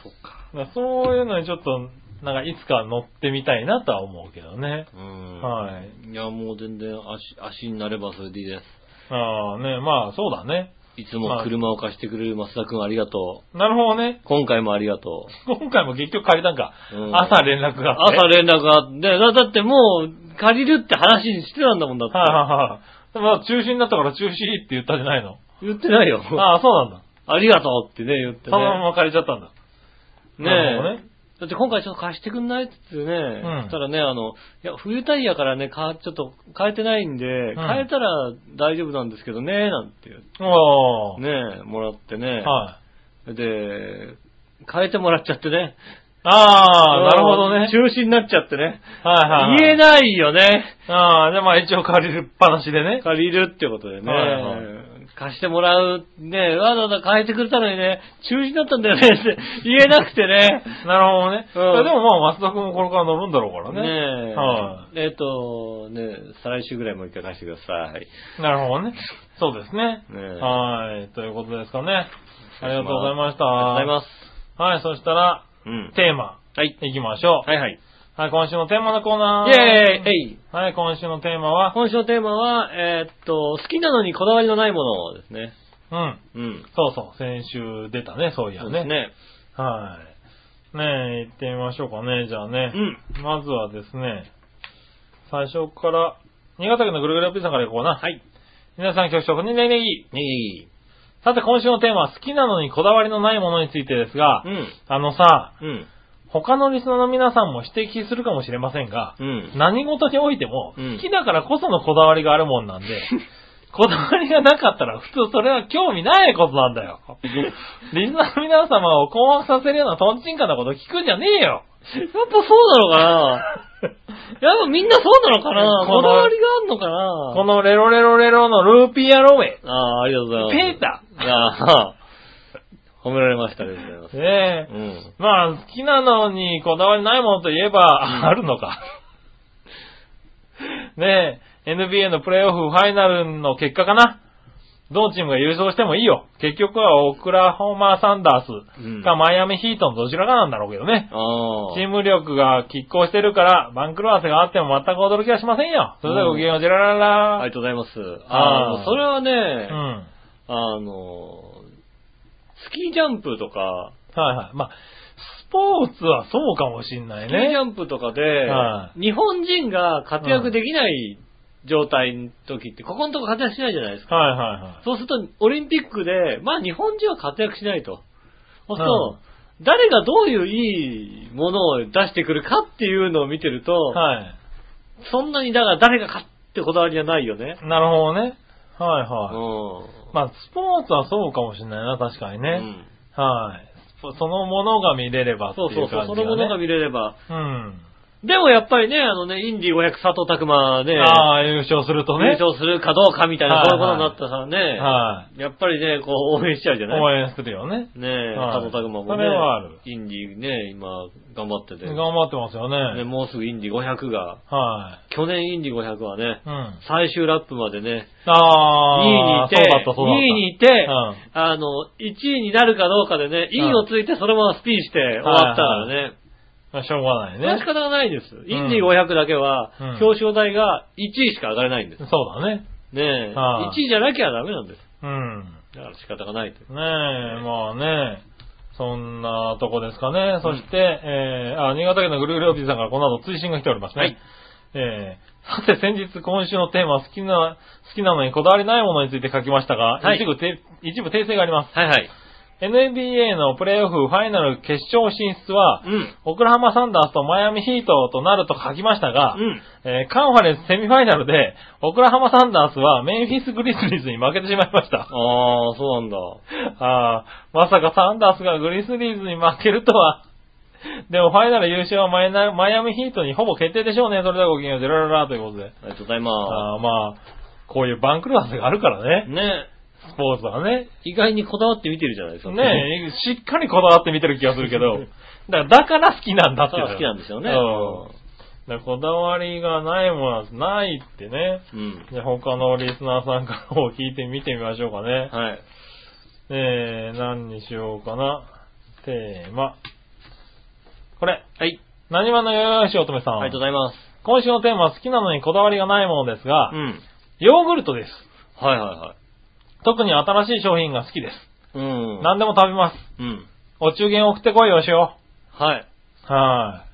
B: そっか。
C: だからそういうのにちょっと、なんかいつか乗ってみたいなとは思うけどね。
B: うん。
C: はい。
B: いや、もう全然足、足になればそれでいいです。
C: ああね、まあそうだね。
B: いつも車を貸してくれる増田くんありがと
C: なるほどね。
B: う。今回もありがと
C: 今回も結局借りたんか。
B: うん
C: 朝連絡
B: う。
C: があって。
B: 朝連絡があって、だだってもう借りるって話にしてたんだもんだって。
C: はいはいはい。でも中止になったから中止って言ったじゃないの。
B: 言ってないよ。あ
C: ああ、そうなんだ。
B: りがとうってね、言って
C: そのま
B: ね。
C: ま借りちゃったんだ。なるほど
B: ねえ。だって今回ちょっと貸してくんないって言ってね、
C: ん
B: そしたらね、あの、いや、冬タイヤからね、かちょっと変えてないんで、変えたら大丈夫なんですけどね、なんて言って
C: ね。おー。
B: ねえ、もらってね。
C: はい。
B: で、変えてもらっちゃってね。
C: ああ、なるほどね。
B: 中止になっちゃってね。
C: はいはいはい。
B: 言え
C: な。
B: ないよね。
C: ああ、じゃあまあ一応借りるっぱなしでね。
B: 借りるってことでね。
C: はいはい
B: 貸してもらう。ねわざわざ変えてくれたのにね、中止だったんだよねって言えなくてね。
C: なるほどね。
B: うん
C: いやでもまあ、増田君もこれから乗るんだろうからね。
B: ねえ。
C: は
B: えっ、と、ね再来週ぐらいもう一回貸してください。
C: なるほどね。そうですね。
B: ね
C: はい。ということですかね。ありがとうございました。。
B: ありがとうございます
C: はい、そしたら、
B: す。
C: テーマ、
B: はい。
C: いきましょう。
B: はいはい。
C: はい、今週のテーマのコーナー。
B: イェーイえい
C: はい、今週のテーマは、
B: 今週のテーマは、えーっと、好きなのにこだわりのないものですね。
C: うん。
B: うん。
C: そうそう、先週出たね、そういや
B: そうで
C: ね。
B: すね。
C: はい。ねえ、行ってみましょうかね、じゃあね。
B: うん。
C: まずはですね、最初から、新潟県のぐるぐるおっぴーさんから行こうな。
B: はい。
C: 皆さん、局長、こんにちは、ネギ。
B: ねえ。
C: さて、今週のテーマは、好きなのにこだわりのないものについてですが、
B: うん。
C: あのさ、
B: うん。
C: 他のリスナーの皆さんも指摘するかもしれませんが、
B: うん。
C: 何事においても、
B: うん
C: 好きだからこそのこだわりがあるもんなんで、 こだわりがなかったら普通それは興味ないことなん だよ。リスナーの皆様を困惑させるようなトンチンカンなこと聞くんじゃねえよ。
B: やっぱそうなのかなやっぱみんなそうなのかな
C: こ
B: こだ
C: だわ
B: わ
C: り
B: りがあんのかな
C: このレロレロレロのルーピー野郎め。
B: ああ、ありがとうございます。
C: ペータ
B: ああ、 褒められました。ありがとうございま
C: ね
B: す。う
C: え。
B: ん。
C: まあ、好きなのにこだわりないものといえば、あ るのか。ねえ、NBA のプレイオフファイナルの結果かな。どのチームが優勝してもいいよ。結局はオクラホマサンダー
B: うん
C: スかマイアミヒートのどちらかなんだろうけどね。
B: ああ。
C: チーム力が拮抗してるから、番狂わせがあっても全く驚きはしませんよ。それではごきげんよう、ジェララ
B: あ
C: ラ
B: りがとうございます。
C: ああ
B: ああ、もうそれはね、
C: うん。
B: あの、スキージャンプとか、
C: はいはい。まあ、スポーツはそうかもしんない
B: ス
C: ね。
B: キージャンプとかで
C: は、
B: 日本人が活躍できない状態の時って、ここのとこ活躍しないじゃないですか。
C: はいはいはい。
B: そうすると、オリンピックで、まあ日本人は活躍しないと。そうする
C: うん
B: と、誰がどういういいものを出してくるかっていうのを見てると、
C: はい。
B: そんなにだから誰が勝ってこだわりはないよね。
C: なるほどね。はいうはい。
B: ん。
C: まあ、スポーツはそうかもしれないな、確かに
B: う
C: ね。
B: ん
C: はい。スポそのものが見れればってい
B: そう
C: う
B: そ
C: 感
B: うそ
C: じが、
B: う、
C: ね。
B: そのものが見れれば。
C: うん。
B: でもやっぱりね、あのね、インディ500佐藤拓磨で、
C: ああ、優勝すると
B: 優
C: ね。
B: 勝するかどうかみたいな、
C: はい
B: そ
C: は
B: う
C: い
B: いうことになったからね、
C: は
B: やっぱりね、こう応援しちゃうじゃ
C: い。
B: ない
C: 応援するよね。
B: ねえ、
C: はい
B: 佐藤拓磨もね、
C: それはある
B: インディね、今頑張ってて、
C: 頑張ってますよ
B: ね、
C: ね。
B: もうすぐインディ500が、
C: は
B: 去年インディ500はね、
C: い。うん。
B: 最終ラップまでね、2位に
C: ああ、
B: いて、
C: そうだった、そうだった。
B: 2位にいて、
C: うん
B: あの、1位になるかどうかでね、インをついてそのままスピンして終わったからね、
C: まあしょうがない
B: それは
C: ね
B: 仕。方がないです。インディ500だけは
C: うん、
B: 表彰台が1位しか上がれないんです。
C: そうだね。
B: ねえ、
C: はい
B: 1位じゃなきゃダメなんです。
C: うん。
B: だから仕方がないという。
C: ねえ、まあね。そんなとこですかね。そして、えー、あ、新潟県のぐるぐるおじさんからこの後追伸が来ておりますね。
B: はい。
C: えー、さて先日今週のテーマ好きな、好きなのにこだわりないものについて書きましたが、
B: はい
C: 一部て一部訂正があります。
B: はいはい。
C: NBA のプレイオフファイナル決勝進出は、
B: うん。
C: オクラハマサンダースとマイアミヒートとなると書きましたが、
B: うん。
C: えーカンファレンスセミファイナルで、オクラハマサンダースはメンフィスグリスリーズに負けてしまい ました。
B: ああ、そうなんだ。
C: あーまさかサンダースがグリスリーズに負けるとは。でもファイナル優勝はマイナマイアミヒートにほぼ決定でしょうね。それではごきげんよう、ゼロララということで。
B: ありがとうございま
C: あーまあ、こういう番狂わせがあるから
B: す。
C: ね。
B: ね
C: スポーツはね。
B: 意外にこだわって見てるじゃないですか。
C: ねえ、しっかりこだわって見てる気がするけど。だからだから好きなん
B: だ
C: だって
B: か
C: いう
B: ら好きなんですよね。
C: うんだからこだわりがないものはないってね。
B: うん。
C: じゃあ他のリスナーさんからを聞いて見てみましょうかね。
B: はい。
C: えー、何にしようかな。テーマ。これ。
B: はい。
C: 何話のよよしおとめさん。
B: ありがとうございます。
C: 今週のテーマは好きなのにこだわりがないものですが、
B: うん。
C: ヨーグルトです。
B: はいはいはい。
C: 特に新しい商品が好きです。
B: うん。
C: 何でも食べます。
B: うん。
C: お中元送ってこいよしお。
B: はい。
C: はい。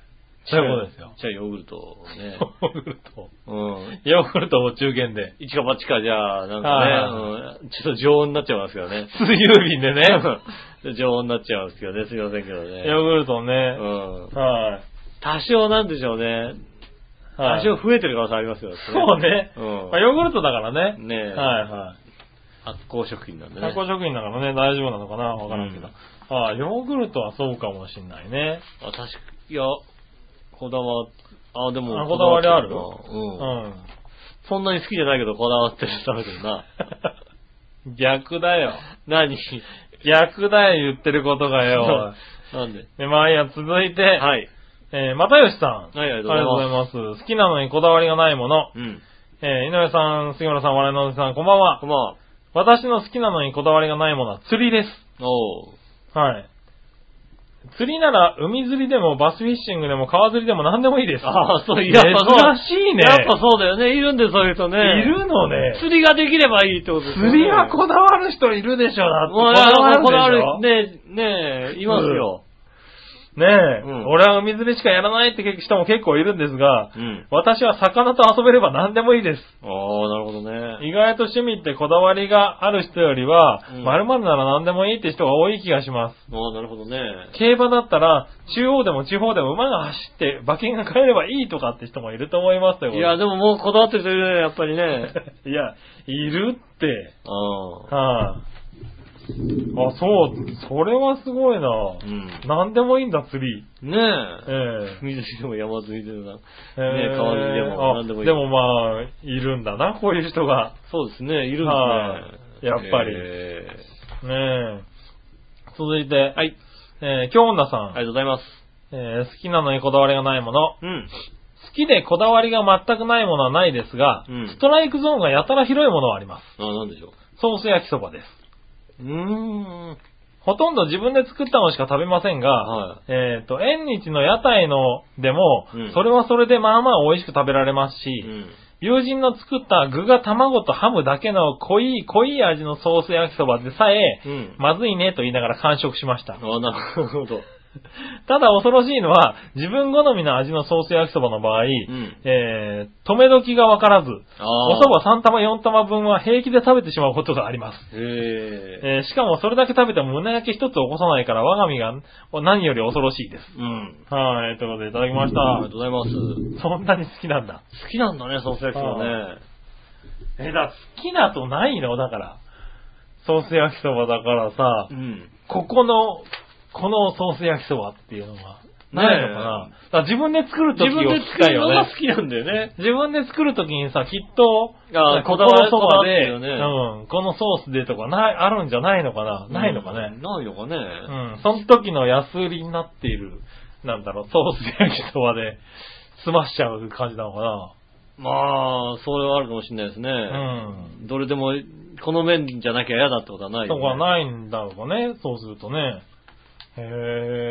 C: そういうことですよ。
B: じゃあヨーグルトをね。
C: ヨーグルト。
B: うん。
C: ヨーグルトお中元で。
B: 一か八かじゃあ、なん
C: は
B: かね、うんちょっと常温になっちゃいますけどね。
C: 水曜日でね。
B: 常温になっちゃいますけどね。すいませんけどね。
C: ヨーグルト
B: う
C: ね。
B: ん。
C: はい。
B: 多少なんでしょうね。
C: は
B: 多
C: い
B: 少増えてる可能性ありますよ。
C: そうね。
B: うん
C: まあ、ヨーグルトだからね。
B: ねえ
C: はいは
B: 発酵食品なん
C: い。
B: でね。
C: 発酵食品だからね、大丈夫なのかなわからんけど。ああ、ヨーグルトはそうかもしんないね。
B: あ、確か、いや、こだわ、あ、でも
C: あ、こだわりある
B: こだ
C: う
B: わってるなうん。そんなに好きじゃないけど、こだわってる食べてるな。
C: ん。 逆だよ。
B: 何
C: 逆だよ、言ってることがよ。
B: なんで
C: で、まあいいや、続いて、
B: はい。
C: えー、またよしさん。
B: はい、あ
C: あ
B: り
C: り
B: が
C: が
B: とう
C: とう
B: ご
C: ご
B: ざ
C: ざ
B: い
C: い
B: ま
C: ます。好きなのにこだわりがないもの。
B: す。うん。
C: えー、井上さん、杉村さん、我々のおじさん、こんばんは
B: こん。ばんは。
C: 私の好きなのにこだわりがないものは釣りです。
B: おう。
C: はい。釣りなら、海釣りでも、バスフィッシングでも、川釣りでも何でもいいです。
B: ああ、そう、
C: 珍
B: やっぱそう。
C: しいね。
B: やっぱそうだよね。いるんで、そういう人ね。
C: いるのね
B: 釣りができればいいってことですよね
C: 釣りはこだわる人いるでしょ、だって。
B: もうあのこだわ
C: でしょ
B: る。ねねいますよ。
C: ねえ、
B: うん
C: 俺は海釣りしかやらないって人も結構いるんですが、
B: うん。
C: 私は魚と遊べれば何でもいいです。
B: ああ、なるほどね。
C: 意外と趣味ってこだわりがある人よりは、
B: うん
C: 〇〇なら何でもいいって人が多い気がします。
B: ああ、なるほどね。
C: 競馬だったら、中央でも地方でも馬が走って馬券が買えればいいとかって人もいると思いますよ。
B: いや、でももうこだわってる人いるね、やっぱり ね。
C: いや、いるって。
B: ああ。
C: はい、あ。そう、それはすごいな。
B: うん。
C: 何でもいいんだ、釣り。
B: ね
C: え
B: え。
C: え
B: 水着でも山釣りでもな。
C: え
B: ね川釣りでも
C: あ
B: 何でもいい
C: でもまあ、いるんだな、こういう人が。
B: そうですね、いるん
C: は
B: ですね。
C: いやっぱり
B: ええ
C: ねえ。続いて、
B: はい。
C: えー、京女さん、
B: ありがとうございます。
C: えー好きなのにこだわりがないもの。
B: うん。
C: 好きでこだわりが全くないものはないですが、
B: うん
C: ストライクゾーンがやたら広いものはあります。
B: ああ、なんでしょう。
C: ソース焼きそばです。
B: うーん。
C: ほとんど自分で作ったのしか食べませんが、
B: は
C: えっ、と、縁日の屋台のでも、
B: うん
C: それはそれでまあまあ美味しく食べられますし、
B: うん。
C: 友人の作った具が卵とハムだけの濃い濃い味のソース焼きそばでさえ、
B: うん。
C: まずいねと言いながら完食しました。
B: ああ、なるほど。
C: ただ恐ろしいのは、自分好みの味のソース焼きそばの場合、
B: ん
C: えー、止め時がわからず、
B: あ
C: お
B: あ。
C: 蕎麦3玉4玉分は平気で食べてしまうことがあります。
B: へえ。
C: えーしかもそれだけ食べても胸焼け一つ起こさないから我が身が何より恐ろしいです。
B: うん。
C: はい、ということでいただき
B: あ
C: まし
B: りが
C: た
B: と。うございます。
C: そんなに好きなんだ。
B: 好きなんだね、そのセックスはね。
C: え、だ、好きなとないのだから。ソース焼きそばだからさ
B: う、ん。
C: ここの、このソース焼きそばっていうのが、ないのかな。だから自分で作るとき
B: 自
C: を
B: 分で
C: 聞き
B: 作
C: たい
B: るの
C: よね
B: が好きなんだよね。
C: 自分で作るときにさ、きっと、
B: あー
C: ここのそ
B: こだわ
C: ば
B: り
C: で、
B: こだわってるよ
C: うん、このソースでとかない、あるんじゃないのかな、ないのかね。
B: ないのかね。
C: うん、その時の安売りになっている、なんだろう、ソース焼きそばで、済ましちゃう感じなのかな。
B: まあ、それはあるかもしれないですね。
C: う
B: どれでも、この麺じゃなきゃ嫌だってことはない
C: と
B: よ、ね。
C: かはないんだろうかね、そうするとね。へ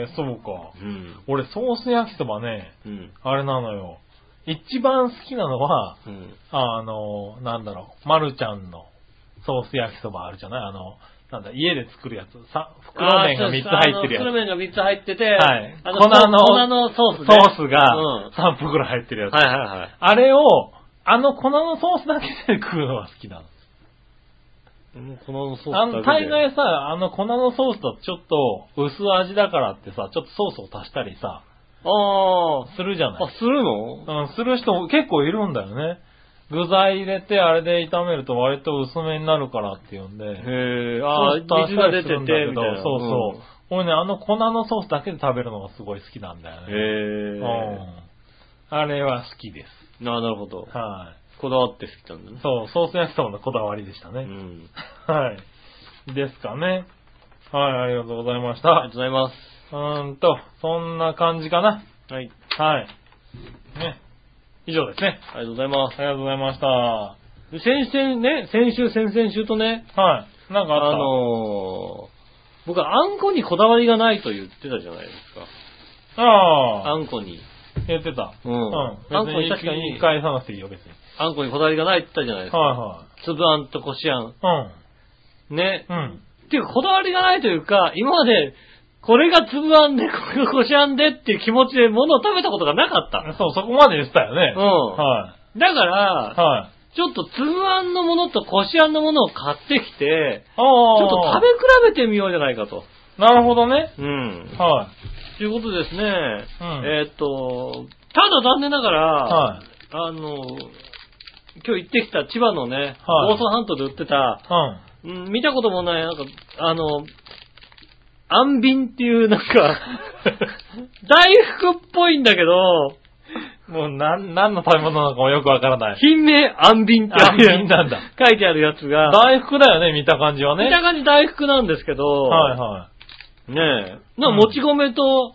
C: え、そうか。
B: うん。
C: 俺、ソース焼きそばね、
B: うん。
C: あれなのよ。一番好きなのは、
B: うん。
C: あの、なんだろう、まるちゃんのソース焼きそばあるじゃないあの、なんだ、家で作るやつ。さ、袋麺が3つ入ってるや
B: あ
C: つ
B: の。袋麺が3つ入ってて、
C: はい
B: あの
C: 粉の
B: 粉のソースね。
C: ソース
B: うん
C: が。3袋入ってるやつ。
B: はいはいはい。
C: あれを、あの粉のソースだけで食うのが好きなの。
B: もうこのソース
C: あ
B: だ
C: の、
B: け
C: 大
B: で
C: 概さ、あの粉のソースだとちょっと薄味だからってさ、ちょっとソースを足したりさ、
B: あ
C: するじゃな
B: あ。あ
C: い、
B: するの
C: うん、する人結構いるんだよね。具材入れて、あれで炒めると割と薄めになるからっていうんで。
B: へえ、ああ、
C: ソースと足
B: 水
C: した
B: が
C: り
B: 出
C: す
B: てて、
C: る
B: み
C: ん
B: た
C: だけ
B: い
C: ど
B: な。
C: そうそう。俺ね、あの粉のソースだけで食べるのがすごい好きなんだよ
B: うん。
C: ね。
B: へえ
C: う。ん。あれは好きです。
B: ななるほど。
C: は
B: こだわって好きなんだ
C: い
B: ね。。
C: そう、ソース焼きそばのこだわりでしたね。
B: うん。
C: はい。ですかね。はい、ありがとうございまし
B: ありがと
C: た
B: う。ございます。
C: うーんと、そんな感じかな。
B: はい。
C: はい。ね。以上ですね。
B: ありがとうございま
C: ありがとうございました。は
B: す。先週ね、先週、先々週とね、
C: い。なんかあ
B: あ
C: った
B: のー、僕はあんこにこだわりがないと言ってたじゃないですか。
C: あ
B: あ
C: あ、
B: んこに。
C: 言ってた。
B: うん
C: あ
B: あん
C: んこ
B: こ
C: に
B: に
C: 確
B: 確
C: か
B: か
C: に
B: に
C: 一回話していいよ、別に。
B: あんこにこだわりがないって言ったじゃないですか。
C: は
B: 粒あんとこしあん。
C: いはい。
B: ね。
C: うん。うん。
B: っていうか、こだわりがないというか、今まで、これが粒あんで、これがこしあんでっていう気持ちで物を食べたことがなかった。
C: そう、そこまで言ってたよね。
B: うん
C: は
B: だから、
C: い。はい。
B: ちょっと粒あんのものとこしあんのものを買ってきて、
C: あ
B: ち
C: あ。ちょ
B: ょっと食べ比べてみようじゃないかと。
C: なるほどね。
B: うん。
C: は
B: ということですね。
C: うん
B: えーっと、ただ残念ながら、
C: い。はい。
B: あの、今日行ってきた千葉のね、
C: はい
B: 房総半島で売ってた、
C: うん。
B: うん見たこともない、なんか、あの、安瓶っていう、なん か、大福っぽいんだけど、
C: もう、なん、何の食べ物なのかもよくわからない。
B: 品名安瓶ってある
C: 安瓶なんだ
B: 書いてあるやつが、
C: 大福だよね、見た感じはね。
B: 見た感じ大福なんですけど、
C: はいは
B: ねえ、
C: う
B: なんんかもち米と、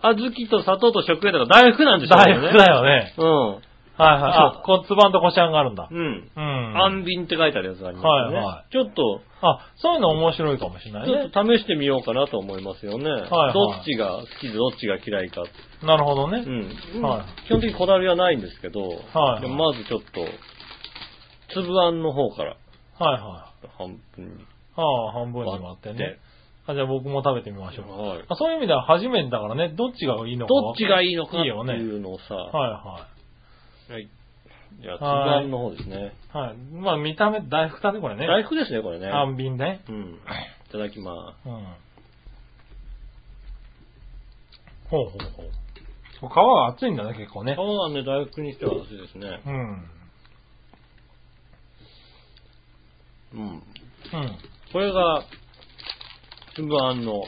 B: 小豆と砂糖と食塩とか大福なん
C: い。
B: でしょう
C: 大
B: ね。
C: 福だよね。
B: よ。
C: はいはい。
B: そ
C: あ、
B: う
C: こつばんとこしあんがあるんだ
B: う。ん。うん。
C: うん。
B: 安瓶って書いてあるやつがありますよね。
C: はいはい
B: ちょっと、
C: あ、そういうの面白いかもしれない
B: ちょっ
C: ね。
B: と試してみようかなと思いますよね。
C: はい
B: どっちが好きでどっちが嫌いか。
C: なるほど
B: う
C: ね。
B: ん。
C: はい
B: 基本的にこだわりはないんですけど、
C: はい
B: でもまずちょっと、粒あんの方から
C: はいは
B: 半分に
C: い。ああ、半分に割って
B: 割っ
C: ね。あ、じゃあ僕も食べてみましょう。
B: はい
C: あそういう意味では初めてだからね、どっちがいいのか
B: ど
C: わ
B: っ
C: か
B: ち
C: ん
B: がいいのかって
C: いいよね
B: いうのをさ、
C: は
B: はい。じゃあ、粒あんの方ですね。
C: いはい。はい。まあ見た目、大福だね、これね。
B: 大福ですね、これね。
C: 安瓶ね。
B: うん。いただきま
C: うん。ほうほうほう。皮が厚いんだね、結構
B: す。
C: ね
B: 皮。はね、大福にしては熱いですね。
C: うん。うん。
B: うん。これが、粒あんの、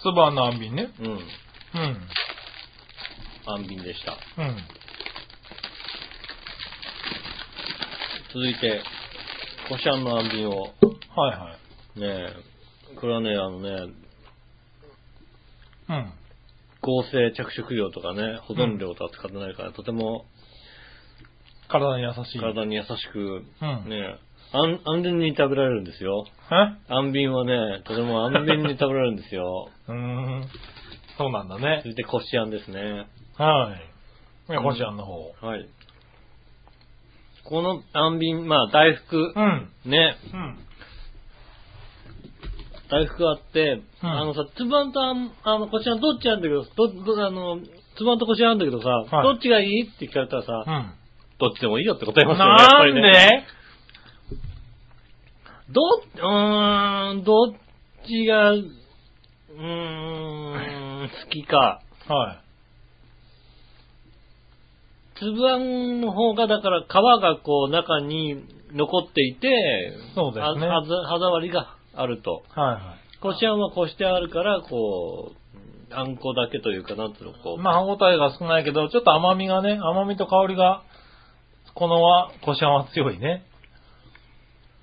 C: つばの安瓶ね。
B: うん、
C: うん。
B: 安瓶でした。
C: うん。
B: 続いて、こしあんの安瓶を、
C: はいはい。
B: ねえ、これはね、あのね、
C: うん。
B: 合成着色料とかね、保存料とは使ってないから、とても
C: 体に優しい。
B: 体に優しく、
C: うん
B: ねえ、安安全に食べられるんですよ。
C: え
B: 安瓶はね、とても安全に食べられるんです よ。
C: うーん。そうなんだね。
B: 続いて、こしあんですね。
C: はい。ね
B: うん
C: こしあんの方。
B: はい。この安瓶、まあ、大福
C: う、ん。
B: ね、
C: うん。
B: 大福あって、
C: うん
B: あのさ、つばんとあん、あの、こちらどっちなんだけど、ど、ど、あの、つばんとこちらなんだけどさ、
C: はい
B: どっちがいいって聞かれたらさ、
C: うん。
B: どっちでもいいよって答えますよね、やっ
C: な
B: ぱ
C: ん
B: り
C: で、
B: ね。ど、うーん、どっちが、うーん、好きか。
C: はい。
B: つぶあんの方が、だから皮がこう中に残っていて、
C: そうですね
B: あはざ歯触りがあると。
C: はいは
B: こしあんはこしてあるから、こう、あんこだけというか、なんていうの、こう、
C: い。まあ歯応えが少ないけど、ちょっと甘みがね、甘みと香りが、このは、こしあんは強いね。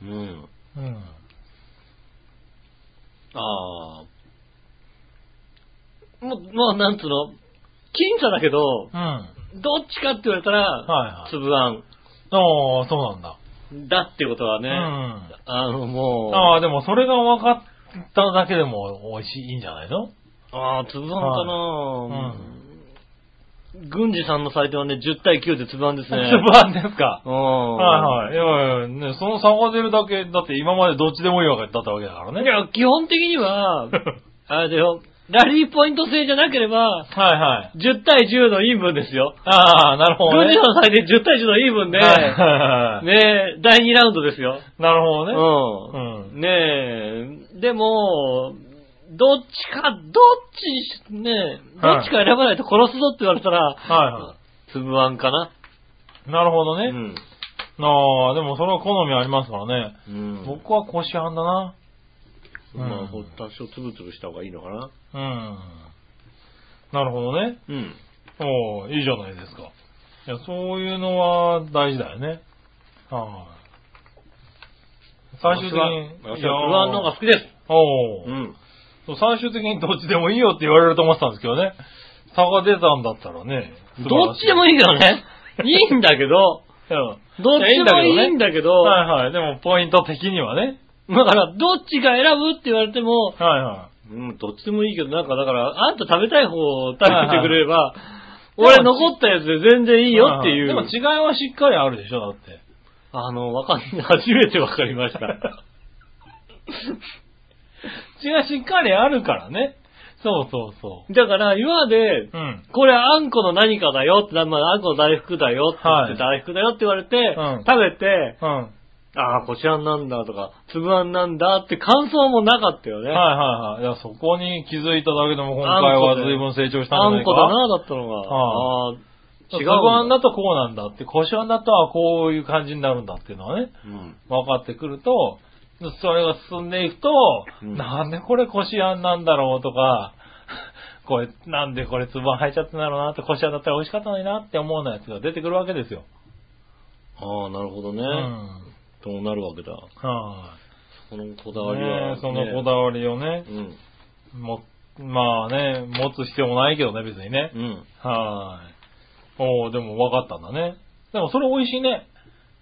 B: うん。
C: うん。
B: ああ。もう、もうなんつうの、僅差だけど、
C: うん。
B: どっちかって言われたら、
C: はい
B: つぶあん
C: ああ、そうなんだ。
B: だってことはね、
C: うん。
B: あの、もう、
C: ああ、でもそれが分かっただけでも美味しい、いいんじゃないの
B: ああ、つぶあんかな、
C: は
B: うん、軍司さんのサイトはね、10対9でつぶあんです
C: つ
B: ね。
C: ぶあんですか。
B: うん。
C: はいはい。いやいや、ね、その差が出るだけ、だって今までどっちでもいいわけだったわけだから
B: い
C: ね。
B: や、基本的には、あれだよ、ラリーポイント制じゃなければ、
C: はいはい。
B: 10対10のイーブンですよ。
C: ああ、なるほど
B: 軍
C: ね。
B: 事の最低10対10のイーブンで、
C: はいはいはい
B: ねえ、第2ラウンドですよ。
C: なるほどね。
B: うん。ねえ、でも、どっちか、どっち、ねえ、ど
C: はい
B: っちか選ばないと殺すぞって言われたら、
C: はいは
B: つぶあんかな。
C: い。なるほど
B: う
C: ね。
B: ん。
C: ああ、でもそれは好みありますからね。
B: うん
C: 僕は腰派だな。
B: まあ、
C: う
B: ほ
C: ん
B: 多少つぶつぶした方がいいのかな。
C: うん。なるほどね。
B: うん。
C: おおいいじゃないですか。いや、そういうのは大事だよね。はい。最終的に、
B: 私は、
C: い
B: 私
C: やー
B: はつぶあんの方が好きです。
C: おお、
B: うん。
C: そう最終的にどっちでもいいよって言われると思ってたんですけどね。差が出たんだったらね。
B: どっちでも
C: いい。
B: いいけどね。いいんだけ ど、
C: うん
B: どっちでもいいんだけど、
C: はいはい。でも、ポイント的にはね。
B: だから、どっちが選ぶって言われても、
C: はいは
B: うん、どっちでもいいけど、なんかだから、あんた食べたい方を食べてくれれば、
C: はい
B: 俺残ったやつで全然
C: い。
B: いいよってい
C: はは
B: う
C: で。も違いはしっかりあるでしょ、だって。
B: あの、わかんない。初めてわかりま した。
C: 違いはしっかりあるからね。そうそうそ
B: だから、今まで、
C: う。うん。
B: これあんこの何かだよって、まあ、あんこの大福だよって言って、大福だよって言われて、
C: うん
B: 食べて、
C: うん。はい
B: ああ、こちらなんだとか、つぶあんなんだって感想もなかったよね。
C: はいはい。いや、そこに気づいただけでも今回
B: あんこ
C: は
B: で
C: 随分成長した
B: あ
C: んじゃなんい
B: こ
C: か
B: だな、だったのが。あ
C: は
B: あ、違
C: 違う。
B: う。
C: 不安だとこうなんだって、腰あんだとはこういう感じになるんだっていうのはね、
B: うん。
C: 分かってくると、それが進んでいくと、
B: うん
C: なんでこれ腰あんなんだろうとか、 これ、なんでこれつばん入っちゃったんだろうなって、腰あんだったら美味しかったのになって思うようなやつが出てくるわけですよ。
B: ああ、なるほどね。
C: う
B: そう
C: ん。は
B: なるわけだ。
C: あ、
B: そのこだわりは、
C: ねえそのこだわりをね、
B: うん。
C: も、まあね、持つ必要もないけどね、別にね。
B: うん。
C: はーい。おー、でも分かったんだね。でもそれ美味しいね。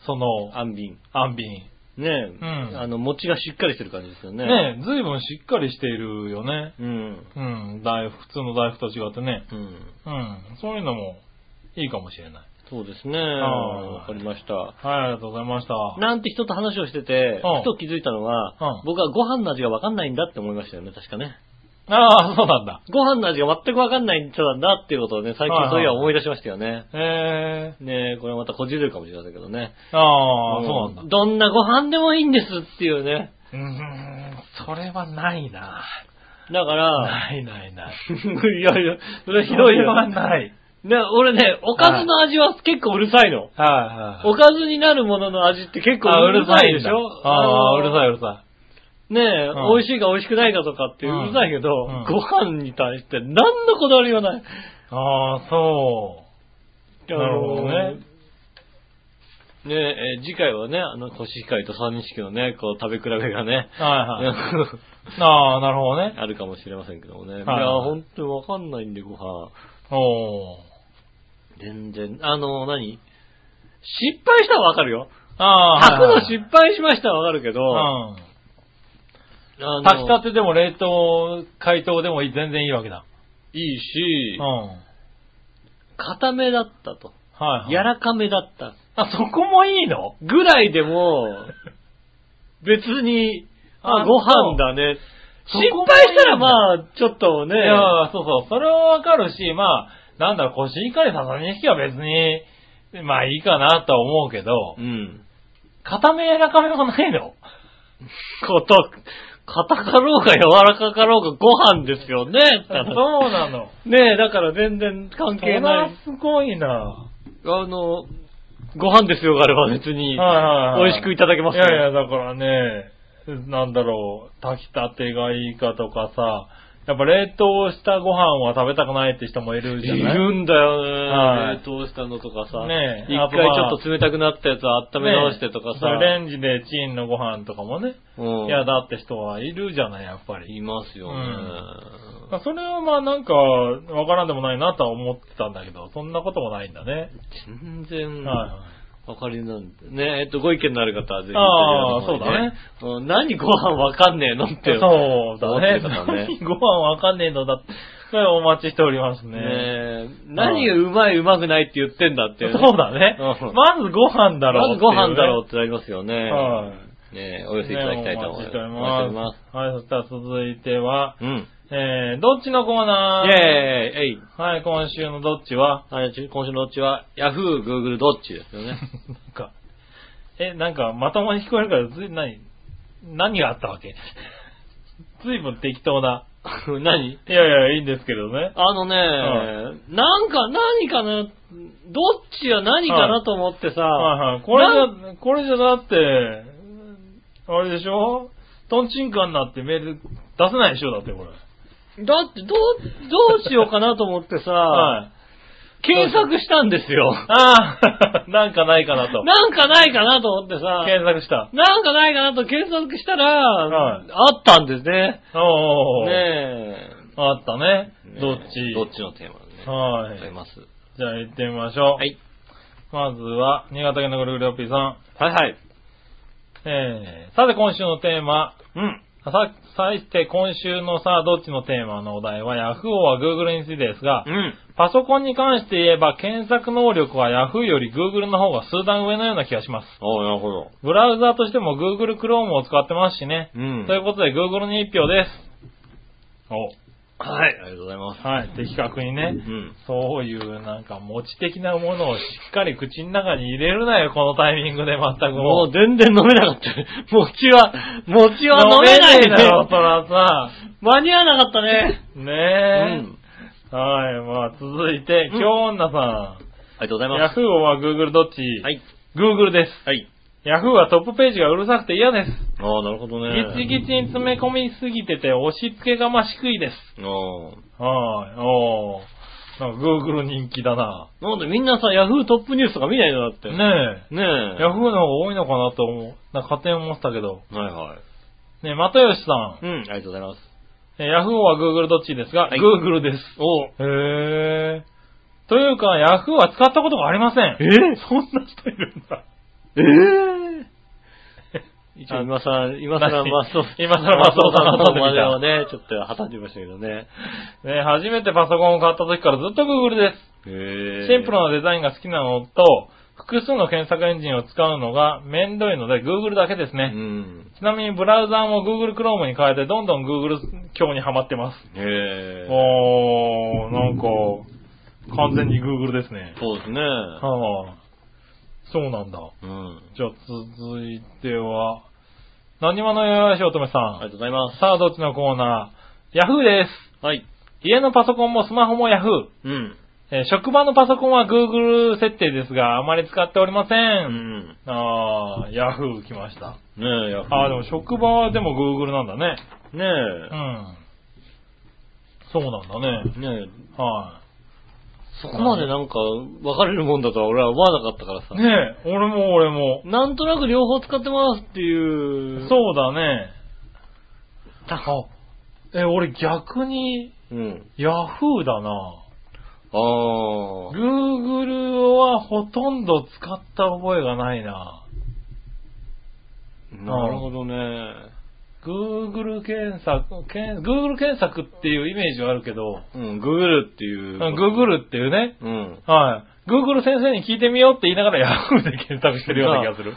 C: その、
B: 安瓶。
C: あんびん。
B: ねえ、
C: ん
B: あの、餅がしっかりしてる感じですよね。
C: ねえ、ずいぶんしっかりしているよね。
B: うん。
C: うん、大福、普通の大福と違ってね。
B: うん。
C: うん、そういうのもいいかもしれない。
B: そうですね。
C: はい
B: わかりました。
C: はい、ありがとうございました。
B: なんて人と話をしてて、
C: うん
B: ふと気づいたのは、
C: うん
B: 僕はご飯の味がわかんないんだって思いましたよね、確かね。
C: ああ、そうなんだ。
B: ご飯の味が全くわかんない人なんだっていうことをね、最
C: はいは
B: 近そ
C: い
B: ういや思い出しましたよね。
C: え
B: ねえ、これまたこじれるかもしれませんけどね。
C: ー、ああ、そうなんだ。
B: どんなご飯でもいいんですっていうね。
C: うーん、それはないな。
B: だから、
C: ないないない。
B: いやいや、それひどい
C: それ
B: よ。
C: は
B: ね、
C: ない。
B: 俺ね、おかずの味は結構うるさいの。
C: はいはい。
B: おかずになるものの味って結構
C: あ、う
B: う
C: る
B: る
C: さ
B: さ
C: い
B: い
C: で
B: で
C: し
B: し
C: ょ
B: ょ
C: ああ、うるさ
B: い。
C: い、うるさ
B: ねえ、
C: うん
B: 美味しいか美味しくないかとかってうるさいけど、
C: うんうん
B: ご飯に対して何のこだわりもない。
C: い。ああ、そなるほどね
B: あのー。ねええー次回はね、あの、コシヒカリと三錦のね、こう、食べ比べがね、
C: う。はいはい。ああ、なるほどね。
B: あるかもしれませんけどもね。いや、
C: はい
B: 本当にわかんないんで、ご飯。
C: おー。
B: 全然。あの、何失敗したはわかるよ。
C: ああ、
B: 炊く
C: はいは
B: の
C: い
B: 失敗しましたはわかるけど、あ
C: うん。
B: の
C: 炊きたてでも冷凍、解凍でもいい全然いいわけだ。
B: いいうし
C: ん。、はい
B: 固めだったと。
C: はい。
B: 柔らかめだった。
C: あ、そこもいいの
B: ぐらいで も、別に、あ、
C: あ
B: ご飯だね。
C: そ
B: 失
C: うそこがいい
B: 敗
C: んだ
B: したらまあ、ちょっとね
C: い、や、そうそう、それはわかるし、まあ、なんだろう、腰いかりささにきは別に、まあいいかなとは思うけど
B: う、ん。
C: 固め柔らかめもないの
B: こと、硬かろうが柔らかかろうがご飯ですよね。
C: そうな の。
B: ねえ、だから全然関係ない。
C: それはすごいな
B: あの、ご飯ですよがあれば別に、
C: はいはい
B: 美味しくいただけます
C: いやいや、だからね、なんだろう、炊きたてがいいかとかさ、やっぱ冷凍したご飯は食べたくないって人もいるじゃない
B: いるんだよね、
C: はい
B: 冷凍したのとかさ。
C: ねえ
B: 一
C: あ
B: 回
C: と
B: ち
C: まあ
B: ょっと冷たくなったやつを温め直してとか
C: そ
B: さ。
C: うレンジでチンのご飯とかもね、
B: うん。
C: 嫌だって人はいるじゃない、やっぱり。
B: いますよね。
C: まあそれはまあなんか、わからんでもないなとは思ってたんだけど、そんなこともないんだね。
B: 全然、
C: はい
B: わかりなんで。ねえ、っと、ご意見のある方はぜひ、
C: ああ
B: テレビの方に。うん何ご飯わかんねえのって。
C: そうだね。
B: 思 ってたね
C: ご飯わかんねえのだって。それお待ちしておりますね。
B: ねえ、何がうまいうまくないって言ってんだっていね。
C: そうだね
B: う。ん
C: まずご飯だろ
B: ま
C: うっ
B: ず
C: てい
B: ご
C: うね
B: 飯だろうってなりますよね。
C: は
B: ねえお寄せいただきたいと思います。
C: ねお待ちしております。はい、そしたら続いては、
B: うん。
C: ええー、どっちのコーナ
B: イェーイ
C: ー
B: えい
C: はい、今週のどっちは、
B: はいち今週のどっちは、ヤフー、グーグル、どっちです よね。
C: なんか、え、なんか、まともに聞こえるから、ずい、何何があったわけ ずいぶん適当な。
B: 何
C: いやいや、いいんですけどね。
B: あのね、なんか、何かな、どっちは何かなと思ってさ、
C: はいはい。これじゃ、これじゃだって、あれでしょトンチンカンになってメール出せないでしょだってこれ。
B: だって、どう、どうしようかなと思ってさ、
C: はい。
B: 検索したんですよ。
C: ああ、 なんかないかなと。
B: なんかないかなと思ってさ、
C: 検索した。
B: なんかないかなと検索したら、
C: はい
B: あったんですね。
C: おーおーおー
B: ね
C: あったね
B: え。。
C: どっち
B: どっちのテーマでね。
C: はい
B: ございます。
C: じゃあ行ってみましょう。
B: はい。
C: まずは、新潟県のぐるぐるおっぴーさん。
B: はいはい。
C: えー、さて今週のテーマ。
B: うん。
C: さ、さして今週のさあ、どっちのテーマのお題は、Yahoo は Google についてですが
B: う、ん。
C: パソコンに関して言えば検索能力は Yahoo より Google の方が数段上のような気がします。
B: ああ、なるほど。
C: ブラウザーとしても Google Chrome を使ってますしね。
B: うん。
C: ということで Google に一票です。
B: はい。ありがとうございます。
C: お、はい、的確に
B: う
C: ね。
B: ん。
C: そういうなんか持ち的なものをしっかり口の中に入れるなよ、このタイミングで全く
B: も
C: も
B: う
C: う。
B: 全然飲めなかった。 餅は、餅は飲めない
C: 飲めねえだろ、そ
B: ね。
C: らさ。
B: 間に合わなかったね。う
C: ねえ。
B: ん。
C: はい、まあ続いて、
B: うん
C: 京女さ
B: ありがとうござい
C: ん。
B: ます。
C: Yahoo は Google どっち
B: はい。
C: Google です。
B: はい。
C: Yahoo はトップページがうるさくて嫌です。
B: ああ、なるほどね。
C: ギチギチに詰め込みすぎてて押し付けがましくいです。
B: あ
C: はい、おー。なんか Google 人気だ
B: あ。
C: な。
B: なんでみんなさ、ヤフートップニュースとか見ないのだって。
C: ね
B: ねえ。
C: え。Yahoo の方が多いのかなと思う。なんか勝手に思ってたけど。
B: はいはい。
C: ねえ、又吉さ
B: うん、ありがとうございます。
C: ん。え Yahoo は Google どっちですが、
B: はい
C: Google です。
B: お
C: へえ。というか、Yahoo は使ったことがありません。
B: え
C: そんな人いるんだ。
B: ええ一応今さら、今さら
C: 何
B: マスオ、
C: 今更マスオさんの
B: マスオさ
C: 方
B: ん
C: で
B: ま
C: 見
B: でを
C: た
B: ね、ちょっと挟んでみましたけどね。
C: ねえ、初めてパソコンを買った時からずっと Google です。
B: へ
C: シンプルなデザインが好きなのと、複数の検索エンジンを使うのが面倒いので Google だけです
B: な
C: ね。
B: うん。
C: ちなみにブラウザーも Google Chrome に変えてどんどん Google 強にはまってます。
B: へえ。
C: おー、なんか、完全に Google ですね。
B: そうですね。
C: はあ、そうなんだ。
B: うん。
C: じゃあ続いては、何話のよよしおとめさ
B: ありがと
C: ん。
B: うございます。
C: さあどっちのコーナー ?Yahoo です。
B: はい。
C: 家のパソコンもスマホも Yahoo。
B: うん。
C: えー職場のパソコンは Google 設定ですが、あまり使っておりません。
B: うん。ね
C: ああ、ヤフー来ました。
B: え、ヤフー
C: ああ、でも職場はでも Google なんだね。
B: ね
C: うん。そうなんだね。
B: え。ねえ。
C: は
B: そこまでなんか、分かれるもんだとは俺は思わなかったからさ
C: い。。ねえ、俺も俺も。
B: なんとなく両方使ってますっていう。う。
C: そうだね。あ、え、俺逆に
B: うん。
C: ヤフーだな。
B: ああ。
C: Google はほとんど使った覚えがないな。
B: なるほどね。
C: Google 検索、けん Google 検索っていうイメージはあるけど、
B: うん、ググるっていう。
C: Google っていうね、
B: うん。
C: はい。Google 先生に聞いてみようって言いながら Yahoo で検索してるような気がする。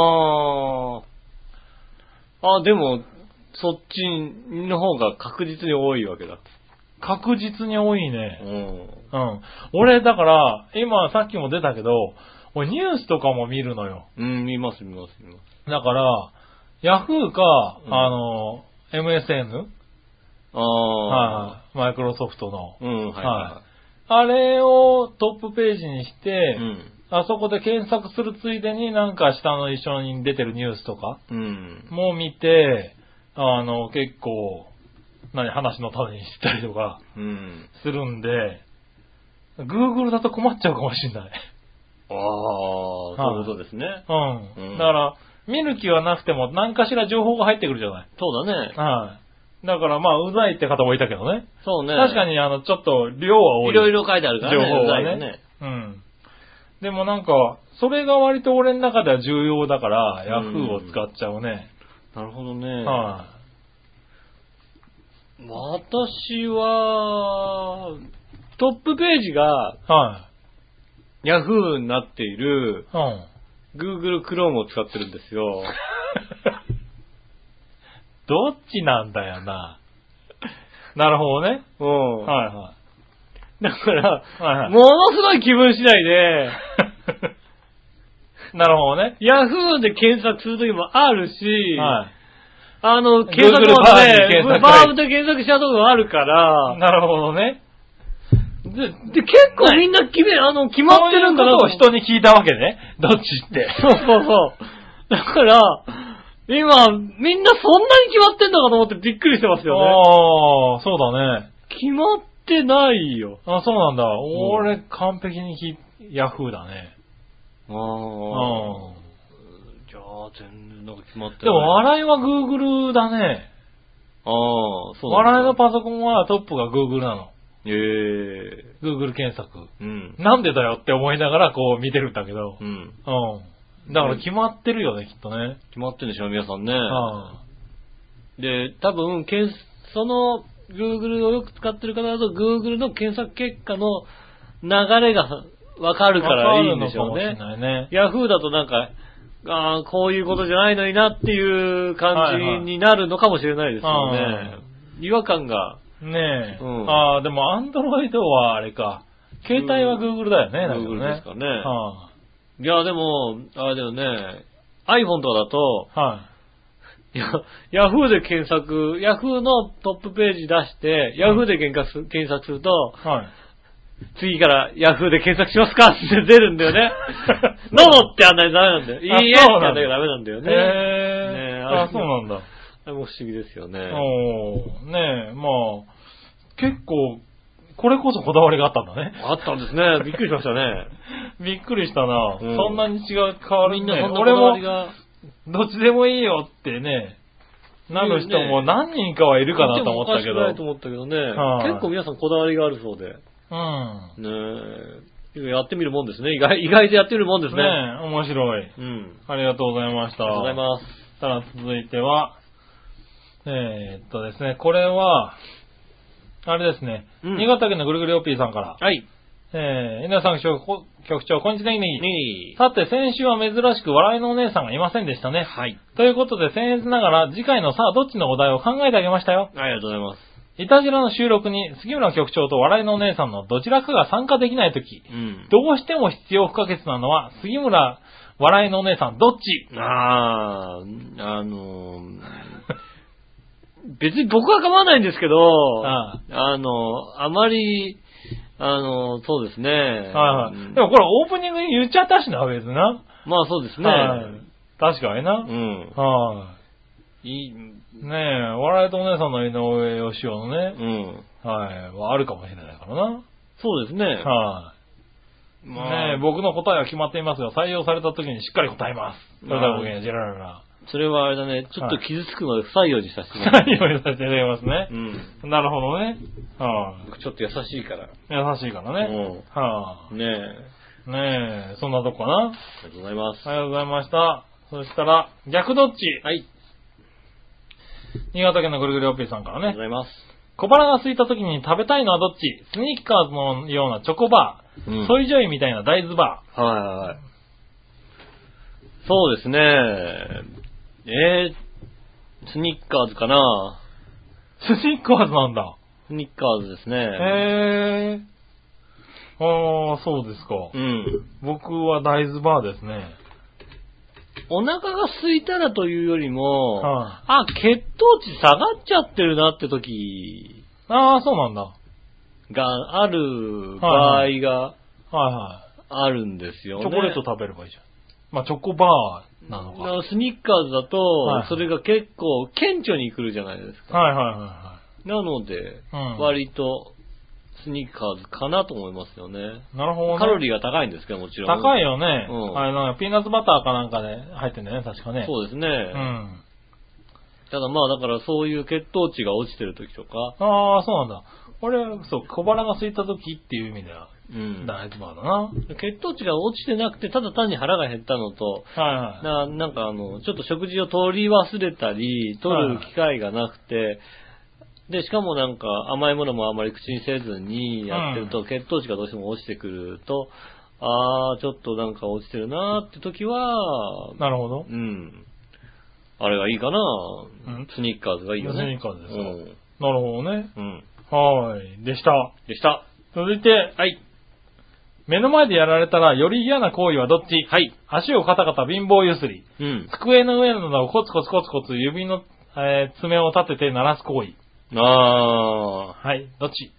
B: ああ。あ、でも、そっちの方が確実に多いわけだ。
C: 確実に多いうね。
B: ん。
C: うん。俺、だから、今さっきも出たけど、俺ニュースとかも見るのよ。
B: うん、見ます、見ます、見ます。
C: だから、Yahoo か、
B: うん
C: あの、MSN?
B: ああ。
C: はい。マイクロソフトの。
B: うん、はいは
C: あれをトップページにし
B: い。
C: て、
B: うん。
C: あそこで検索するついでになんか下の一緒に出てるニュースとか、
B: うん。
C: も見て、あの、結構、何、話の種にしたりとか
B: うん。
C: するんで、Google だと困っちゃうかもしんない。
B: ああ、そういうことですね。
C: う
B: うん
C: ん。だから、見る気はなくても何かしら情報が入ってくるじゃない。
B: そうだね。
C: はい。だからまあ、うざいって方もいたけどね。
B: そうね。
C: 確かに、あの、ちょっと量は多い。
B: いろいろ書いてあるからね。
C: 情報がね
B: うざいよね。
C: うん。でもなんか、それが割と俺の中では重要だから、
B: うん
C: Yahoo を使っちゃうね。
B: なるほどね。
C: は
B: 私は、トップページが
C: い。は
B: Yahoo になっている
C: い。うん。
B: Google Chrome を使ってるんです よ。
C: どっちなんだよな。 なるほどね。
B: うん。
C: はいは
B: だから、
C: い。はいはい。
B: ものすごい気分次第で、
C: なるほどね。
B: ヤフーで検索するときもあるし、
C: は
B: あの、検索
C: Google
B: もね、
C: バーで検索
B: バーブで検索しちゃうとこもあるから
C: い。、なるほどね。
B: で、で結構みんな決め、あの、決まってるんだな
C: そういうことを人に聞いたわけね。どっちって。
B: そうそうそう。だから、今、みんなそんなに決まってんのかと思ってびっくりしてますよね。
C: ああ、そうだね。
B: 決まってないよ。
C: あそうなんだ。俺、完璧に聞い、ヤフーだね。
B: あ
C: う
B: あ。
C: ん。
B: じゃあ、全然なんか決まってない。
C: でも、笑いは Google だね。
B: ああ、そう
C: 笑いのパソコンはトップが Google なの。
B: ええ
C: Google 検索。
B: うん。
C: なんでだよって思いながらこう見てるんだけど
B: う。ん。
C: うん。だから決まってるよね、きっとね。
B: 決まってんでしょ、皆さんね。
C: うん。
B: で、多分、検その、Google をよく使ってる方だと、Google の検索結果の流れがわかるからいいんでしょう
C: わ
B: ね
C: か。るのかもしれないね。
B: Yahoo だとなんか、あーこういうことじゃないのになっていう感
C: はいはい
B: じになるのかもしれないですよね。違和感が、
C: ねえ。
B: うん
C: ああ、でもアンドロイドはあれか。携帯は Google だよね、だけど
B: Google ですかね。
C: はい
B: や、でも、あれだよね、iPhone とかだと、
C: い。はい。
B: ヤフーで検索、ヤフーのトップページ出して、ヤフーで検索す検索すると、
C: はい。
B: 次からヤフーで検索しますかって出るんだよね。 どう もってやんないとダメなんだよ。
C: あ
B: いいえって
C: そう
B: や
C: なんんだ
B: なきゃダメなんだよね。ねえ
C: へえ。
B: あれ
C: あ、そうなんだ。
B: あれも不思議ですよね。
C: おーねえ、まあ、結構、これこそこだわりがあったんだね。
B: あったんですね。びっくりしましたね。
C: びっくりしたな。
B: うん
C: そんなに違う、変わる
B: みん
C: ね
B: なそんなこ
C: 俺
B: だわ
C: も
B: り、が。
C: どっちでもいいよってね、なる人も何人かはい
B: い
C: るかなと思ったけ
B: ないと
C: ど。
B: 思ったけどね。
C: はい
B: 結構皆さんこだわりがあるそうで。
C: うん。
B: ねえ。やってみるもんですね。意外、意外とやってみるもんです
C: ね
B: ね。
C: え、面白い。
B: うん。
C: ありがとうございました。
B: ありがとうございます。
C: さあ、続いては、えー、っとですね、これは、あれですね、
B: うん
C: 新潟県のぐるぐるおっぴーさんから、
B: はい。
C: えー、稲田さん局長こ局長、こんにちは、ネギネギ。
B: に
C: さて、先週は珍しく笑いのお姉さんがいませんでしたね。
B: はい。
C: ということで、僭越ながら、次回のさあ、どっちのお題を考えてあげましたよ。
B: ありがとうございます。
C: いたじらの収録に、杉村局長と笑いのお姉さんのどちらかが参加できないとき、
B: うん。
C: どうしても必要不可欠なのは、杉村、笑いのお姉さん、どっち
B: あー、あのー、別に僕は構わないんですけど、
C: あ
B: あのー、あまり、あのー、そうですね。
C: はいは
B: うん
C: い。でもこれオープニングに言っちゃったしな、別にな。
B: まあそうですね。
C: はい確かにな
B: う。ん。
C: はい
B: い、
C: い。ねえ、笑いとお姉さんの井上義雄の
B: う
C: ね、
B: ん。
C: はい、はあるかもしれないからな。
B: そうですね。
C: はい。ねえ、僕の答えは決まっていますが、採用された時にしっかり答えます。それではごきげんようジェラララ。
B: それはあれだね、ちょっと傷つくまで不採用にさせてもらう
C: 採用させていただきますね
B: う。ん。
C: なるほどね。は
B: 僕ちょっと優しいから。
C: い。優しいからね。は
B: うん。ねえ。
C: い。ねえ、そんなとこかな。
B: ありがとうございます。
C: ありがとうございました。そしたら、逆どっち
B: はい。
C: 新潟県のぐるぐるおっぴーさんか
B: ありがとう
C: ら
B: ござ
C: ね。
B: います。
C: 小腹が空いた時に食べたいのはどっちスニーカーズのようなチョコバ
B: う
C: ー、
B: ん
C: ソイジョイみたいな大豆バ
B: はいはいはい。そうですね。えー、スニッカーズかな
C: ー。スニーカーズなんだ。
B: スニッカーズですね。
C: へー。あー、そうですか。
B: うん。
C: 僕は大豆バーですね。
B: お腹が空いたらというよりも、
C: は
B: あ、血糖値下がっちゃってるなって時
C: ああ、そうなんだ。は
B: がある場
C: は
B: 合が
C: いは
B: あるんですよ
C: い。
B: ね。
C: チョコレート食べればいいじゃん。まあ、チョコバーなのか。
B: だか
C: はい
B: らスニッカーズだと、
C: はい
B: それが結構顕著に来るじゃないですか。
C: はいは
B: なので、
C: うん
B: 割とスニッカーズかなと思いますよね。
C: い。なるほどね。
B: カロリーが高いんですけど、もちろん。
C: 高いよね。
B: うん
C: あれなんかピーナッツバターかなんかで入ってんだよね、確かね。
B: そうですね。
C: うん。
B: ただまあ、だからそういう血糖値が落ちてる時とか、
C: ああ、そうなんだ。俺は、そう、小腹が空いた時っていう意味では、
B: うん
C: 大豆バーだな。
B: 血糖値が落ちてなくて、ただ単に腹が減ったのと、
C: はいはい。
B: ななんかあの、ちょっと食事を取り忘れたり、取る機会がなくて、で、しかもなんか甘いものもあまり口にせずにやってると、血糖値がどうしても落ちてくると、あー、ちょっとなんか落ちてるなーって時は、
C: なるほど
B: う。ん。あれがいいかな、
C: うん
B: スニッカーズがいいよね。
C: スニッカーズですか
B: う
C: なるほどね。
B: うん。
C: はーい。でした。
B: でした。
C: 続いて、はい。目の前でやられたらより嫌な行為はどっちはい。足をカタカタ貧乏ゆすり。
B: うん。
C: 机の上などをコツコツコツコツ指の、えー爪を立てて鳴らす行為。
B: ああ、
C: はい。どっち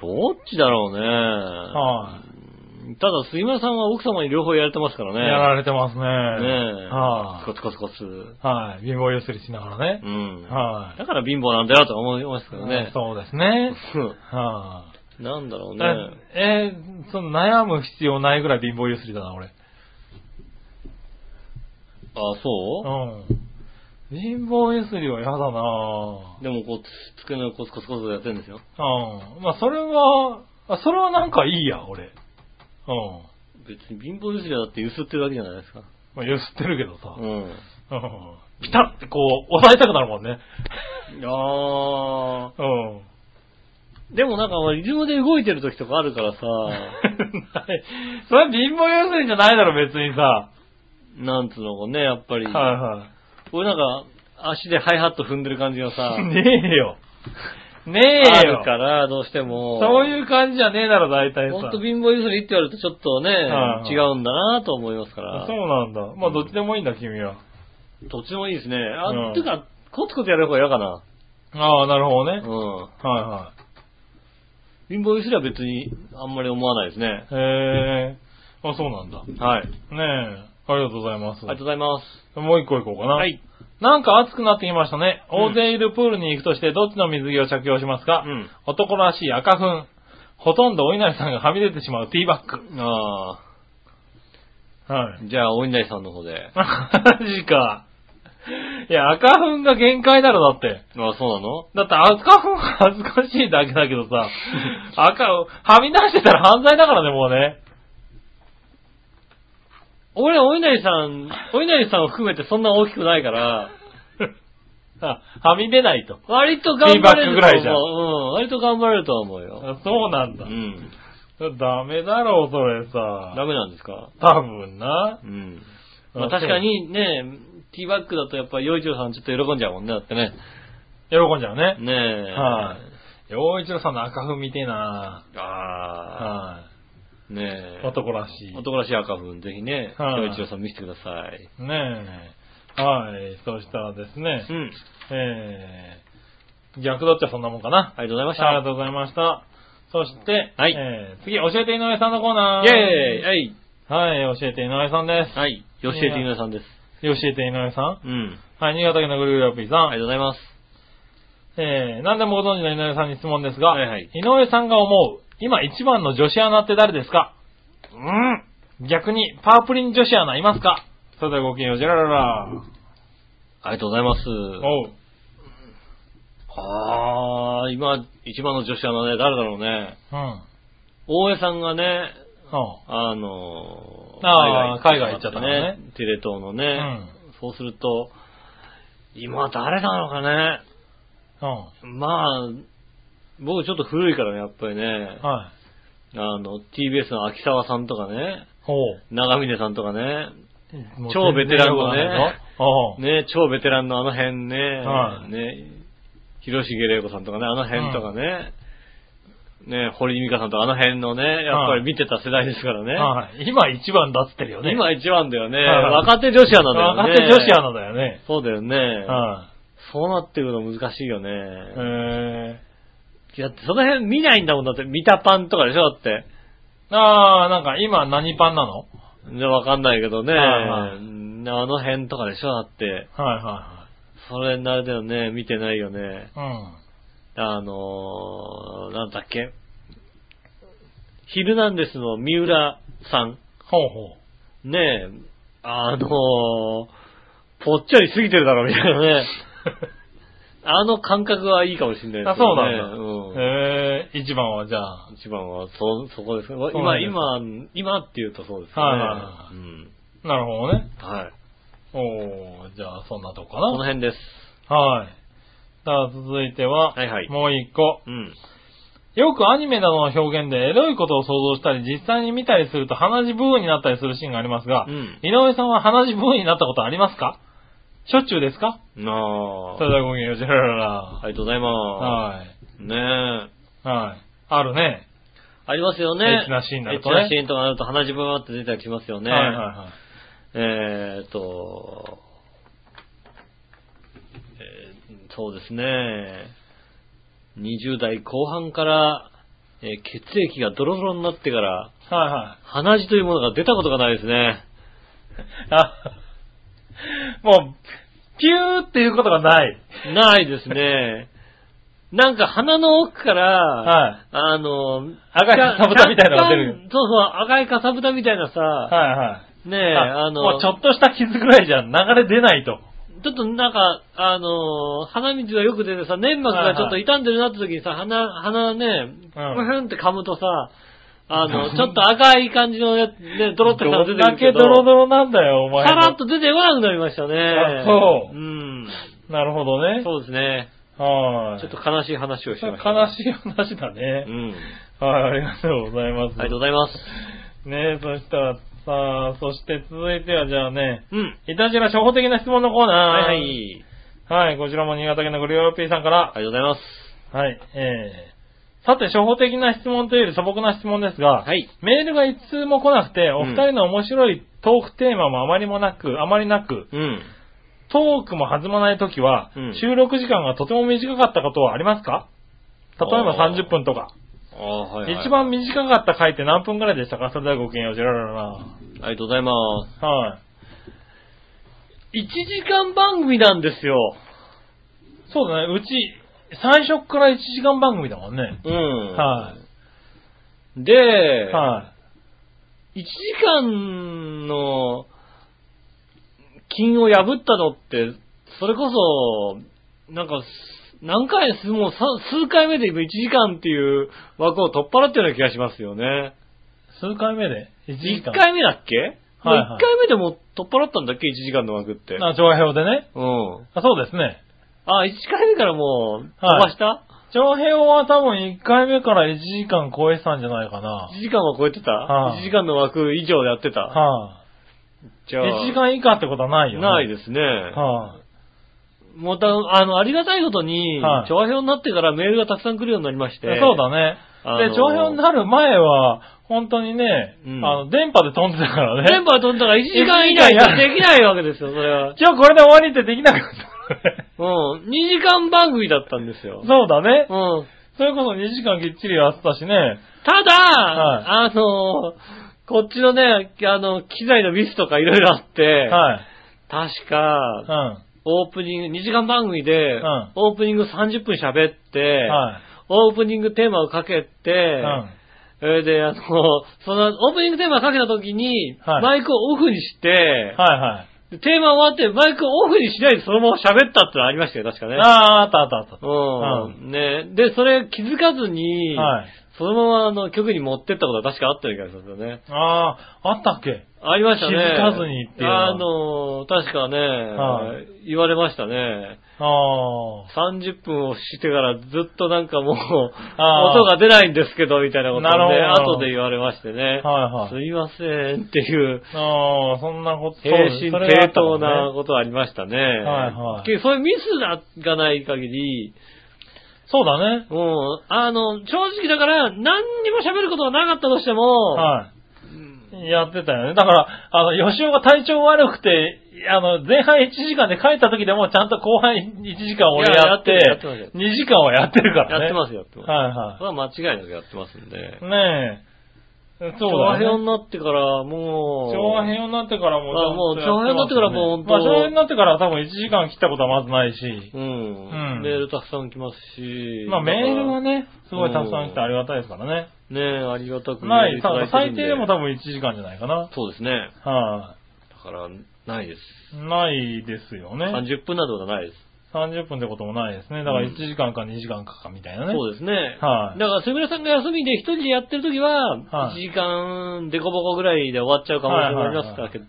B: どっちだろうね。
C: はい、
B: ただ、杉村さんは奥様に両方やられてますからね。
C: やられてますね。
B: ねえ。
C: はい
B: コツコツコツ。う
C: はい。貧乏ゆすりしながらね。
B: ん。
C: はい
B: だから貧乏なんだよと思いますけどね。
C: そうですね。
B: うん
C: は
B: なんだろう
C: い、
B: ね。
C: えーその悩む必要ないぐらい貧乏ゆすりだな、俺。
B: あ、そう
C: うん。貧乏ゆすりは嫌だなぁ。
B: でも、こう、机のコツコツコツやってるんですよ。
C: うん。まあ、それは、あ、それはなんかいいや、俺。うん。
B: 別に貧乏ゆすりはだってゆすってるわけじゃないですか。
C: まあ、ゆすってるけどさ。
B: うん。
C: うん。ピタってこう、押さえたくなるもんね。
B: あ
C: うん。
B: ー。でもなんか、リズムで動いてる時とかある からさ、
C: ないそれは貧乏ゆすりじゃないだろ、別にさ。は
B: なんつうのかね、やっぱり。
C: いは
B: 俺なんか、足でハイハット踏んでる感じがさ、
C: い。ねえよ。 ね
B: あ
C: え
B: る
C: よ。
B: から、どうしても。
C: そういう感じじゃねえだろ、大体さ。
B: ほんと貧乏ゆすりって言われるとちょっとね、
C: はい
B: 違うんだなと思いますから。
C: そうなんだ。まあ、どっちでもいいんだ、君は。
B: どっちもいいですね。あ、
C: うん
B: てか、コツコツやる方が嫌かな。
C: ああ、なるほどね。
B: うん。
C: はいはい。
B: 貧乏ゆすりは別にあんまり思わないですね。
C: へえ。あ、そうなんだ。ね
B: はい。あり
C: え。ありがとうございます。
B: がとうございます。
C: もう一個いこうかな。
B: はい。
C: なんか暑くなってきましたね。
B: うん
C: 大勢いるプールに行くとしてどっちの水着を着用しますか、
B: うん
C: 男らしい赤粉。ほとんどお稲荷さんがはみ出てしまうティーバッグ。
B: あ
C: はい。
B: ーじゃあ、お稲荷さんの方で。
C: マジか。いや、赤粉が限界だろ、だって。
B: あそうなの
C: だって赤粉は恥ずかしいだけだけ どさ、赤、はみ出してたら犯罪だからね、もうね。
B: 俺、お稲荷さん、お稲荷さんを含めてそんな大きくないから、
C: あはみ出ないと。
B: 割と頑張れると思う。
C: フィーバックぐらいじゃん
B: うん、割と頑張れるとは思うよ。
C: あそうなんだ
B: う。ん。
C: ダメだろう、それさ
B: ダ。メなんですか
C: 多分な。
B: うん。まあ
C: あ
B: 確かにね、ティーバッグだとやっぱ、洋一郎さんちょっと喜んじゃうもんね、だってね。
C: 喜んじゃうね。
B: ねえ。
C: はい陽一郎さんの赤粉見てえな
B: あ
C: は
B: あ。ね
C: い。
B: え。
C: 男らしい。
B: 男らしい赤分、ぜひね、
C: は
B: 洋
C: い
B: 一郎さん見せてください。
C: ねえ。はい。そしたらですね
B: う、ん。
C: えー、逆だっちゃそんなもんかな。
B: ありがとうございまし
C: ありが
B: た。
C: とうございました。そして、
B: はい
C: えー次、教えて井上さんのコーナ
B: イ
C: ー。
B: ェーイはい。
C: はい、教えて井上さんです。
B: はい。教えて井上さんです。
C: 教えて井上さん。
B: うん。
C: はい、新潟県のグルーラピーさん。
B: ありがとうございます。
C: えー、何でもご存知の井上さんに質問ですが、
B: はいはい
C: 井上さんが思う、今一番の女子アナって誰ですか
B: うん。
C: 逆に、パープリン女子アナいますかそれではごきげんよう、じゃららら。
B: ありがとうございます。
C: おう。
B: ああ、今、一番の女子アナね、誰だろうね。
C: うん。あ
B: 大江さんがね、
C: あ
B: あのー、
C: あー
B: ね
C: 海外行っちゃったからね。
B: テレ東のね。
C: うん
B: そうすると、今誰なのかね。
C: う
B: まあ、僕ちょっと古いからね、やっぱりね
C: ん。。はい。
B: あの、TBS の秋沢さんとかね、
C: ほ
B: 長峰さんとかね、
C: う。もう
B: 超ベテランのね
C: 全然よくわかんないぞ。
B: ね、超ベテランのあの辺ね、
C: はい
B: ね、広重玲子さんとかね、あの辺とかね、ね、堀井美香さんとかあの辺のね、やっぱり見てた世代ですからね。
C: おうはい。今一番だっつってるよね。
B: 今一番だよね。
C: はい
B: 若手女子アナだよね。
C: 若手女子アナだよね。
B: そうだよね。
C: は
B: そうなってくるの難しいよね。
C: い。え
B: いや、その辺見ないんだもんだって、見たパンとかでしょだって。
C: ー。ああ、なんか今何パンなのはい
B: じゃあわかんないけどね。
C: はいはい
B: うんあの辺とかでしょだって。
C: は
B: それになるだよね。見てないよね。
C: いは
B: あのー、なんだっけ。ヒルナンデスの三浦さん。
C: い。うん。ほうほう。
B: ねえ、あのー、ぽっちゃりすぎてるだろ、みたいなね。あの感覚はいいかもしれ ないで
C: あ、
B: す
C: そう
B: よね。
C: なんだ。
B: うん
C: へえ、一番はじゃあ。
B: 一番は、そ、そこですか
C: うな
B: 今、
C: んです
B: 今、今って言うとそうですよ
C: は
B: ね。
C: いはいは
B: うん
C: なるほどね。
B: はい。
C: おー、じゃあそんなとこ
B: この
C: か
B: 辺です。
C: な。はい。さあ続いては、
B: はいはい
C: もう一個。
B: うん。
C: よくアニメなどの表現でエロいことを想像したり、実際に見たりすると鼻血ブーになったりするシーンがありますが、
B: うん
C: 井上さんは鼻血ブーになったことありますかしょっちゅうですか
B: なあ。
C: ただごきげんよちら
B: あ
C: ら
B: りがとうござい
C: ら。
B: ま
C: はい。
B: す。ねえ。
C: はい。あるね。
B: ありますよね。
C: エッチなシーンになるとね
B: エッチなシーンとかなると鼻血ばーって出たりしますよね。
C: はいはいはい。
B: えーっと、えーそうですね。20代後半から、えー血液がドロドロになってから、
C: はいはい。
B: 鼻血というものが出たことがないですね。
C: あ、もう、ピューっていうことがない。
B: ないですね。なんか鼻の奥から、
C: はい。
B: あの、
C: 赤いかさぶたみたいなのが出る
B: 若干そうそう、赤いかさぶたみたいなさ、
C: はいはい。
B: ねえ、あの、
C: もうちょっとした傷ぐらいじゃ流れ出ないと。
B: ちょっとなんか、あのー鼻水がよく出てさ、粘膜がちょっと傷んでるなって時にさ、鼻、鼻ね、ふんって噛むとさ、あ の、ちょっと赤い感じのやつ、ね、ドロって感
C: ど
B: じ
C: ん
B: 出て
C: だ
B: るけ
C: け
B: ど、
C: ドロドロなんだよ、お前の。
B: さらっと出てこなくなりましたね。
C: あそう
B: うん。
C: なるほどね。
B: そうですね。
C: はい。
B: ちょっと悲しい話をしました。
C: 悲
B: い。
C: しい話だね
B: う。ん。
C: はい、ありがとうございます。
B: ありがとうございます。
C: ねえ、そしたらさあ、そして続いてはじゃあね、
B: うん。
C: いたじら初歩的な質問のコーナー。
B: はい、は。い。
C: はい、こちらも新潟県のグリオロピーさんから
B: あ。りがとうございます。
C: はい、えー。さて、初歩的な質問というより素朴な質問ですが、
B: はい。
C: メールが一通も来なくて、お二人の面白いトークテーマもあまりもなく、あまりなく、
B: うん。
C: トークも弾まないときは、
B: うん
C: 収録時間がとても短かったことはありますか例えば
B: あー
C: 30分とか。
B: あーはい、はい。
C: 一番短かった回って何分くらいでしたかそれではごきげんよう、ジェラララ
B: ありがとうございます。
C: ラ。はい。
B: 1時間番組なんですよ。
C: そうだね、うち、最初から1時間番組だもんね。
B: うん。。
C: はい
B: で、
C: い。は
B: 1時間の金を破ったのって、それこそ、なんか、何回す、もうさ数回目で今1時間っていう枠を取っ払ってるような気がしますよね。
C: い。数回目で ?1 時
B: 1
C: 間。
B: 回目だっけ、
C: はいはい
B: もう1回目でもう取っ払ったんだっけ ?1 時間の枠って。
C: あ、長編でね。
B: うん。
C: あそうですね。
B: あ、1回目からもう飛ばした、
C: 長編は多分1回目から1時間超えてたんじゃないかな。
B: ?1 時間は超えてた、
C: はい
B: ?1 時間の枠以上やってた、
C: は
B: じ
C: い、
B: ゃあ。
C: 1時間以下ってことはないよね。
B: ない
C: で
B: ですね。
C: は
B: また、あの、ありがたいことに、
C: はい
B: 長編になってからメールがたくさん来るようになりまし
C: い、
B: て。
C: そうだね。
B: あの
C: で、長編になる前は、本当にね、
B: うん
C: あの、電波で飛んでたからね。
B: 電波が飛んだから1時間以内にはできないわけですよ、それは。
C: じゃあこれで終わりってできなかったか らね。
B: うん。2時間番組だったんですよ。
C: そうだね。
B: うん。
C: それこそ2時間ぎっちりやってたしね。
B: ただ、
C: はい
B: あの、こっちのね、あの、機材のミスとかいろいろあって、
C: はい。
B: 確か、
C: う
B: オープニング、2時間番組で、
C: うん
B: オープニング30分喋って、
C: ん。は
B: オープニングテーマをかけて、
C: い。うん。
B: それで、あの、 その、オープニングテーマかけた時に、
C: はい
B: マイクをオフにして、
C: はいはい。
B: でテーマ終わって、マイクをオフにしないでそのまま喋ったってのありましたよ、確かね。
C: ああー、あったあったあった。
B: うん。ねで、それ気づかずに、
C: はい。
B: そのままあの曲に持ってったことは確かあったような気がするんですよね。
C: ああ、あったっけ
B: ありましたね。
C: 気づかずにっていうのは
B: あの、確かね、
C: はい
B: 言われましたね。
C: あ
B: 30分をしてからずっとなんかもう、
C: あー
B: 音が出ないんですけど、みたいなこと
C: なるほどなるほ
B: をね、後
C: ど
B: で言われましてね。
C: はいはい
B: すいませんっていう、
C: あ。ああ、そんなこと、
B: 平身
C: それがあ
B: 低
C: ったも
B: 頭
C: んね
B: なことありましたね。
C: はいはい
B: けどそういうミスがない限り、
C: そうだね。
B: もう、あの、正直だから、何にも喋ることがなかったとしても、
C: はい。やってたよね。だから、あの、吉尾が体調悪くて、あの、前半1時間で帰った時でも、ちゃんと後半1時間俺
B: いや
C: やって、
B: やってるやって
C: 2時間はやってるからね。
B: やってます、やってます。
C: はい
B: それは間違いなくやってますんで。
C: はい。ねえ。そう
B: 長
C: だ
B: 編に
C: ね。
B: なってから、もう、
C: 長編になってからも、
B: あもう長編になってからもう本当
C: まあ、長編になってからは多分1時間切ったことはまずないし
B: う。。
C: うんん
B: メールたくさん来ますし。
C: まあメールは
B: ね。
C: ね、すごいたくさん来てありがたいですからね。
B: ねえ、ありがたく
C: な
B: メール
C: い、
B: た
C: 多
B: だ
C: 分
B: いてる
C: 最
B: ん
C: 低でも多分1時間じゃないかな。
B: そうですね。
C: は
B: だから、ないです。
C: い、ないですよね。
B: 30分などがないです。
C: 30分ってこともないですね。だから1時間か2時間かかみたいなね。
B: そうですね。
C: はい
B: だから、すみれさんが休みで一人でやってるときは、
C: はい
B: 1時間、デコボコぐらいで終わっちゃう可能性もありますけど、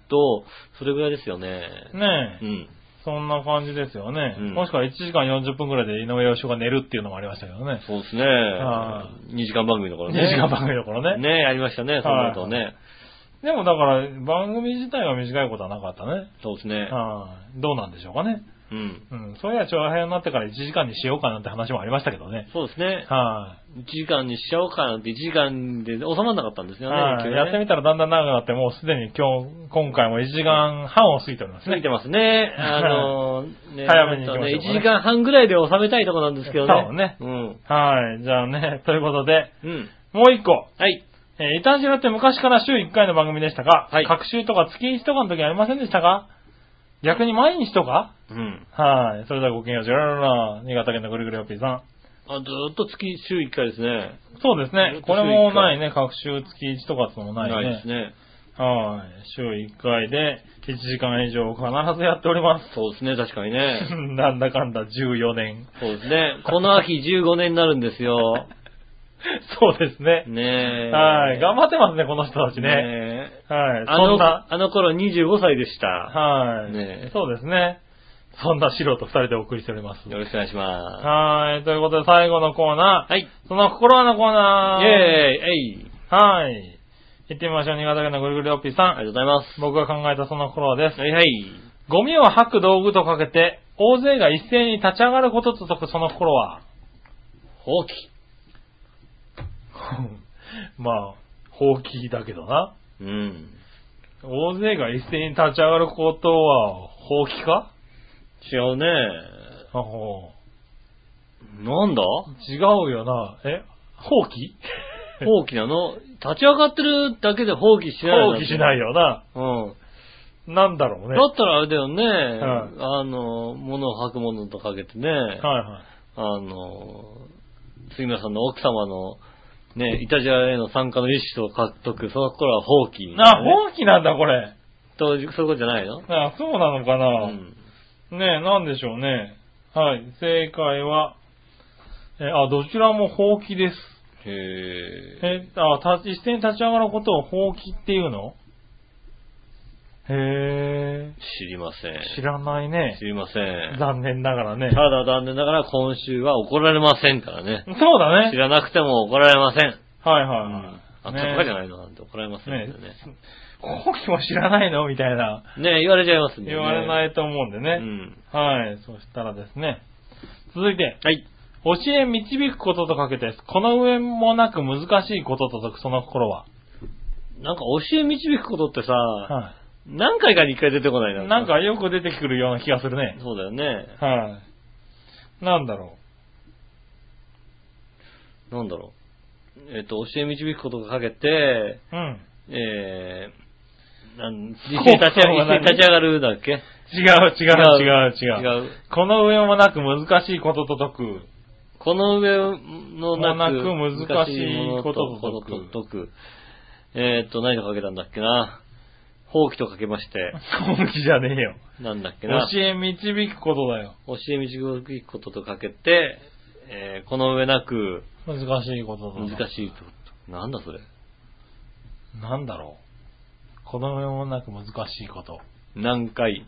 B: それぐらいですよね。
C: ね
B: う
C: え、
B: ん。
C: そんな感じですよね。
B: うん
C: もしくは1時間40分くらいで井上洋翔が寝るっていうのもありましたけどね。
B: そうですね。
C: は
B: 2時間番組の頃ね。
C: 2時間番組だからね。
B: ね。やりましたね、その後ね。
C: でもだから、番組自体は短いことはなかったね。
B: そうですね。
C: はい。どうなんでしょうかね。
B: うん。
C: うん。そういや、長編になってから1時間にしようかなんて話もありましたけどね。
B: そうですね。
C: は
B: 1時間にしちゃおうかなんて1時間で収まらなかったんです
C: い。
B: よね。
C: はい
B: 勢いね
C: やってみたらだんだん長くなって、もうすでに今日、今回も1時間半を過ぎております
B: 過ぎ
C: ね。
B: てますね。あのー、ね、
C: 早めに行きましょうかね
B: 1時間半ぐらいで収めたいとこなんですけどね。
C: そうね
B: うん。
C: はい。じゃあね、 ということで、
B: うん。
C: もう1個。
B: はい。
C: えー、イタジラって昔から週1回の番組でしたが、
B: はい
C: 各週とか月1とかの時ありませんでしたか逆に毎日とか
B: うん。
C: はい。それではごきげんよう、ジェラララ、新潟県のぐるぐるよっぴーさん。
B: あずーっと月、週1回ですね。
C: そうですね。これもないね。各週月1とかってのもないね。
B: ですね。
C: はい。週1回で1時間以上必ずやっております。
B: そうですね、確かに ね。
C: なんだかんだ14年。
B: そうですね。この秋15年になるんですよ。
C: そうですね。
B: ねえ。
C: はい。頑
B: 張っ
C: 張ってますね、この人た
B: て
C: ちね。
B: ねえ。
C: はい。
B: あ
C: そん
B: の、
C: な、
B: あの頃25歳でした。
C: はい、
B: ねえ
C: そうですね。そんな素人2人でお送りしております。
B: よろしくお願いしま
C: はい。ということで最後のコーナ
B: す。はい。イ
C: ー。その心はのコー
B: ェ
C: ナー。
B: ーイえい
C: はい。行ってみましょう。新潟県のぐるぐるおっぴーさ
B: ありがとうご
C: ん。
B: ざいます。
C: 僕が考えたその心はです。
B: はいはい。
C: ゴミを吐く道具とかけて、大勢が一斉に立ち上がることと解くその心は
B: 放棄。
C: まあ、放棄だけどな。
B: うん。
C: 大勢が一斉に立ち上がることは、放棄か
B: 違うね。
C: あほ
B: なんだ
C: う違うよな。え放棄
B: 放棄なの立ち上がってるだけで放棄しない
C: 放棄しない
B: よ。
C: よな。
B: うん。
C: なんだろうね。
B: だ
C: は
B: ったらあれだよね。
C: う
B: あの、物を吐くものとかけてね。
C: いは
B: あの、杉村さんの奥様の、ね、イタジアへの参加の意思を獲得、その頃は放棄、
C: い。
B: ね。
C: な、放棄なんだこれ。
B: と、そういうことじゃないの
C: あ、そうなのか
B: う
C: な。
B: ん。
C: ねえ、なんでしょうね。はい。正解は、え、あ、どちらも放棄です。
B: へえ。
C: え、あ、た一斉に立ち上がることを放棄っていうのへ
B: 知りません。
C: え、知らないね
B: 知。りません。
C: 残念ながらね
B: た。だ残念ながら今週は怒られませんからね。
C: そうだ
B: 知
C: ね。
B: らなくても怒られません。
C: はいは
B: うん。
C: いは
B: あ、とか
C: い。
B: じゃ
C: い。
B: ないのなんて怒られません
C: ね
B: からね。
C: 放棄も知らないのみたいな。
B: ね言われちゃいますんでね。。
C: 言われないいと思うんで
B: う
C: ね。
B: ん。
C: はい。そしたらですね。続いて、
B: はい。
C: 教え導くこととかけて、この上もなく難しいことと解くその心は。
B: なんか教え導くことってさ、
C: は
B: 何回かに一回出てこない
C: い。
B: な。
C: なんか、よく出てくるような気がするね。
B: そうだよね。
C: はい。なんだろ
B: なんだろう。えっ、と、教え導くことがかけて、
C: う。うん。
B: えー、なん、一斉に立ち上
C: そう
B: が
C: だね
B: る、一斉に立ち上がるだっけ
C: 違う違う違う違う。
B: 違う。
C: この上もなく難しいことと解く。
B: この上のなく
C: もなく難しいことと解く
B: 解く。えーっと、何とかけたんだっけな。放棄とかけまして、
C: 本気じゃねえよ。
B: なんだっけな。
C: 教え導くことだよ。
B: 教え道くこととかけて、えーこの上なく
C: 難しいことと
B: 難
C: 解く。
B: しいと。なんだそれ。
C: なんだろう。この上もなく難しいこと。
B: 何回、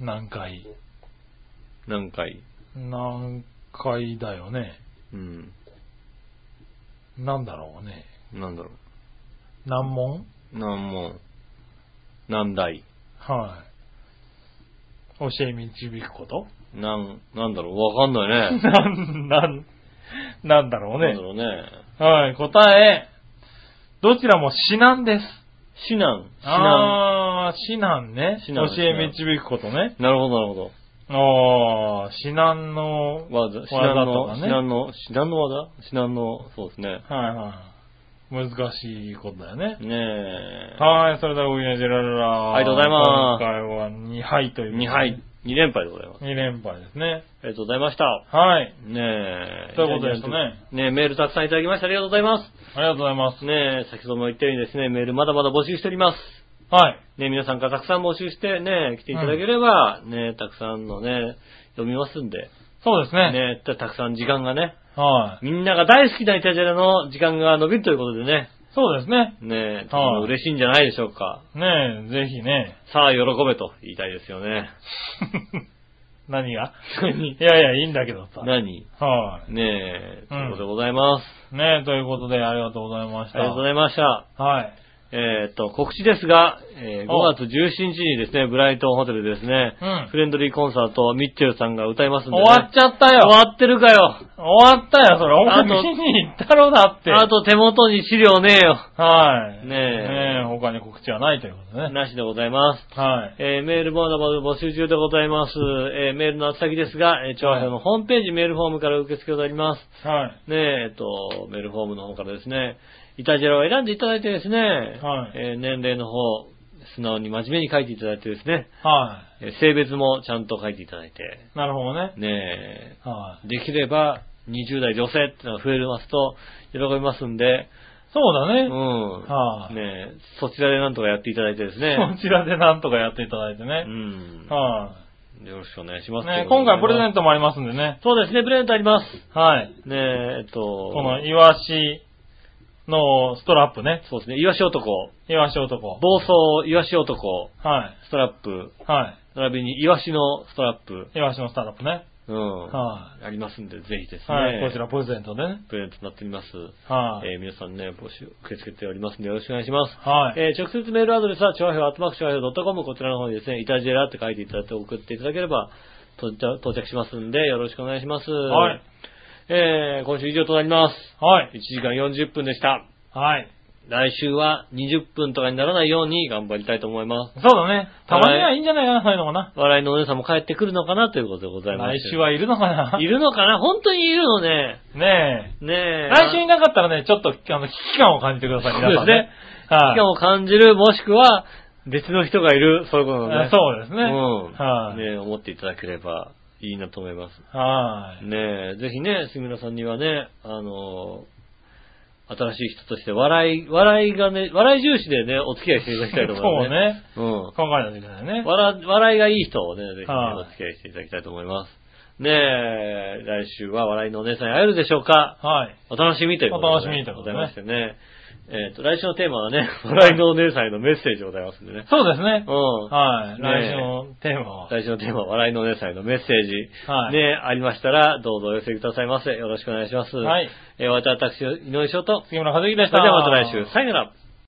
C: 何回。
B: 何回。
C: 何回だよね。
B: うん。
C: なんだろうね。
B: なんだろ
C: 難問
B: う。何問。何台。
C: はい。教え導くこと
B: なん、なんだろう。わかんないね。
C: なん、なん、なんだろ
B: な
C: う
B: んだ
C: ね。
B: ろうね。
C: はい、答え、どちらも至難です。
B: 指南。指南。
C: ああー、指南ね。
B: 指南
C: 教え導くことね。
B: なるほど、なるほど。
C: ああ、指南の、
B: 技、至難
C: 技と
B: の、
C: か
B: 至
C: ね
B: 難の、至難の技至難の、そうですね。
C: はいはい。難しいことだよね。
B: ねえ。
C: はい、それでは、ウィナジェラルラ
B: ありがとうございます
C: 今回は2敗という。
B: 2敗。、2連敗でございます。
C: 2連敗ですね。
B: ありがとうございました。
C: はい。
B: ねえ。
C: ということでしたね。
B: ねえ、メールたくさんいただきましてありがとうございま
C: ありがとうございます
B: す。。ねえ、先ほども言ったようにですね、メールまだまだ募集しております。
C: はい。
B: ねえ、皆さんからたくさん募集してね、来ていただければ、ねえ、たくさんのね、読みますんで、
C: そうですね。
B: ねえ、たたくさん時間がね、
C: はい。
B: みんなが大好きなイタジェラの時間が伸びるということでね、
C: そうですね。
B: ねえ、とて
C: はい
B: も嬉しいんじゃないでしょうか。
C: ねえ、ぜひ ね。
B: さあ、喜べと言いたいですよね。
C: 何が
B: 何
C: いやいや、いいんだけどさ。
B: 何
C: は
B: ねえ、
C: う
B: と
C: ん
B: いうことでございます。
C: い。ねえ、ということで、ありがとうございまし
B: あ
C: た。
B: りがとうございました。
C: はい。
B: えーっと、告知ですが、えー
C: お
B: 5月17日にですね、ブライトンホテルでですね、
C: うん
B: フレンドリーコンサート、ミッチェルさんが歌いますんで、ね、
C: 終わっちゃったよ。
B: 終わってるかよ。
C: 終わったよ、それ。お
B: あ
C: 前
B: と
C: 見に行ったろだって。
B: あと手元に資料ねえよ。
C: はい。
B: ねえ
C: ねえ他に告知はないということね。
B: なしでございます。
C: はい。
B: えーメールまだまだ募集中でございます。えーメールの宛先ですが、えー、調和表のホームページメールフォームから受付をあります。
C: はい。
B: ねえ、えっと、メールフォームの方からですね、イタジェラを選んでいただいてですね、
C: はい
B: えー年齢の方、素直に真面目に書いていただいてですね、
C: は
B: えー性別もちゃんと書いていただいて、
C: い。なるほどね。
B: ね
C: は
B: え、できれば20代女性ってのが増えますと喜びますんで、
C: い。そうだ
B: う
C: ね。
B: ん。
C: はい
B: ねえ、そちらでなんとかやっていただいてですね、
C: こちらでなんとかやっていただいて
B: う
C: ね。
B: ん。
C: は
B: よろしくお願いし
C: い。
B: ます。
C: ね今回プレゼン
B: ト。
C: トもありますんでね。
B: そうですね、プレゼントあります。
C: はい。
B: ねえ、えっと、
C: このイワシのストラップね。
B: そうですね、イワシ男、
C: イワシ男。
B: 暴走イワシ男、
C: は
B: ストラップ、
C: い。は
B: 並びにイワシのストラップ、
C: い。イワシのストラップね。
B: うん。
C: は
B: ありますんで、ぜひですね。
C: はい。こちらプレゼントでね。
B: プレゼントになっております。
C: はい。
B: えー皆さんね、募集受け付けておりますんで、よろしくお願いします。
C: はい。
B: えー直接メールアドレスは、調和表、アットマーク調和表 .com、こちらの方にですね、イタジェラって書いていただいて送っていただければ、到着到着しますんで、よろしくお願いします。
C: はい。
B: えー今週以上となります。
C: はい。
B: 1時間40分でした。
C: はい。
B: 来週は20分とかにならないように頑張りたいと思います。
C: そうだね。たまにはいいんじゃないかな、そういうのもな。
B: 笑いのお姉さんも帰ってくるのかなということでございます。
C: 来週はいるのかない
B: るのかな本当にいるのね。
C: ねえ。
B: ねえ。
C: 来週いなかったらね、ちょっと、あの、危機感を感じてください、皆さんね。
B: しか
C: はい。
B: も感じる、もしくは、別の人がいる、そういうことだね。
C: そうです
B: う
C: ね。
B: うん。
C: はい。
B: ねえ思っていただければいいなと思います。
C: はい。
B: ねえ、ぜひね、杉村さんにはね、あの新しい人として笑い、笑いがね、笑い重視でね、お付き合いしていただきたいと思います、ね。そうね。うん。
C: 考えないといけないね。
B: 笑、笑いがいい人をね、ぜひね、
C: はい
B: お付き合いしていただきたいと思います。ねえ、来週は笑いのお姉さんに会えるでしょうか
C: はい。
B: お楽しみということで、
C: お楽しみという
B: ご
C: こ
B: ざ
C: と
B: い
C: で
B: ましてね。えっ、と、来週のテーマはね、 笑いのお姉さんへのメッセージでございますんでね。
C: そうですね
B: う。ん。
C: は
B: ね
C: い。来週のテーマは。
B: 来週のテーマは笑いのお姉さんへのメッセージ。
C: はい
B: ね、ありましたら、どうぞお寄せくださいませ。よろしくお願いします。
C: はい。
B: えー、私、井上翔と、
C: 杉村和之でし
B: そ
C: た。
B: れではまた来週、さよなら。